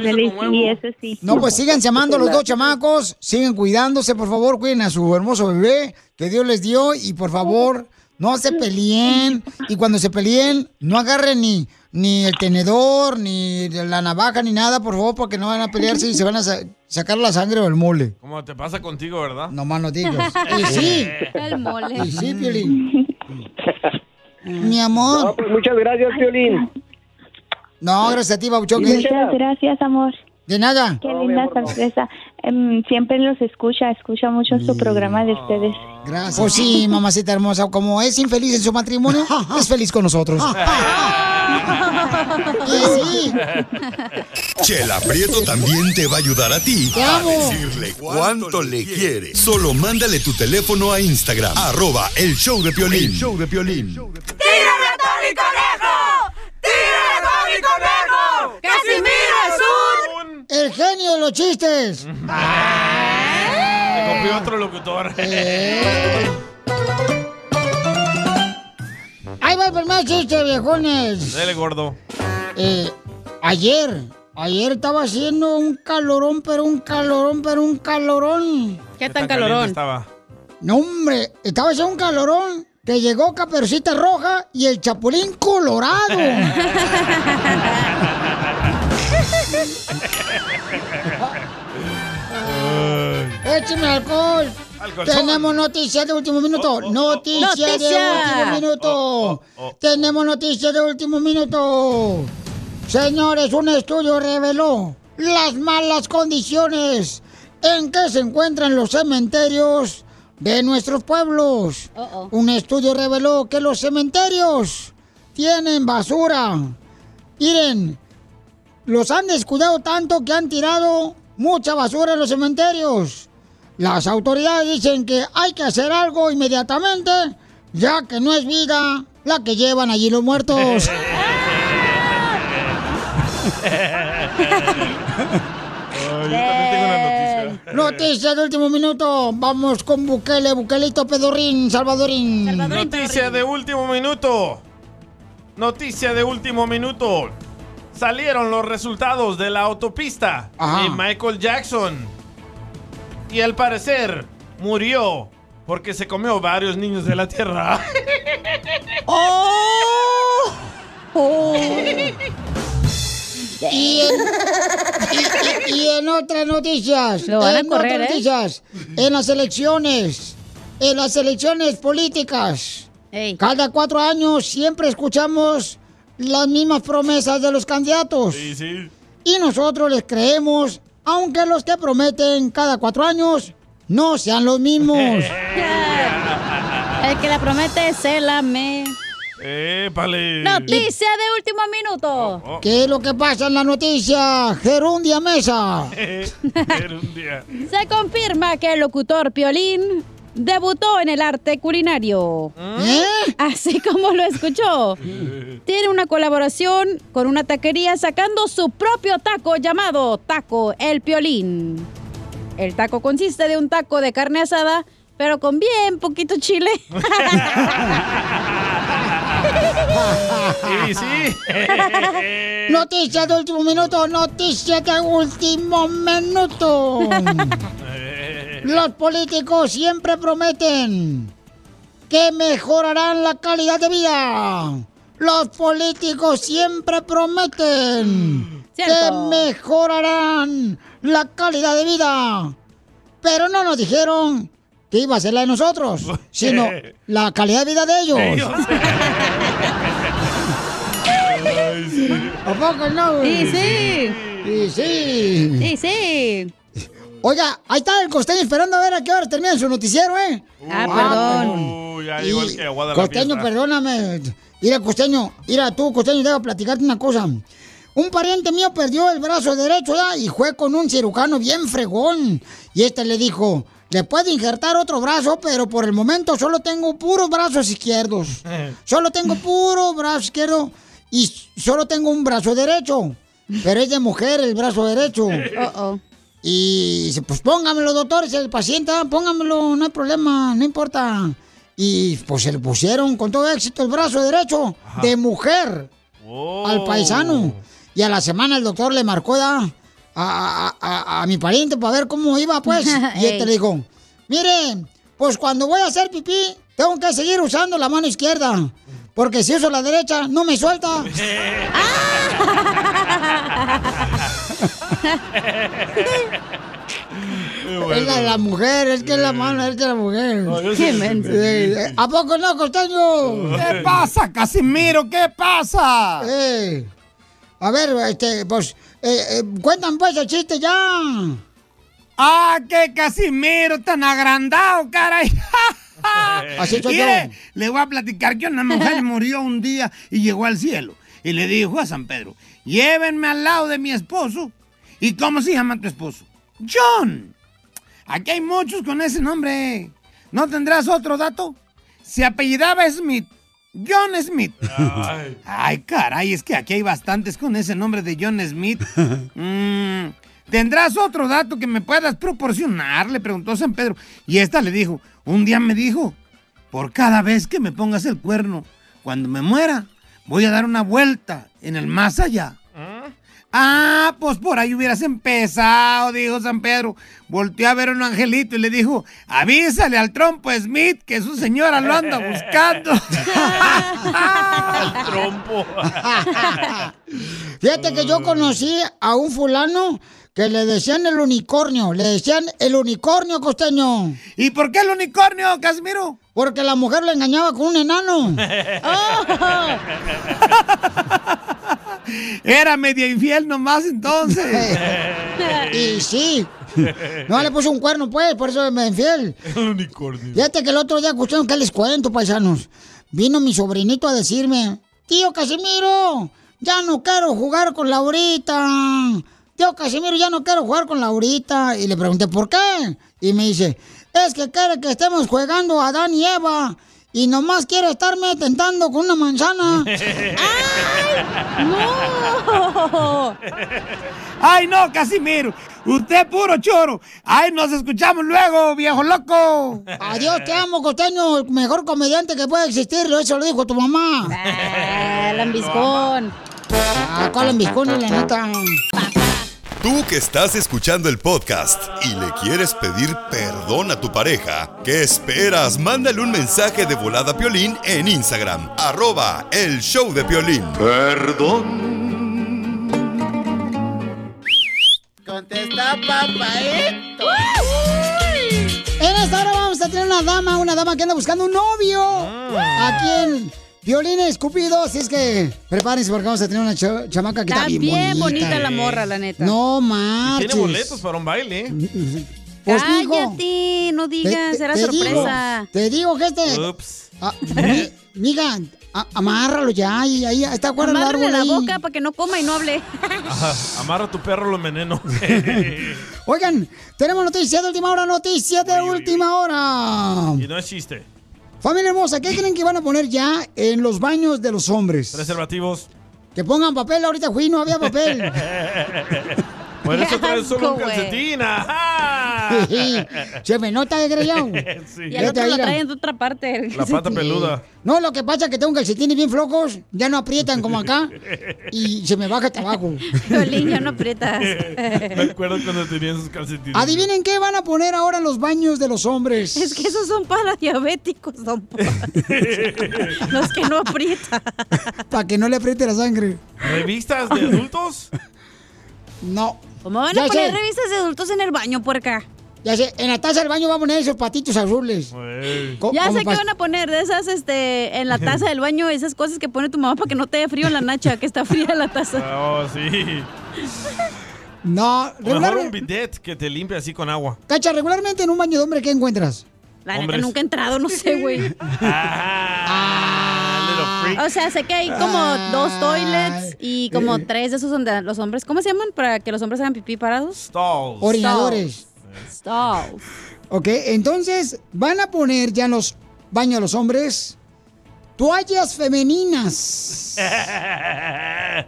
Feliz, sí, eso sí.
No, pues sigan llamando los dos chamacos, sigan cuidándose, por favor, cuiden a su hermoso bebé que Dios les dio y por favor, no se peleen y cuando se peleen, no agarren ni, ni el tenedor, ni la navaja, ni nada, por favor, porque no van a pelearse y se van a sa- sacar la sangre o el mole.
Como te pasa contigo, ¿verdad?
No más no digas. Y sí.
El mole.
Eh. Y sí, Piolín. Mi amor.
No, pues muchas gracias, Piolín.
No, gracias a ti, Babuchón.
Muchas
gracias, amor.
De nada.
Qué linda sorpresa. Em, siempre los escucha, escucha mucho su programa de ustedes.
Gracias. Pues sí, mamacita hermosa, como es infeliz en su matrimonio, es feliz con nosotros. Sí.
Chela Prieto también te va a ayudar a ti
Te
a
amo.
decirle cuánto le quiere. Solo mándale tu teléfono a Instagram, arroba el show de Piolín. show de Piolín.
¡Tírame a Tony Conejo! ¡Tírame a Tony Conejo! ¡Casimiro es un...
El genio de los chistes.
Te copió otro locutor.
Eh.
Ahí va el primer chiste, viejones.
Dele, gordo.
Eh, ayer, ayer estaba haciendo un calorón, pero un calorón, pero un calorón.
¿Qué
Tan caliente Estaba.
No, hombre, estaba haciendo un calorón que llegó Caperucita Roja y el Chapulín Colorado. ¡Écheme alcohol!
Alcoholzón.
Tenemos noticias de último minuto. noticias
Oh, Noticia.
de último minuto.
Oh, oh, oh.
Tenemos noticias de último minuto. Señores, un estudio reveló las malas condiciones en que se encuentran los cementerios de nuestros pueblos.
Uh-oh.
Un estudio reveló que los cementerios tienen basura. Miren, los han descuidado tanto que han tirado mucha basura en los cementerios. Las autoridades dicen que hay que hacer algo inmediatamente, ya que no es vida la que llevan allí los muertos. Noticias de último minuto. Vamos con Bukele, Bukelito Pedorrín, Salvadorín.
Noticia de último minuto. Noticia de último minuto. Salieron los resultados de la autopista
Ajá.
de Michael Jackson. Y al parecer murió porque se comió varios niños de la tierra.
¡Oh! Y en, y- y- y en otras noticias,
Lo van a
en
correr,
otras
¿eh?
noticias, en las elecciones, en las elecciones políticas, cada cuatro años siempre escuchamos las mismas promesas de los candidatos. Y nosotros les creemos, aunque los que prometen cada cuatro años no sean los mismos.
El que la promete se la me.
¡Épale!
Noticia de último minuto.
¿Qué es lo que pasa en la noticia? Gerundia Mesa.
Se confirma que el locutor Piolín debutó en el arte culinario.
¿Eh?
Así como lo escuchó. Tiene una colaboración con una taquería sacando su propio taco llamado Taco El Piolín. El taco consiste de un taco de carne asada, pero con bien poquito chile.
Sí, sí.
Noticia de último minuto, noticia de último minuto. Los políticos siempre prometen que mejorarán la calidad de vida. Los políticos siempre prometen que mejorarán la calidad de vida. Pero no nos dijeron que iba a ser la de nosotros, sino la calidad de vida de ellos. ¿A poco no? güey?
Sí, sí.
Sí, sí.
Sí, sí.
Oiga, ahí está el costeño esperando a ver a qué hora termina su noticiero, ¿eh?
Ah, perdón.
Uy, ya llegó el que aguada la
Costeño,
fiesta.
perdóname. Mira, Costeño, mira tú, Costeño, debo platicarte una cosa. Un pariente mío perdió el brazo derecho ya y fue con un cirujano bien fregón. Y este le dijo, le puede injertar otro brazo, pero por el momento solo tengo puros brazos izquierdos.
Eh.
Solo tengo puro brazo izquierdo y s- solo tengo un brazo derecho. Pero es de mujer el brazo derecho.
Uh-oh.
Y dice, pues póngamelo, doctor, es el paciente, ah, póngamelo, no hay problema, no importa. Y pues se le pusieron con todo éxito el brazo derecho de mujer al paisano. Y a la semana el doctor le marcó ya a, a- a- a mi pariente para ver cómo iba, pues. y este
Ey.
le dijo, mire, pues cuando voy a hacer pipí, tengo que seguir usando la mano izquierda. Porque si uso la derecha, no me suelta.
Ah.
Es la de la mujer, es que es la mano, es que es la mujer.
yo sí Qué lo menso. entendí.
Eh, eh, ¿A poco no, Costeño?
¿Qué pasa,
Casimiro? ¿Qué pasa? Eh, a ver, este, pues, eh, eh, cuentan pues el chiste ya.
¡Ah, qué Casimiro tan agrandado, caray!
Eh.
Así soy yo.
Mire, le voy a platicar que una mujer murió un día y llegó al cielo. Y le dijo a San Pedro, llévenme al lado de mi esposo. ¿Y cómo se llama tu esposo? John. Aquí hay muchos con ese nombre. ¿No tendrás otro dato? Se apellidaba Smith. John Smith.
Ah.
Ay, caray, es que aquí hay bastantes con ese nombre de John Smith. Mm, ¿Tendrás otro dato que me puedas proporcionar? Le preguntó San Pedro. Y esta le dijo, un día me dijo, por cada vez que me pongas el cuerno, cuando me muera, voy a dar una vuelta en el más allá. Ah, pues por ahí hubieras empezado, dijo San Pedro. Volteó a ver a un angelito y le dijo, avísale al trompo Smith que su señora lo anda buscando.
El trompo.
Fíjate que yo conocí a un fulano que le decían el unicornio, le decían el unicornio costeño.
¿Y por qué el unicornio, Casimiro?
Porque la mujer lo engañaba con un enano.
Era media infiel nomás entonces.
y sí. No le puse un cuerno, pues, por eso me infiel.
El unicornio.
Fíjate que el otro día, cuestión que les cuento, paisanos. Vino mi sobrinito a decirme, tío Casimiro, ya no quiero jugar con Laurita. Tío Casimiro, ya no quiero jugar con Laurita. Y le pregunté, ¿por qué? Y me dice, es que quiere que estemos jugando a Adán y Eva. Y nomás quiere estarme tentando con una manzana.
¡No! ¡Ay, no, Casimiro! ¡Usted puro choro! ¡Ay, nos escuchamos luego, viejo loco!
Adiós, te amo, costeño, el mejor comediante que puede existir. Eso lo dijo tu mamá.
Ah, lambiscón.
Ah, ¿cuál lambiscón es la neta?
Tú que estás escuchando el podcast y le quieres pedir perdón a tu pareja, ¿qué esperas? Mándale un mensaje de volada a Piolín en Instagram, arroba el show de Piolín. Perdón.
Contesta, papaito.
En esta hora vamos a tener una dama, una dama que anda buscando un novio.
Ah.
Aquí en Violín Escupido. Así es que prepárense porque vamos a tener una cha- chamaca que está,
Está bien bonita
bonita
la morra, la neta.
No marches.
Tiene boletos para un baile. ¿eh?
Pues digo.
Cállate, no digas, era sorpresa.
Digo, te digo que este.
Ups.
Ah, mi- miga, a- amárralo ya. Y ahí está acuerdo el
Amárrale
árbol.
la
ahí.
boca para que no coma y no hable.
Ajá, Amarra a tu perro lo enveneno.
Oigan, tenemos noticias de última hora, noticias de última hora.
y no es chiste.
Familia hermosa, ¿qué creen que van a poner ya en los baños de los hombres?
Preservativos.
Que pongan papel, ahorita fui, no había papel.
Por eso traes solo un
Asco, güey.
calcetín. ajá.
Se me nota desgrayado.
Sí.
Y al otro lo
Mira.
traen de otra parte. el
La pata
calcetín.
peluda.
No, lo que pasa es que tengo calcetines bien flojos, ya no aprietan como acá y se me baja hasta abajo.
Piolín, ya no aprietas.
Me acuerdo cuando tenía esos calcetines.
Adivinen qué van a poner ahora en los baños de los hombres.
Es que esos son para diabéticos, don Poncho. Los que no aprietan.
Para que no le apriete la sangre.
¿Revistas de adultos?
No.
¿Cómo van a poner revistas de adultos en el baño, puerca?
Ya sé, en la taza del baño va a poner esos patitos azules. Co-
Ya
como
sé que
pas-
van a poner de esas este, en la taza del baño, esas cosas que pone tu mamá para que no te dé frío en la nacha, que está fría la taza.
Oh, sí.
No,
O mejor
regular-
un bidet que te limpie así con agua.
Cacha, regularmente en un baño de hombre, ¿qué encuentras?
La
Hombres.
neta nunca he entrado, no sé, güey.
Ah.
O sea, sé que hay como dos toilets y
Eh.
como tres de esos donde los hombres, ¿cómo se llaman? Para que los hombres hagan pipí parados.
Stalls.
Orinadores.
Stalls.
Ok, entonces van a poner ya en los baños de los hombres toallas femeninas.
¿Eh?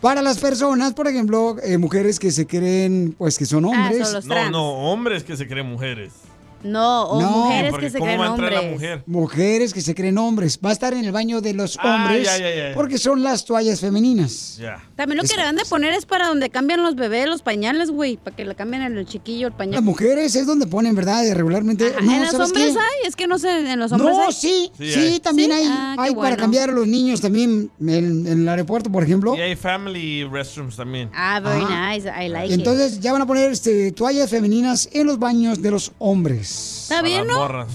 Para las personas, por ejemplo, eh, mujeres que se creen, pues que
Ah,
son hombres.
No, no, hombres que se creen mujeres.
No, o
No.
mujeres
Porque
que se
¿cómo
creen
va a entrar la
hombres.
mujer?
Mujeres que se creen hombres. Va a estar en el baño de los
Ah,
hombres
ya, ya, ya, ya.
porque son las toallas femeninas.
También lo que le van de poner es para donde cambian los bebés los pañales, güey, para que le cambien el chiquillo el pañal.
Las mujeres es donde ponen, ¿verdad? Eh, Regularmente.
Ah,
no,
en los
¿sabes qué?
hombres hay, es que no sé, en los hombres
No,
hay.
sí, sí, también hay,
Ah, qué
hay para
bueno.
cambiar a los niños también en, en el aeropuerto, por ejemplo.
Y hay family restrooms también.
Ah, very
Ajá.
nice, I like it.
Entonces ya van a poner este, toallas femeninas en los baños de los hombres.
Está bien, ¿no?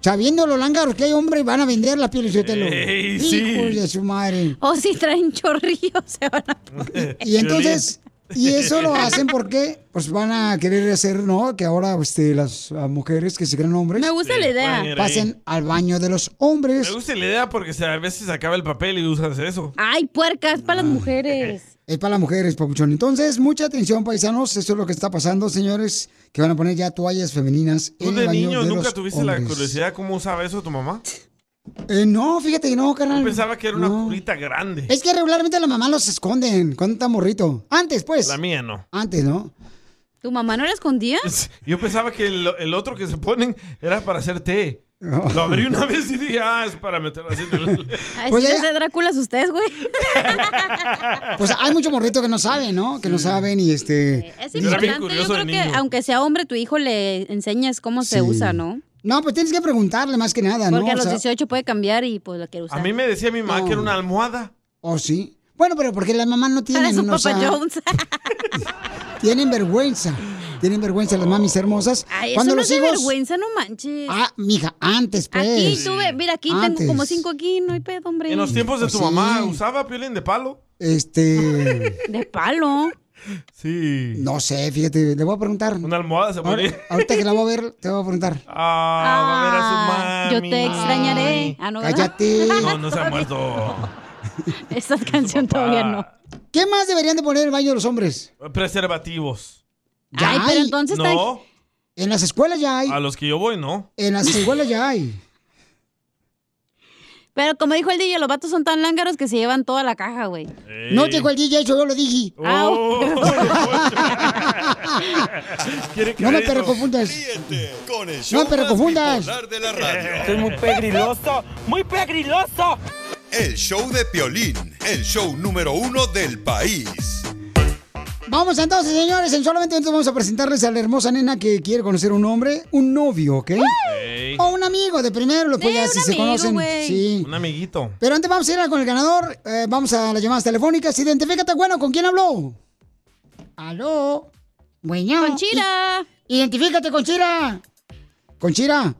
Sabiendo los lángaros que hay hombres, van a vender la piel y sotelo.
Ey,
Hijos
sí.
de su madre.
O si Oh, traen chorrillos, se van a
Eh,
Eh,
Y entonces, y eso lo hacen porque pues van a querer hacer, ¿no? Que ahora este, las ah, mujeres que se creen hombres.
Me gusta Sí, la idea. pueden ir ahí.
Pasen al baño de los hombres.
Me gusta la idea porque se- a veces acaba el papel y usas eso.
Ay, puercas, para las
Ah.
mujeres.
Es para las mujeres, papuchón. Entonces, mucha atención, paisanos. Eso es lo que está pasando, señores. Que van a poner ya toallas femeninas
¿Tú
en
de
el baño
niño
de
nunca
los
tuviste la
hombres.
curiosidad cómo usaba eso tu mamá?
Eh, no, fíjate que no, carnal.
Yo pensaba que era una
No.
curita grande.
Es que regularmente la mamá los esconden cuando está morrito. Antes, pues.
La mía no.
Antes, ¿no?
¿Tu mamá no la escondía?
Yo pensaba que el, el otro que se ponen era para hacer té. Lo abrí una vez y dije, ah, es para meter así. en el-
Ay,
Pues
sí,
ya-
ya sé Dráculas ustedes, güey.
Pues hay mucho morrito que no sabe, ¿no? Que no saben y este.
Es
y-
importante, yo creo que aunque sea hombre, tu hijo le enseñas cómo se
Sí.
usa, ¿no?
No, pues tienes que preguntarle más que nada, ¿no?
Porque a
O
los
sea,
18 puede cambiar y pues lo quiere usar.
A mí me decía mi mamá que era una almohada.
¿O Oh, sí? Bueno, pero porque las mamás no tienen.
Para su
no,
Papa
O sea,
Jones.
Tienen vergüenza. Tienen vergüenza las mamis hermosas.
Ay,
Cuando
eso no
los
es de
hijos.
vergüenza, no manches.
Ah, mija, antes, pues.
aquí tuve, mira, aquí tengo como
Antes.
cinco aquí, no hay pedo, hombre.
En los tiempos de
Pues
tu
sí.
mamá, ¿usaba piolín de palo?
Este.
De palo.
Sí.
No sé, fíjate, le voy a preguntar.
Una almohada se ponía.
Ahorita que la voy a ver, te voy a preguntar.
Ah, va a ver a su
yo
mami.
te extrañaré. Ah, no, ¿verdad?
Cállate.
No, no se ha muerto.
Esa canción todavía no.
¿Qué más deberían de poner en el baño de los hombres?
Preservativos.
Ya
Ay, pero
hay.
entonces está-
No,
En las escuelas ya hay.
a los que yo voy, no.
En las escuelas ya hay.
Pero como dijo el DJ, los vatos son tan lángaros que se llevan toda la caja, güey.
No te dijo el DJ, eso yo lo dije.
Ah,
No me pero confundas.
Con el show
No me pero
más
confundas.
bipolar de la radio.
Esto es muy pegriloso,
muy pegriloso. El show de Piolín, el show número uno del país.
Vamos entonces, señores. En solamente minutos vamos a presentarles a la hermosa nena que quiere conocer un hombre, un novio, ¿ok? O un amigo de primero, lo pues ya si se conocen. Sí.
Un amiguito.
Pero antes vamos a ir a- con el ganador. eh, vamos a las llamadas telefónicas. Identifícate, bueno, ¿con quién habló? Aló. Bueno.
Conchira.
I- Identifícate, Conchira. Conchira.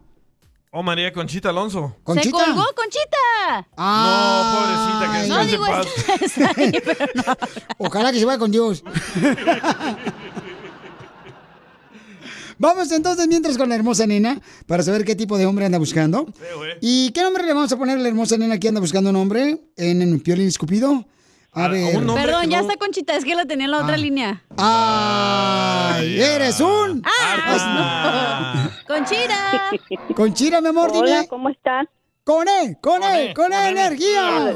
Oh, María Conchita Alonso.
¡Se colgó, Conchita!
Ah. No, pobrecita, que
No,
descanse
digo,
en paz.
es que- ay, pero no.
Ojalá que se vaya con Dios. Vamos entonces mientras con la hermosa nena para saber qué tipo de hombre anda buscando. ¿Y qué nombre le vamos a poner a la hermosa nena que anda buscando un hombre en, en Piolín Escupido? A ver.
Perdón, ya está Conchita, es que lo tenía en la otra línea.
Ah.
Ah,
¡Ay! ¡Eres un!
Conchita.
Conchira, mi amor,
Hola,
dime.
¿cómo están?
Con él, con él, con él, energía.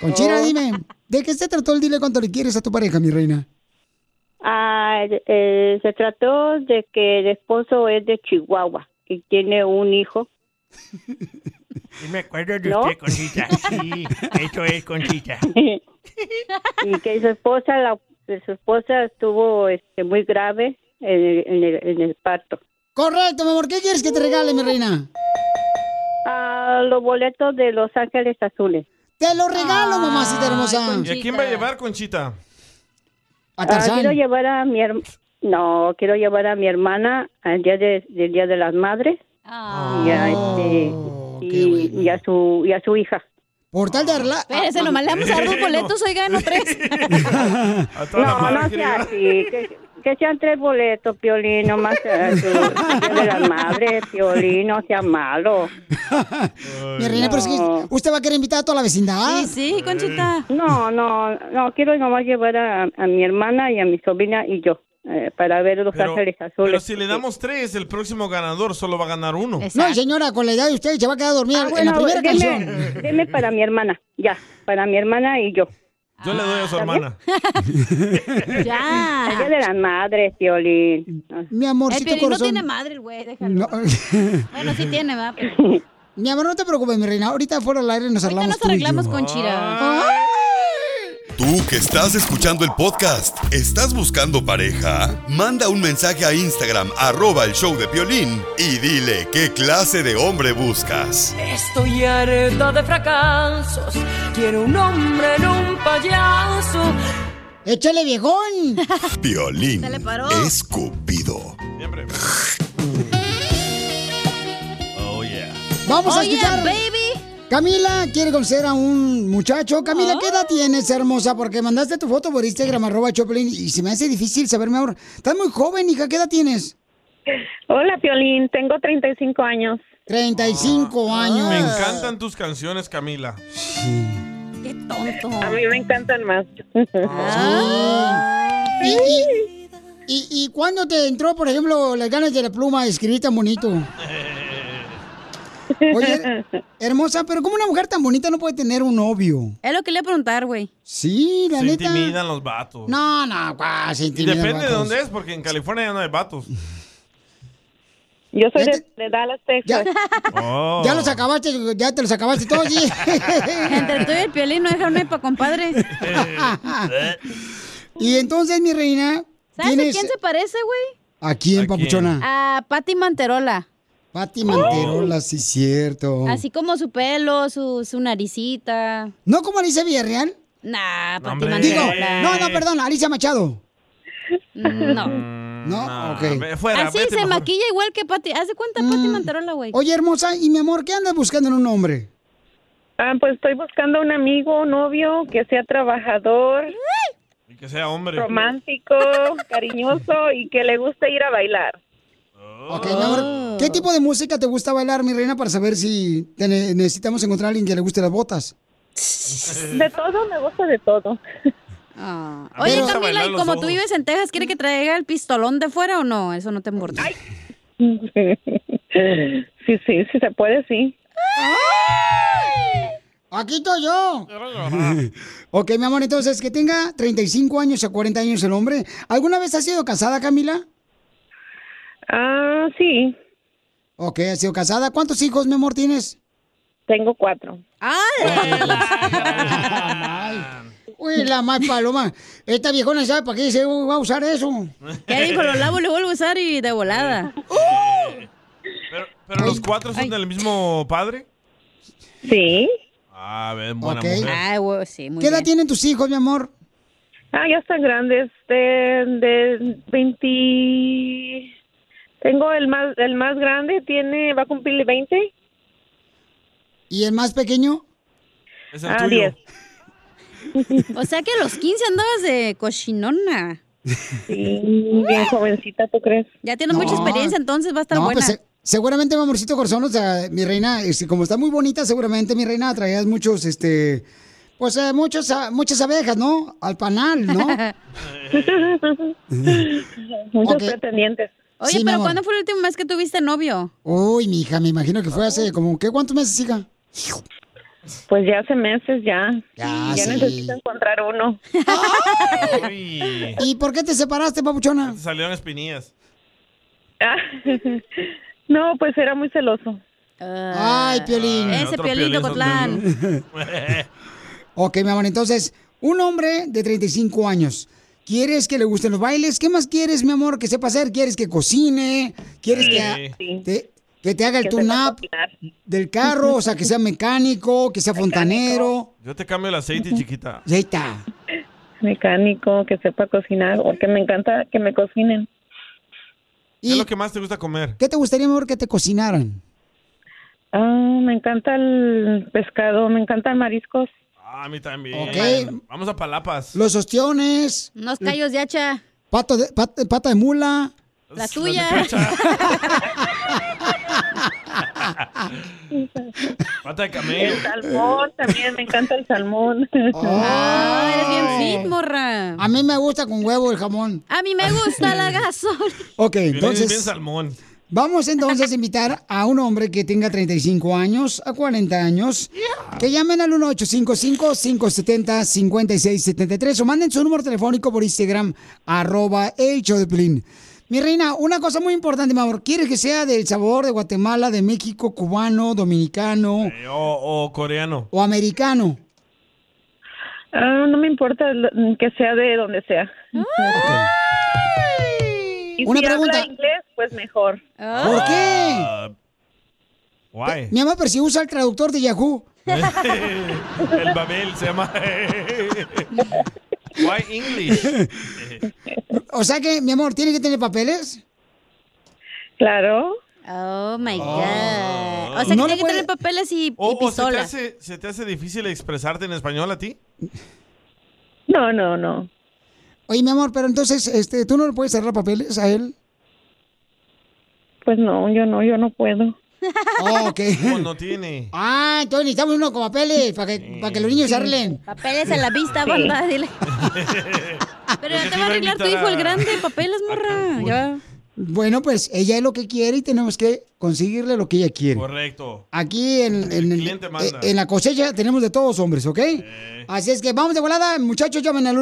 Conchira,
Oh.
dime, ¿de qué se trató el dile cuánto le quieres a tu pareja, mi reina?
Ah, eh, se trató de que el esposo es de Chihuahua y tiene un hijo.
Sí me acuerdo de
¿No?
usted, Conchita. Sí, eso es, Conchita.
y que su esposa la su esposa estuvo este, muy grave en el, en el- en el parto.
Correcto, mi amor, ¿qué quieres que te regale, mi reina?
Ah, los boletos de Los Ángeles Azules.
Te lo regalo, mamacita hermosa.
¿Y a quién va a llevar, Conchita?
Ah,
Tarzán.
quiero llevar a mi hermana. No, quiero llevar a mi hermana al día de, del día de las madres
Ah.
y, a, este,
Oh,
y- y a su y a su hija.
Por tal de arla... Ah,
Espérense, nomás le vamos a dar dos boletos, oigan, no tres.
No, no sea así. Que, que sean tres boletos, Piolín, más de las madres, Piolín, no sea malo.
Mi reina, pero es que usted va a querer invitar a toda la vecindad.
sí, Conchita. No, no, no, quiero nomás llevar a, a mi hermana y a mi sobrina y yo eh, para ver Los
Pero-
Ángeles Azules.
Pero si le damos tres, el próximo ganador solo va a ganar uno.
No, señora, con la edad de usted se va a quedar dormida en la
Ah, Bueno,
primera
deme,
canción.
deme para mi hermana, ya, para mi hermana y yo.
Yo le doy a su hermana.
Ya. de las madres, Piolín.
Mi amorcito
el Piolín no
corazón.
tiene madre, el güey, déjalo.
No.
Bueno, sí tiene, va. Pero...
mi amor, no te preocupes, mi reina. Ahorita fuera del aire nos arreglamos.
Nos arreglamos con
Ah,
Chira.
Tú que estás escuchando el podcast, ¿estás buscando pareja? Manda un mensaje a Instagram, arroba el show de Piolín, y dile qué clase de hombre buscas.
Estoy harta de fracasos. Quiero un hombre en un payaso.
¡Échale, viejón!
Piolín
Se le paró.
escupido.
Oh, yeah.
Vamos a
Oye,
escuchar. Camila quiere conocer a un muchacho. Camila, ¿qué edad tienes, hermosa? Porque mandaste tu foto por Instagram, arroba Choplin, y se me hace difícil saberme ahora. Estás muy joven, hija. ¿Qué edad tienes?
Hola, Piolín. Tengo 35 años.
35 años.
Ah. Me encantan tus canciones, Camila.
Qué
pues,
tonto. A mí me encantan más.
Ah.
Ah.
¿Y, y, y- y cuándo te entró, por ejemplo, las ganas de la pluma de escribir tan bonito? Oye, hermosa, pero ¿cómo una mujer tan bonita no puede tener un novio?
Es lo que le voy a preguntar, güey.
Sí, la
Se
neta.
intimidan los vatos.
No, no, guau, se
Y
intimidan los
depende de
vatos.
dónde es, porque en California ya no hay vatos.
Yo
soy de,
Dallas, Texas.
Oh.
Ya los acabaste, ya te los acabaste todos. ¿sí?
Entre tú y el Piolín no dejan una para compadre.
Ah, Eh, y entonces, mi reina,
¿Sabes a
tienes...
quién se parece, güey?
¿A quién, papuchona?
A Patti Manterola. Oh.
Pati Manterola, sí, cierto.
Así como su pelo, su, su naricita.
¿No como Alicia Villarreal?
Nah, Pati
Digo,
Manterola.
no, no, perdón, Alicia Machado.
Mm, No.
No, ok.
ve-
Así se maquilla igual que Pati. Haz de cuenta, Pati Manterola, güey.
Mm. Oye, hermosa, y mi amor, ¿qué andas buscando en un hombre?
Ah, pues estoy buscando un amigo, un novio que sea trabajador,
Y que sea hombre.
romántico, cariñoso y que le guste ir a bailar.
Ok, mi
Oh.
amor, ¿qué tipo de música te gusta bailar, mi reina, para saber si te ne- necesitamos encontrar a alguien que le guste las botas?
De todo, me gusta de todo.
mí me
Ah. Oye,
gusta
Camila,
bailar
y
los
como
ojos.
tú vives en Texas, ¿quiere que traiga el pistolón de fuera o no? Eso no te importa.
Sí, sí, sí se puede, sí.
Aquí estoy yo. ok, mi amor, entonces, que tenga 35 años a 40 años el hombre. ¿Alguna vez has sido casada, Camila?
Ah, sí.
Ok, has sido casada. ¿Cuántos hijos, mi amor, tienes?
Tengo cuatro.
Uy, la más paloma. Esta viejona sabe para qué se va a usar eso.
Ya dijo, ¡Uh! lo lavo, lo vuelvo a usar y de volada.
¿Pero los cuatro son del mismo padre?
Sí.
Ah, a ver, buena mujer.
Ay, güey, sí, muy
¿Qué edad
bien.
tienen tus hijos, mi amor?
Ah, ya están grandes, de, de 20... Tengo el más, el más grande, tiene, va a cumplir 20.
¿Y el más pequeño?
Es
el Ah, tuyo. diez.
O sea que a los 15 andabas de cochinona.
Sí, bien jovencita, ¿tú crees?
Ya tiene mucha experiencia, entonces va a estar
No,
buena.
pues, se- seguramente, mi amorcito corazón, o sea, mi reina, este, como está muy bonita, seguramente, mi reina, traías muchos, este, pues, eh, muchos, a- muchas abejas, ¿no? Al panal, ¿no?
pues, Muchos
Ok.
pretendientes.
Oye,
Sí, mi
pero
amor.
¿cuándo fue la última vez que tuviste novio?
Uy, mi hija, me imagino que fue hace como, ¿qué? ¿Cuántos meses, hija?
Pues ya hace meses, ya.
Ya,
ya
sí.
necesito encontrar uno.
¿Y por qué te separaste, papuchona?
Salieron espinillas.
Ah, no, pues era muy celoso.
Uh,
Ay, Piolín.
Ah,
Ese
otro
Piolín
Piolín
Tocotlán.
sotelo.
Ok, mi amor, entonces, un hombre de 35 años. ¿Quieres que le gusten los bailes? ¿Qué más quieres, mi amor, que sepa hacer? ¿Quieres que cocine? ¿Quieres que, ha- te, que te haga el
Que sepa
tune-up del carro? O sea, que sea mecánico, que sea fontanero.
Yo te cambio el aceite, chiquita.
Y ahí está.
Mecánico, que sepa cocinar, porque me encanta que me cocinen.
¿Qué es lo que más te gusta comer?
¿Qué te gustaría, mi amor, que te cocinaran?
Ah, me encanta el pescado, me encantan mariscos.
Ah, a mí también.
Ok.
Vamos a Palapas.
Los ostiones.
Unos callos de hacha.
Pato de, pat- pata, de mula.
La tuya.
Pata de
El
camello.
salmón, también me encanta el salmón.
Ah,
eres bien fit, morra.
A mí me gusta con huevo el jamón.
A mí me gusta la gasolina.
Ok,
Piolín es bien
entonces...
salmón.
Vamos entonces a invitar a un hombre que tenga 35 años a 40 años, que llamen al 1855-570-5673 o manden su número telefónico por Instagram, arroba el show de Piolín. Mi reina, una cosa muy importante, mi amor, ¿quieres que sea del sabor de Guatemala, de México, cubano, dominicano
Eh, O, o coreano.
o americano?
Ah, no me importa lo- que sea de donde sea. Y
Una
si
pregunta.
habla inglés, pues mejor.
¿Por qué?
Ah, guay.
Mi amor, pero si usa el traductor de Yahoo.
El Babel se llama. Why English?
O sea que, mi amor, ¿tiene que tener papeles?
Claro.
Oh my
Ah.
God. O sea, que
No le
tiene que tener papeles y, y
Ah. Oh, O, o pues, se, te
pistola.
hace, se te hace difícil expresarte en español a ti?
No, no, no.
Oye, mi amor, pero entonces, este, ¿tú no le puedes cerrar papeles a él?
Pues no, yo no, yo no puedo.
Oh, ok.
No, no tiene.
Ah, entonces necesitamos uno con papeles para que, para que los niños se arreglen.
Papeles en la vista, banda, dile. Pero ya te va a arreglar tu hijo el grande, papeles, morra. Ya.
Bueno, pues ella es lo que quiere y tenemos que conseguirle lo que ella quiere.
Correcto.
Aquí en, en- eh,
cliente manda. Eh.
en la cosecha tenemos de todos hombres, ¿ok? Así es que vamos de volada, muchachos, llamen al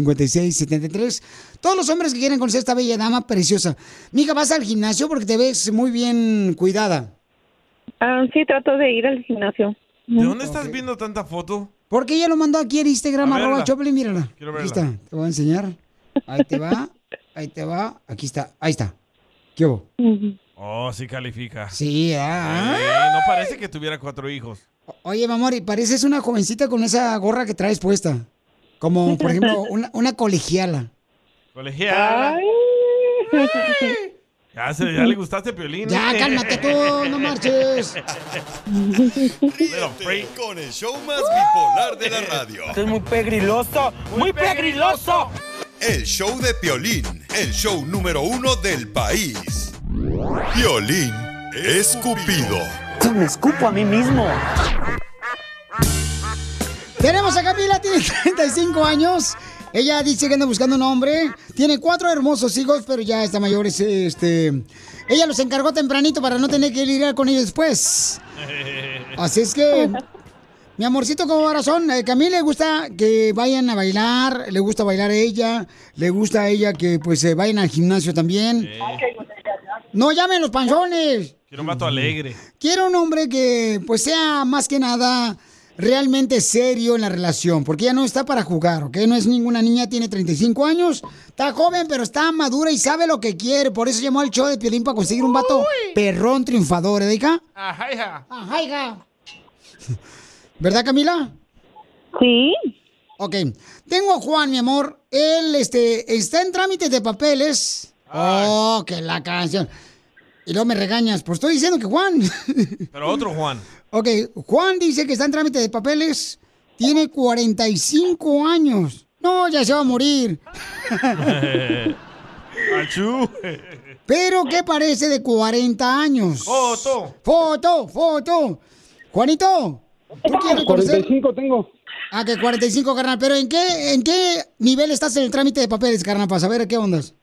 1-855-570-5673. Todos los hombres que quieren conocer a esta bella dama preciosa. Mija, vas al gimnasio porque te ves muy bien cuidada.
Ah, sí, trato de ir al gimnasio.
¿De dónde estás viendo tanta foto?
Porque ella lo mandó aquí en Instagram,
A verla.
arroba Choplin, mírala.
Quiero
Aquí
verla.
está, te voy a enseñar. Ahí te va, ahí te va, aquí está, ahí está. ¿Qué hubo?
Oh, sí califica.
Sí, ah.
Eh, no parece que tuviera cuatro hijos.
Oye, mi amor, y pareces una jovencita con esa gorra que traes puesta. Como, por ejemplo, una, una colegiala.
Colegial. Ya, se- ya le gustaste, Piolín.
Ya, cálmate tú, no marches.
Ríete Este, con el show más bipolar de la radio.
Esto Este es muy pegriloso, muy pegriloso.
El show de Piolín, el show número uno del país. Piolín Escupido.
Yo me escupo a mí mismo. Tenemos a Camila, tiene 35 años. Ella dice que anda buscando un hombre. Tiene cuatro hermosos hijos, pero ya está mayor. es, Este, ella los encargó tempranito para no tener que lidiar con ellos después. Así es que, mi amorcito como corazón, eh, que a mí le gusta que vayan a bailar, le gusta bailar a ella, le gusta a ella que pues se vayan al gimnasio también. No llamen los panzones.
Quiero un vato alegre.
Quiero un hombre que pues sea más que nada realmente serio en la relación, porque ella no está para jugar, ¿ok? No es ninguna niña, tiene 35 años, está joven, pero está madura y sabe lo que quiere, por eso llamó al show de Piolín para conseguir un vato perrón triunfador, ¿eh, hija?
Ajá, hija.
Ajá, ¿Verdad, Camila? Sí. Ok. Tengo a Juan, mi amor. Él este, está en trámites de papeles. Oh, que la canción. Y luego me regañas. Pues estoy diciendo que Juan.
Pero otro Juan.
ok, Juan dice que está en trámite de papeles. Tiene 45 años. No, ya se va a morir.
Achú.
Pero que parece de 40 años.
Foto.
Foto, foto. Juanito,
Ah,
¿tú quieres 45 tengo. Ah, que 45, carnal. Pero ¿en qué, ¿en qué nivel estás en el trámite de papeles, carnal? Para saber qué ondas.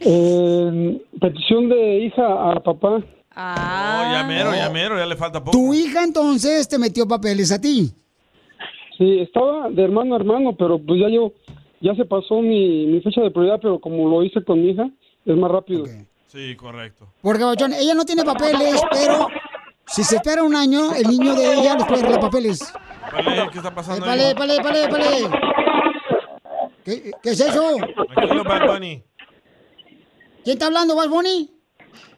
Eh, petición de hija a papá.
Oh,
Ah.
ya mero, ya mero, ya le falta poco.
Tu hija entonces te metió papeles a ti.
Sí, estaba de hermano a hermano, pero pues ya yo, ya se pasó mi, mi fecha de prioridad, pero como lo hice con mi hija, es más rápido.
Sí, correcto.
Porque, Bachón, ella no tiene papeles, pero si se espera un año, el niño de ella les puede arreglar papeles.
Vale, ¿Qué está pasando ahí?
Pale, pale, pale, pale. ¿Qué, qué es eso?
Tranquilo, Bad Bunny.
¿Quién está hablando, Bad Bunny?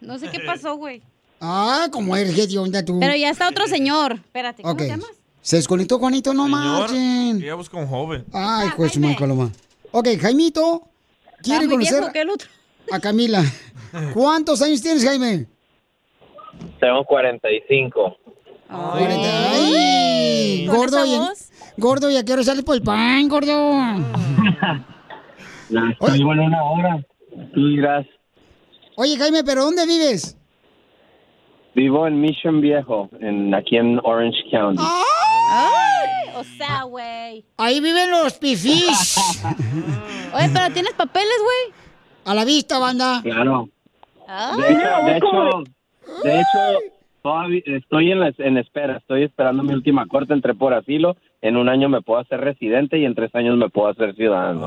No sé qué pasó, güey.
Ah, como eres que onda tú.
Pero ya está otro señor. Espérate, ¿cómo
Ok.
te llamas?
Se desconectó Juanito, no
Señor,
marchen.
ya busca un joven.
Ay, juez, su madre, Paloma. Ok, Jaimito, quiere
Está muy
conocer
viejo que el otro.
a Camila. ¿Cuántos años tienes, Jaime?
Tengo 45.
Ay, gordo, y, gordo, ¿y a qué hora sales por el pan, gordo?
Llevo en una hora. Tú dirás,
Oye, Jaime, ¿pero dónde vives?
vivo en Mission Viejo, en, aquí en Orange County.
Ay, o sea, güey.
Ahí viven los pifís.
Oye, pero tienes papeles, güey. Ah.
A la vista,
Ah.
banda.
Claro. De hecho, de hecho, de hecho, todavía estoy en, la, en espera. Estoy esperando mi última corte. Entré por asilo. En un año me puedo hacer residente y en tres años me puedo hacer ciudadano.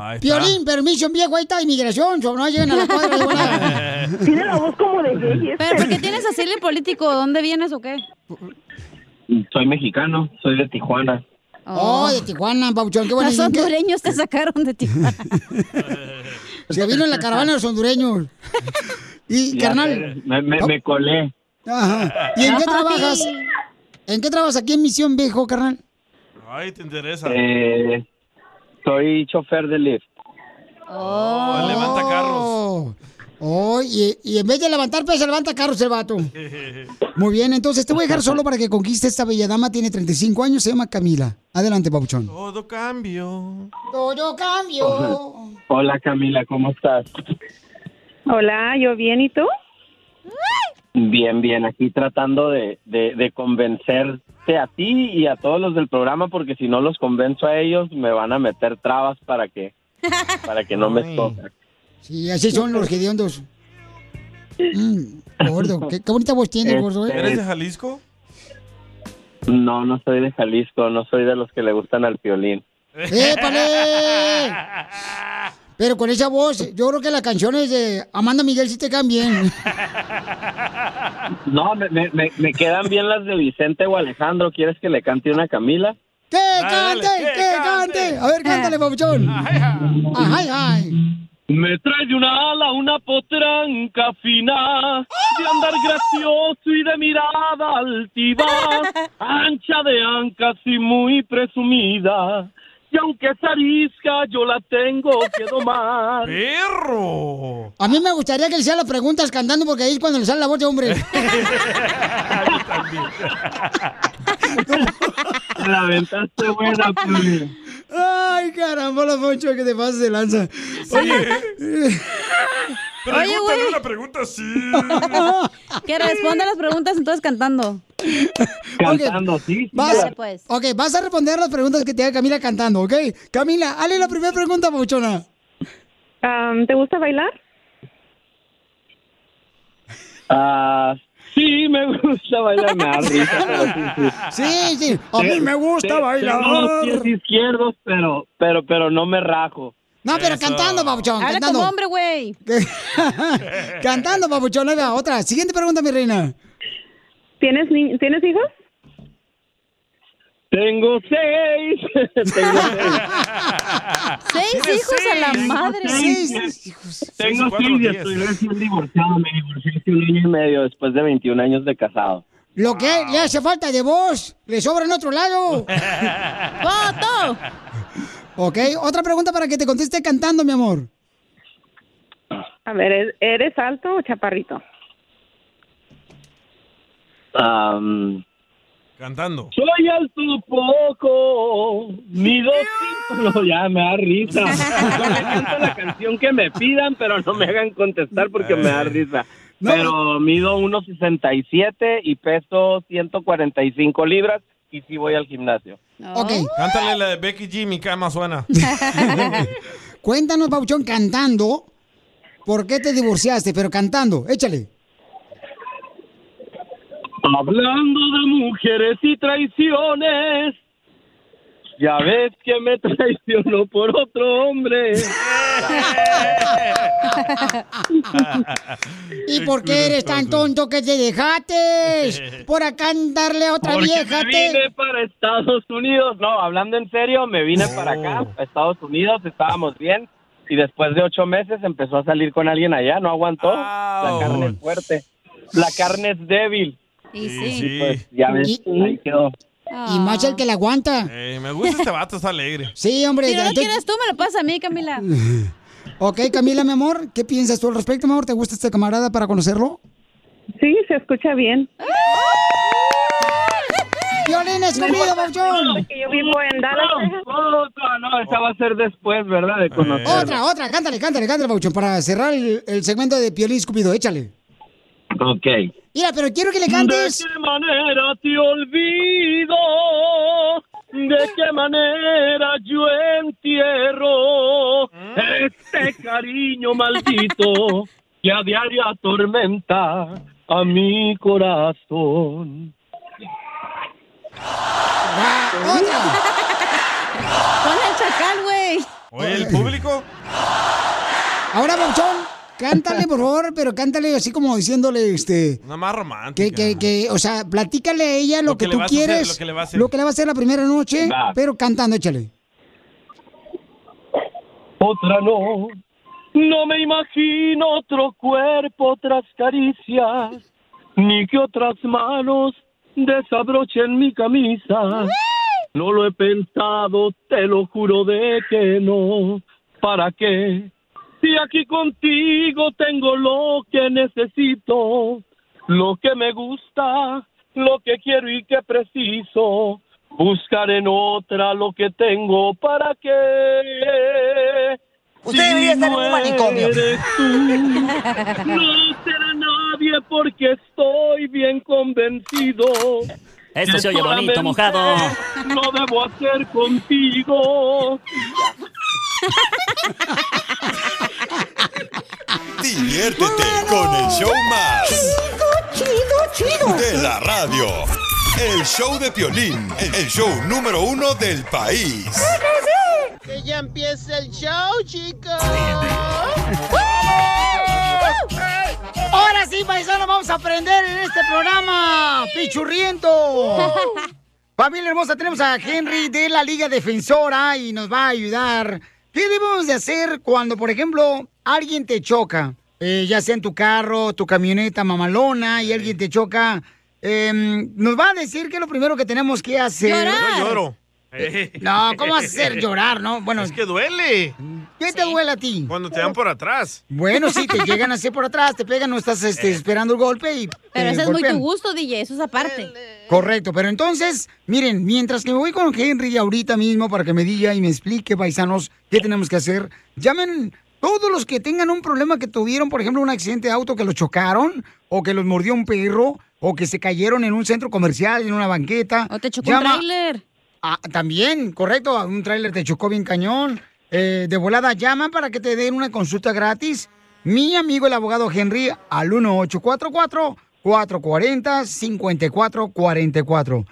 Ah.
Piolín, permiso, viejo, ahí está inmigración, so- no llegan a la cuadra de volada.
Tiene la voz como de
Pero ¿por qué tienes asilo político? ¿Dónde vienes o qué?
Soy mexicano. Soy de Tijuana.
Oh, de Tijuana, Pauchón, qué bueno.
Los hondureños te sacaron de Tijuana.
Se vino en la caravana de los hondureños. Y,
Ya
carnal.
sé, Me, me- me colé.
Ajá. ¿Y en qué
Ay.
trabajas? ¿En qué trabajas aquí en Misión Viejo, carnal?
Ay, te interesa.
Eh, soy chofer de Lyft.
Oh, levanta carros. Oh, y, y en vez de levantar pesas, levanta carros el vato. Muy bien, entonces te voy a dejar solo para que conquiste esta bella dama. Tiene 35 años, se llama Camila. Adelante, Pauchón.
Todo cambio.
Todo cambio.
Hola Camila, ¿cómo estás?
Hola, yo bien, ¿y tú?
Bien, bien, aquí tratando de, de, de convencerte a ti y a todos los del programa porque si no los convenzo a ellos me van a meter trabas para que para que no me escojan.
Sí, así son los hediondos. Mm, gordo, qué, qué bonita voz tiene, gordo. ¿eh?
¿Eres de Jalisco?
No, no soy de Jalisco, no soy de los que le gustan al violín.
¡Épale! Pero con esa voz, yo creo que las canciones de Amanda Miguel sí te quedan bien.
No, me, me, me- me quedan bien las de Vicente o Alejandro. ¿Quieres que le cante una Camila?
¡Que cante! ¡Que cante! A ver, cántale, papuchón. ¡Ay, ay!
Me trae de una ala una potranca fina, de andar gracioso y de mirada altiva, ancha de ancas y muy presumida. Y aunque se arisca, yo la tengo que domar.
¡Perro!
A mí me gustaría que le hiciera las preguntas cantando porque ahí es cuando le sale la voz de hombre.
La aventaste buena, Piolín.
¡Ay, carambola, Poncho, que te pases de lanza! Oye,
Pregúntale una pregunta así.
Que responda las preguntas entonces cantando.
Cantando, sí.
Vas,
Dale, pues.
Ok, vas a responder las preguntas que te haga Camila cantando, ¿ok? Camila, hazle la primera pregunta, Pauchona.
¿Te gusta bailar?
Ah, sí, me gusta bailar, me da risa, pero sí,
Sí, sí. A mí me gusta
Tengo
bailar.
los pies izquierdos, pero, pero, pero no me rajo.
No, pero cantando, Papuchón,
Habla
cantando.
como hombre, güey.
cantando, Papuchón, ahí va, otra. Siguiente pregunta, mi reina.
¿Tienes, ni- ¿tienes hijos?
Tengo seis. Tengo
Seis
Tiene
hijos a la
seis.
madre.
Seis
Tengo seis y estoy recién divorciado. Me divorcié hace un año y medio después de 21 años de casado.
Lo que le hace falta de vos, le sobra en otro lado.
¡Foto!
ok, otra pregunta para que te conteste cantando, mi amor.
A ver, ¿er- ¿eres alto o chaparrito?
Am,
Cantando.
Soy alto poco, mi dos cinco- no, ya me da risa. Yo le canto la canción que me pidan, pero no me hagan contestar porque me da risa. Pero mido 1.67 y peso 145 libras y sí voy al gimnasio.
Cántale la de Becky G, mi cama suena.
Cuéntanos, Pauchón, cantando. ¿Por qué te divorciaste? Pero cantando, échale.
Hablando de mujeres y traiciones, ya ves que me traicionó por otro hombre.
¿Y por qué eres tan tonto que te dejaste? Por acá darle a otra
Porque
vieja.
me
te-
vine para Estados Unidos. No, hablando en serio, me vine para acá, a Estados Unidos, estábamos bien. Y después de ocho meses empezó a salir con alguien allá, no aguantó. La carne es fuerte. La carne es débil.
Y
sí.
Y pues, ya ves, ahí quedó.
Y más el que la aguanta.
Eh, me gusta este vato, está alegre.
Sí, hombre.
Si no lo
entonces-
quieres tú, me lo pasas a mí, Camila.
Ok, Camila, mi amor, ¿qué piensas tú al respecto, mi amor? ¿Te gusta este camarada para conocerlo? ¡Ah!
Sí, se escucha bien.
¡Violín es comido, Pauchón!
Yo vivo en Dallas.
No, esa va a ser después, ¿verdad? De conocer.
Otra, otra, cántale, cántale, cántale, Pauchón, para cerrar el, el segmento de Piolín Escupido, échale.
Ok.
Mira, pero quiero que le cantes.
¿De qué manera te olvido? ¿De qué manera yo entierro este cariño maldito que a diario atormenta a mi corazón?
Ponle el chacal, güey.
Oye, el público.
Ahora, Pauchón, cántale, por favor, pero cántale así como diciéndole, este...
Una más romántica.
Que, que, que, o sea, platícale a ella lo,
Lo
que,
que le
tú
vas a hacer,
quieres,
lo que le vas a hacer.
le va a hacer la primera noche,
Va.
pero cantando, échale.
Otra no, no me imagino otro cuerpo, otras caricias, ni que otras manos desabrochen mi camisa. No lo he pensado, te lo juro de que no. ¿Para qué? Si aquí contigo tengo lo que necesito, lo que me gusta, lo que quiero y que preciso. Buscar en otra lo que tengo, ¿para qué?
Usted debería estar en un manicomio.
eres tú, no será nadie porque estoy bien convencido.
Esto
que
se oye bonito,
solamente
mojado.
No debo hacer contigo.
Diviértete con el show más. Chido, chido, chido. De la radio. El show de Piolín, el show número uno del país.
Que ya empiece el show, chicos.
Ahora sí, paisanos, vamos a aprender en este programa, pichurriento. Familia hermosa, tenemos a Henry de la Liga Defensora y nos va a ayudar. ¿Qué debemos de hacer cuando, por ejemplo, alguien te choca? Eh, ya sea en tu carro, tu camioneta mamalona y alguien te choca. Em, nos va a decir que lo primero que tenemos que hacer...
Yo lloro.
No, ¿cómo vas a hacer llorar, no? Bueno,
Es que duele.
¿Qué te duele a ti?
Cuando te dan por atrás.
Bueno, sí, te llegan así por atrás, te pegan, no estás este, esperando el golpe y.
Eh. Pero
te
ese es muy
golpean.
tu gusto, DJ, eso es aparte.
Correcto, pero entonces, miren, mientras que me voy con Henry ahorita mismo para que me diga y me explique, paisanos, qué tenemos que hacer, llamen todos los que tengan un problema que tuvieron, por ejemplo, un accidente de auto que los chocaron, o que los mordió un perro, o que se cayeron en un centro comercial, en una banqueta. O te
chocó un tráiler.
Ah, también, correcto, a un tráiler te chocó bien cañón. Eh, de volada llama para que te den una consulta gratis. Mi amigo el abogado Henry al 1844 440 5444.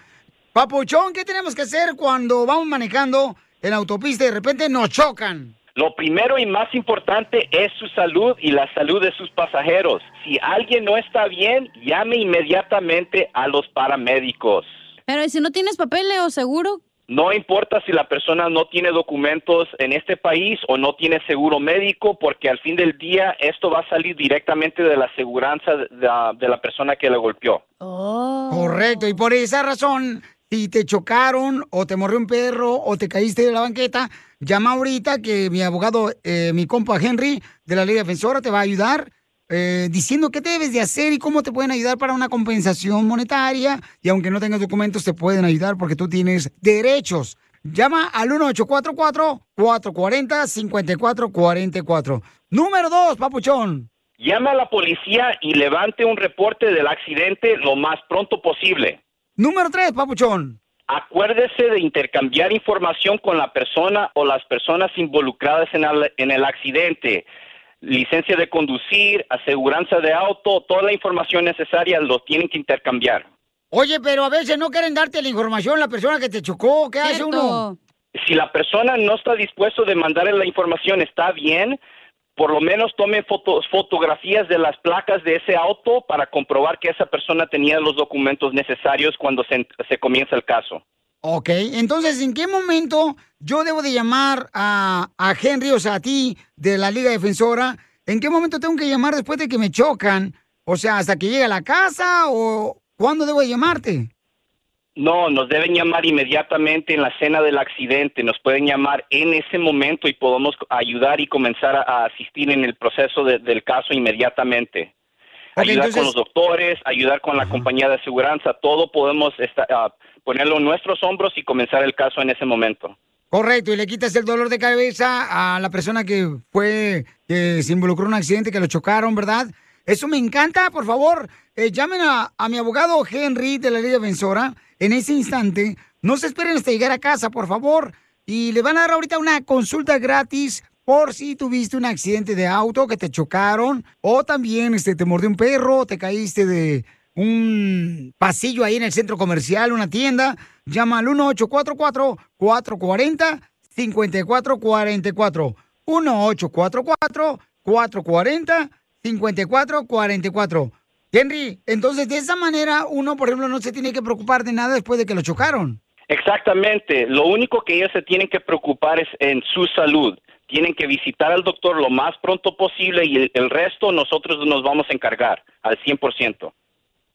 Papuchón, ¿qué tenemos que hacer cuando vamos manejando en la autopista y de repente nos chocan?
Lo primero y más importante es su salud y la salud de sus pasajeros. Si alguien no está bien, llame inmediatamente a los paramédicos.
Pero ¿y si no tienes papeles o seguro,
No importa si la persona no tiene documentos en este país o no tiene seguro médico, porque al fin del día esto va a salir directamente de la aseguranza de, de- de la persona que la golpeó.
Correcto, y por esa razón, si te chocaron o te morrió un perro o te caíste de la banqueta, llama ahorita que mi abogado, eh, mi compa Henry de la Ley Defensora te va a ayudar eh, diciendo qué debes de hacer y cómo te pueden ayudar para una compensación monetaria. Y aunque no tengas documentos, te pueden ayudar porque tú tienes derechos. Llama al 1844-440-5444. Número 2, papuchón.
Llame a la policía y levante un reporte del accidente lo más pronto posible.
Número 3, papuchón.
Acuérdese de intercambiar información con la persona o las personas involucradas en el, en el accidente. Licencia de conducir, aseguranza de auto, toda la información necesaria lo tienen que intercambiar.
Oye, pero a veces no quieren darte la información la persona que te chocó. ¿Qué hace uno?
Si la persona no está dispuesto de mandarle la información, está bien. Por lo menos tomen fotos, fotografías de las placas de ese auto para comprobar que esa persona tenía los documentos necesarios cuando se, se comienza el caso.
Ok, entonces, ¿en qué momento yo debo de llamar a, a Henry, o sea, a ti, de la Liga Defensora? ¿En qué momento tengo que llamar después de que me chocan? O sea, ¿hasta que llegue a la casa o cuándo debo de llamarte?
No, nos deben llamar inmediatamente en la escena del accidente, nos pueden llamar en ese momento y podemos ayudar y comenzar a, a asistir en el proceso de- del caso inmediatamente.
Ok,
ayudar
entonces-
con los doctores, ayudar con la compañía de aseguranza, todo podemos esta- ah, ponerlo en nuestros hombros y comenzar el caso en ese momento.
Correcto, y le quitas el dolor de cabeza a la persona que fue, que se involucró en un accidente, que lo chocaron, ¿verdad? Eso me encanta, por favor, eh, llamen a, a mi abogado Henry de la Ley Defensora en ese instante. No se esperen hasta llegar a casa, por favor. Y le van a dar ahorita una consulta gratis por si tuviste un accidente de auto, que te chocaron, o también este, te mordió un perro, te caíste de un pasillo ahí en el centro comercial, una tienda. Llama al 1844-440-5444. 1844-440-5444. Henry, entonces de esa manera uno, por ejemplo, no se tiene que preocupar de nada después de que lo chocaron.
Exactamente. Lo único que ellos se tienen que preocupar es en su salud. Tienen que visitar al doctor lo más pronto posible y el, el resto nosotros nos vamos a encargar al 100%.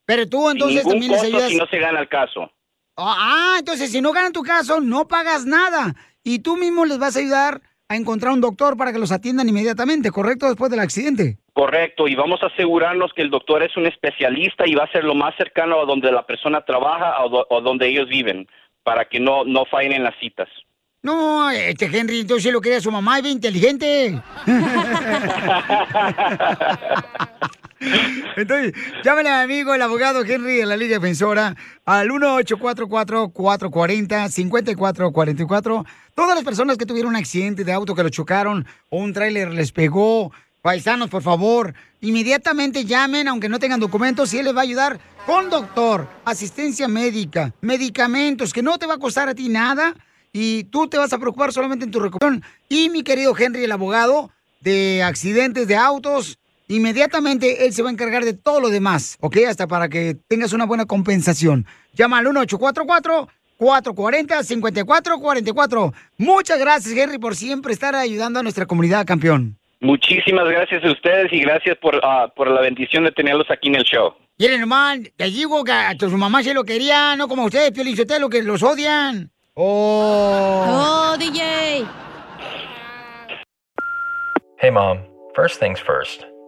Pero tú
Sin
entonces
ningún
también les
costo
ayudas.
si no se gana el caso.
Ah, ah, entonces si no ganan tu caso, no pagas nada. Y tú mismo les vas a ayudar a encontrar un doctor para que los atiendan inmediatamente, ¿correcto? Después del accidente.
Correcto, y vamos a asegurarnos que el doctor es un especialista y va a ser lo más cercano a donde la persona trabaja o, do- o donde ellos viven, para que no, no fallen en las citas.
No, este Henry, entonces lo quería su mamá, es bien inteligente. Entonces, llámenle a mi amigo, el abogado Henry de la Liga Defensora, al 1844-440-5444. Todas las personas que tuvieron un accidente de auto, que lo chocaron, o un tráiler les pegó, paisanos, por favor, inmediatamente llamen, aunque no tengan documentos, y él les va a ayudar con doctor, asistencia médica, medicamentos, que no te va a costar a ti nada, y tú te vas a preocupar solamente en tu recuperación. Y mi querido Henry, el abogado de accidentes de autos, Inmediatamente él se va a encargar de todo lo demás, ¿ok? Hasta para que tengas una buena compensación. Llama al 1844-440-5444. Muchas gracias, Henry, por siempre estar ayudando a nuestra comunidad, campeón.
Muchísimas gracias a ustedes y gracias por, ah, por la bendición de tenerlos aquí en el show.
Miren nomás, te digo que a tu mamá se lo quería, no como ustedes, Piolín lo que los odian. ¡Oh!
¡Oh, DJ!
Hey, Mom. First things first,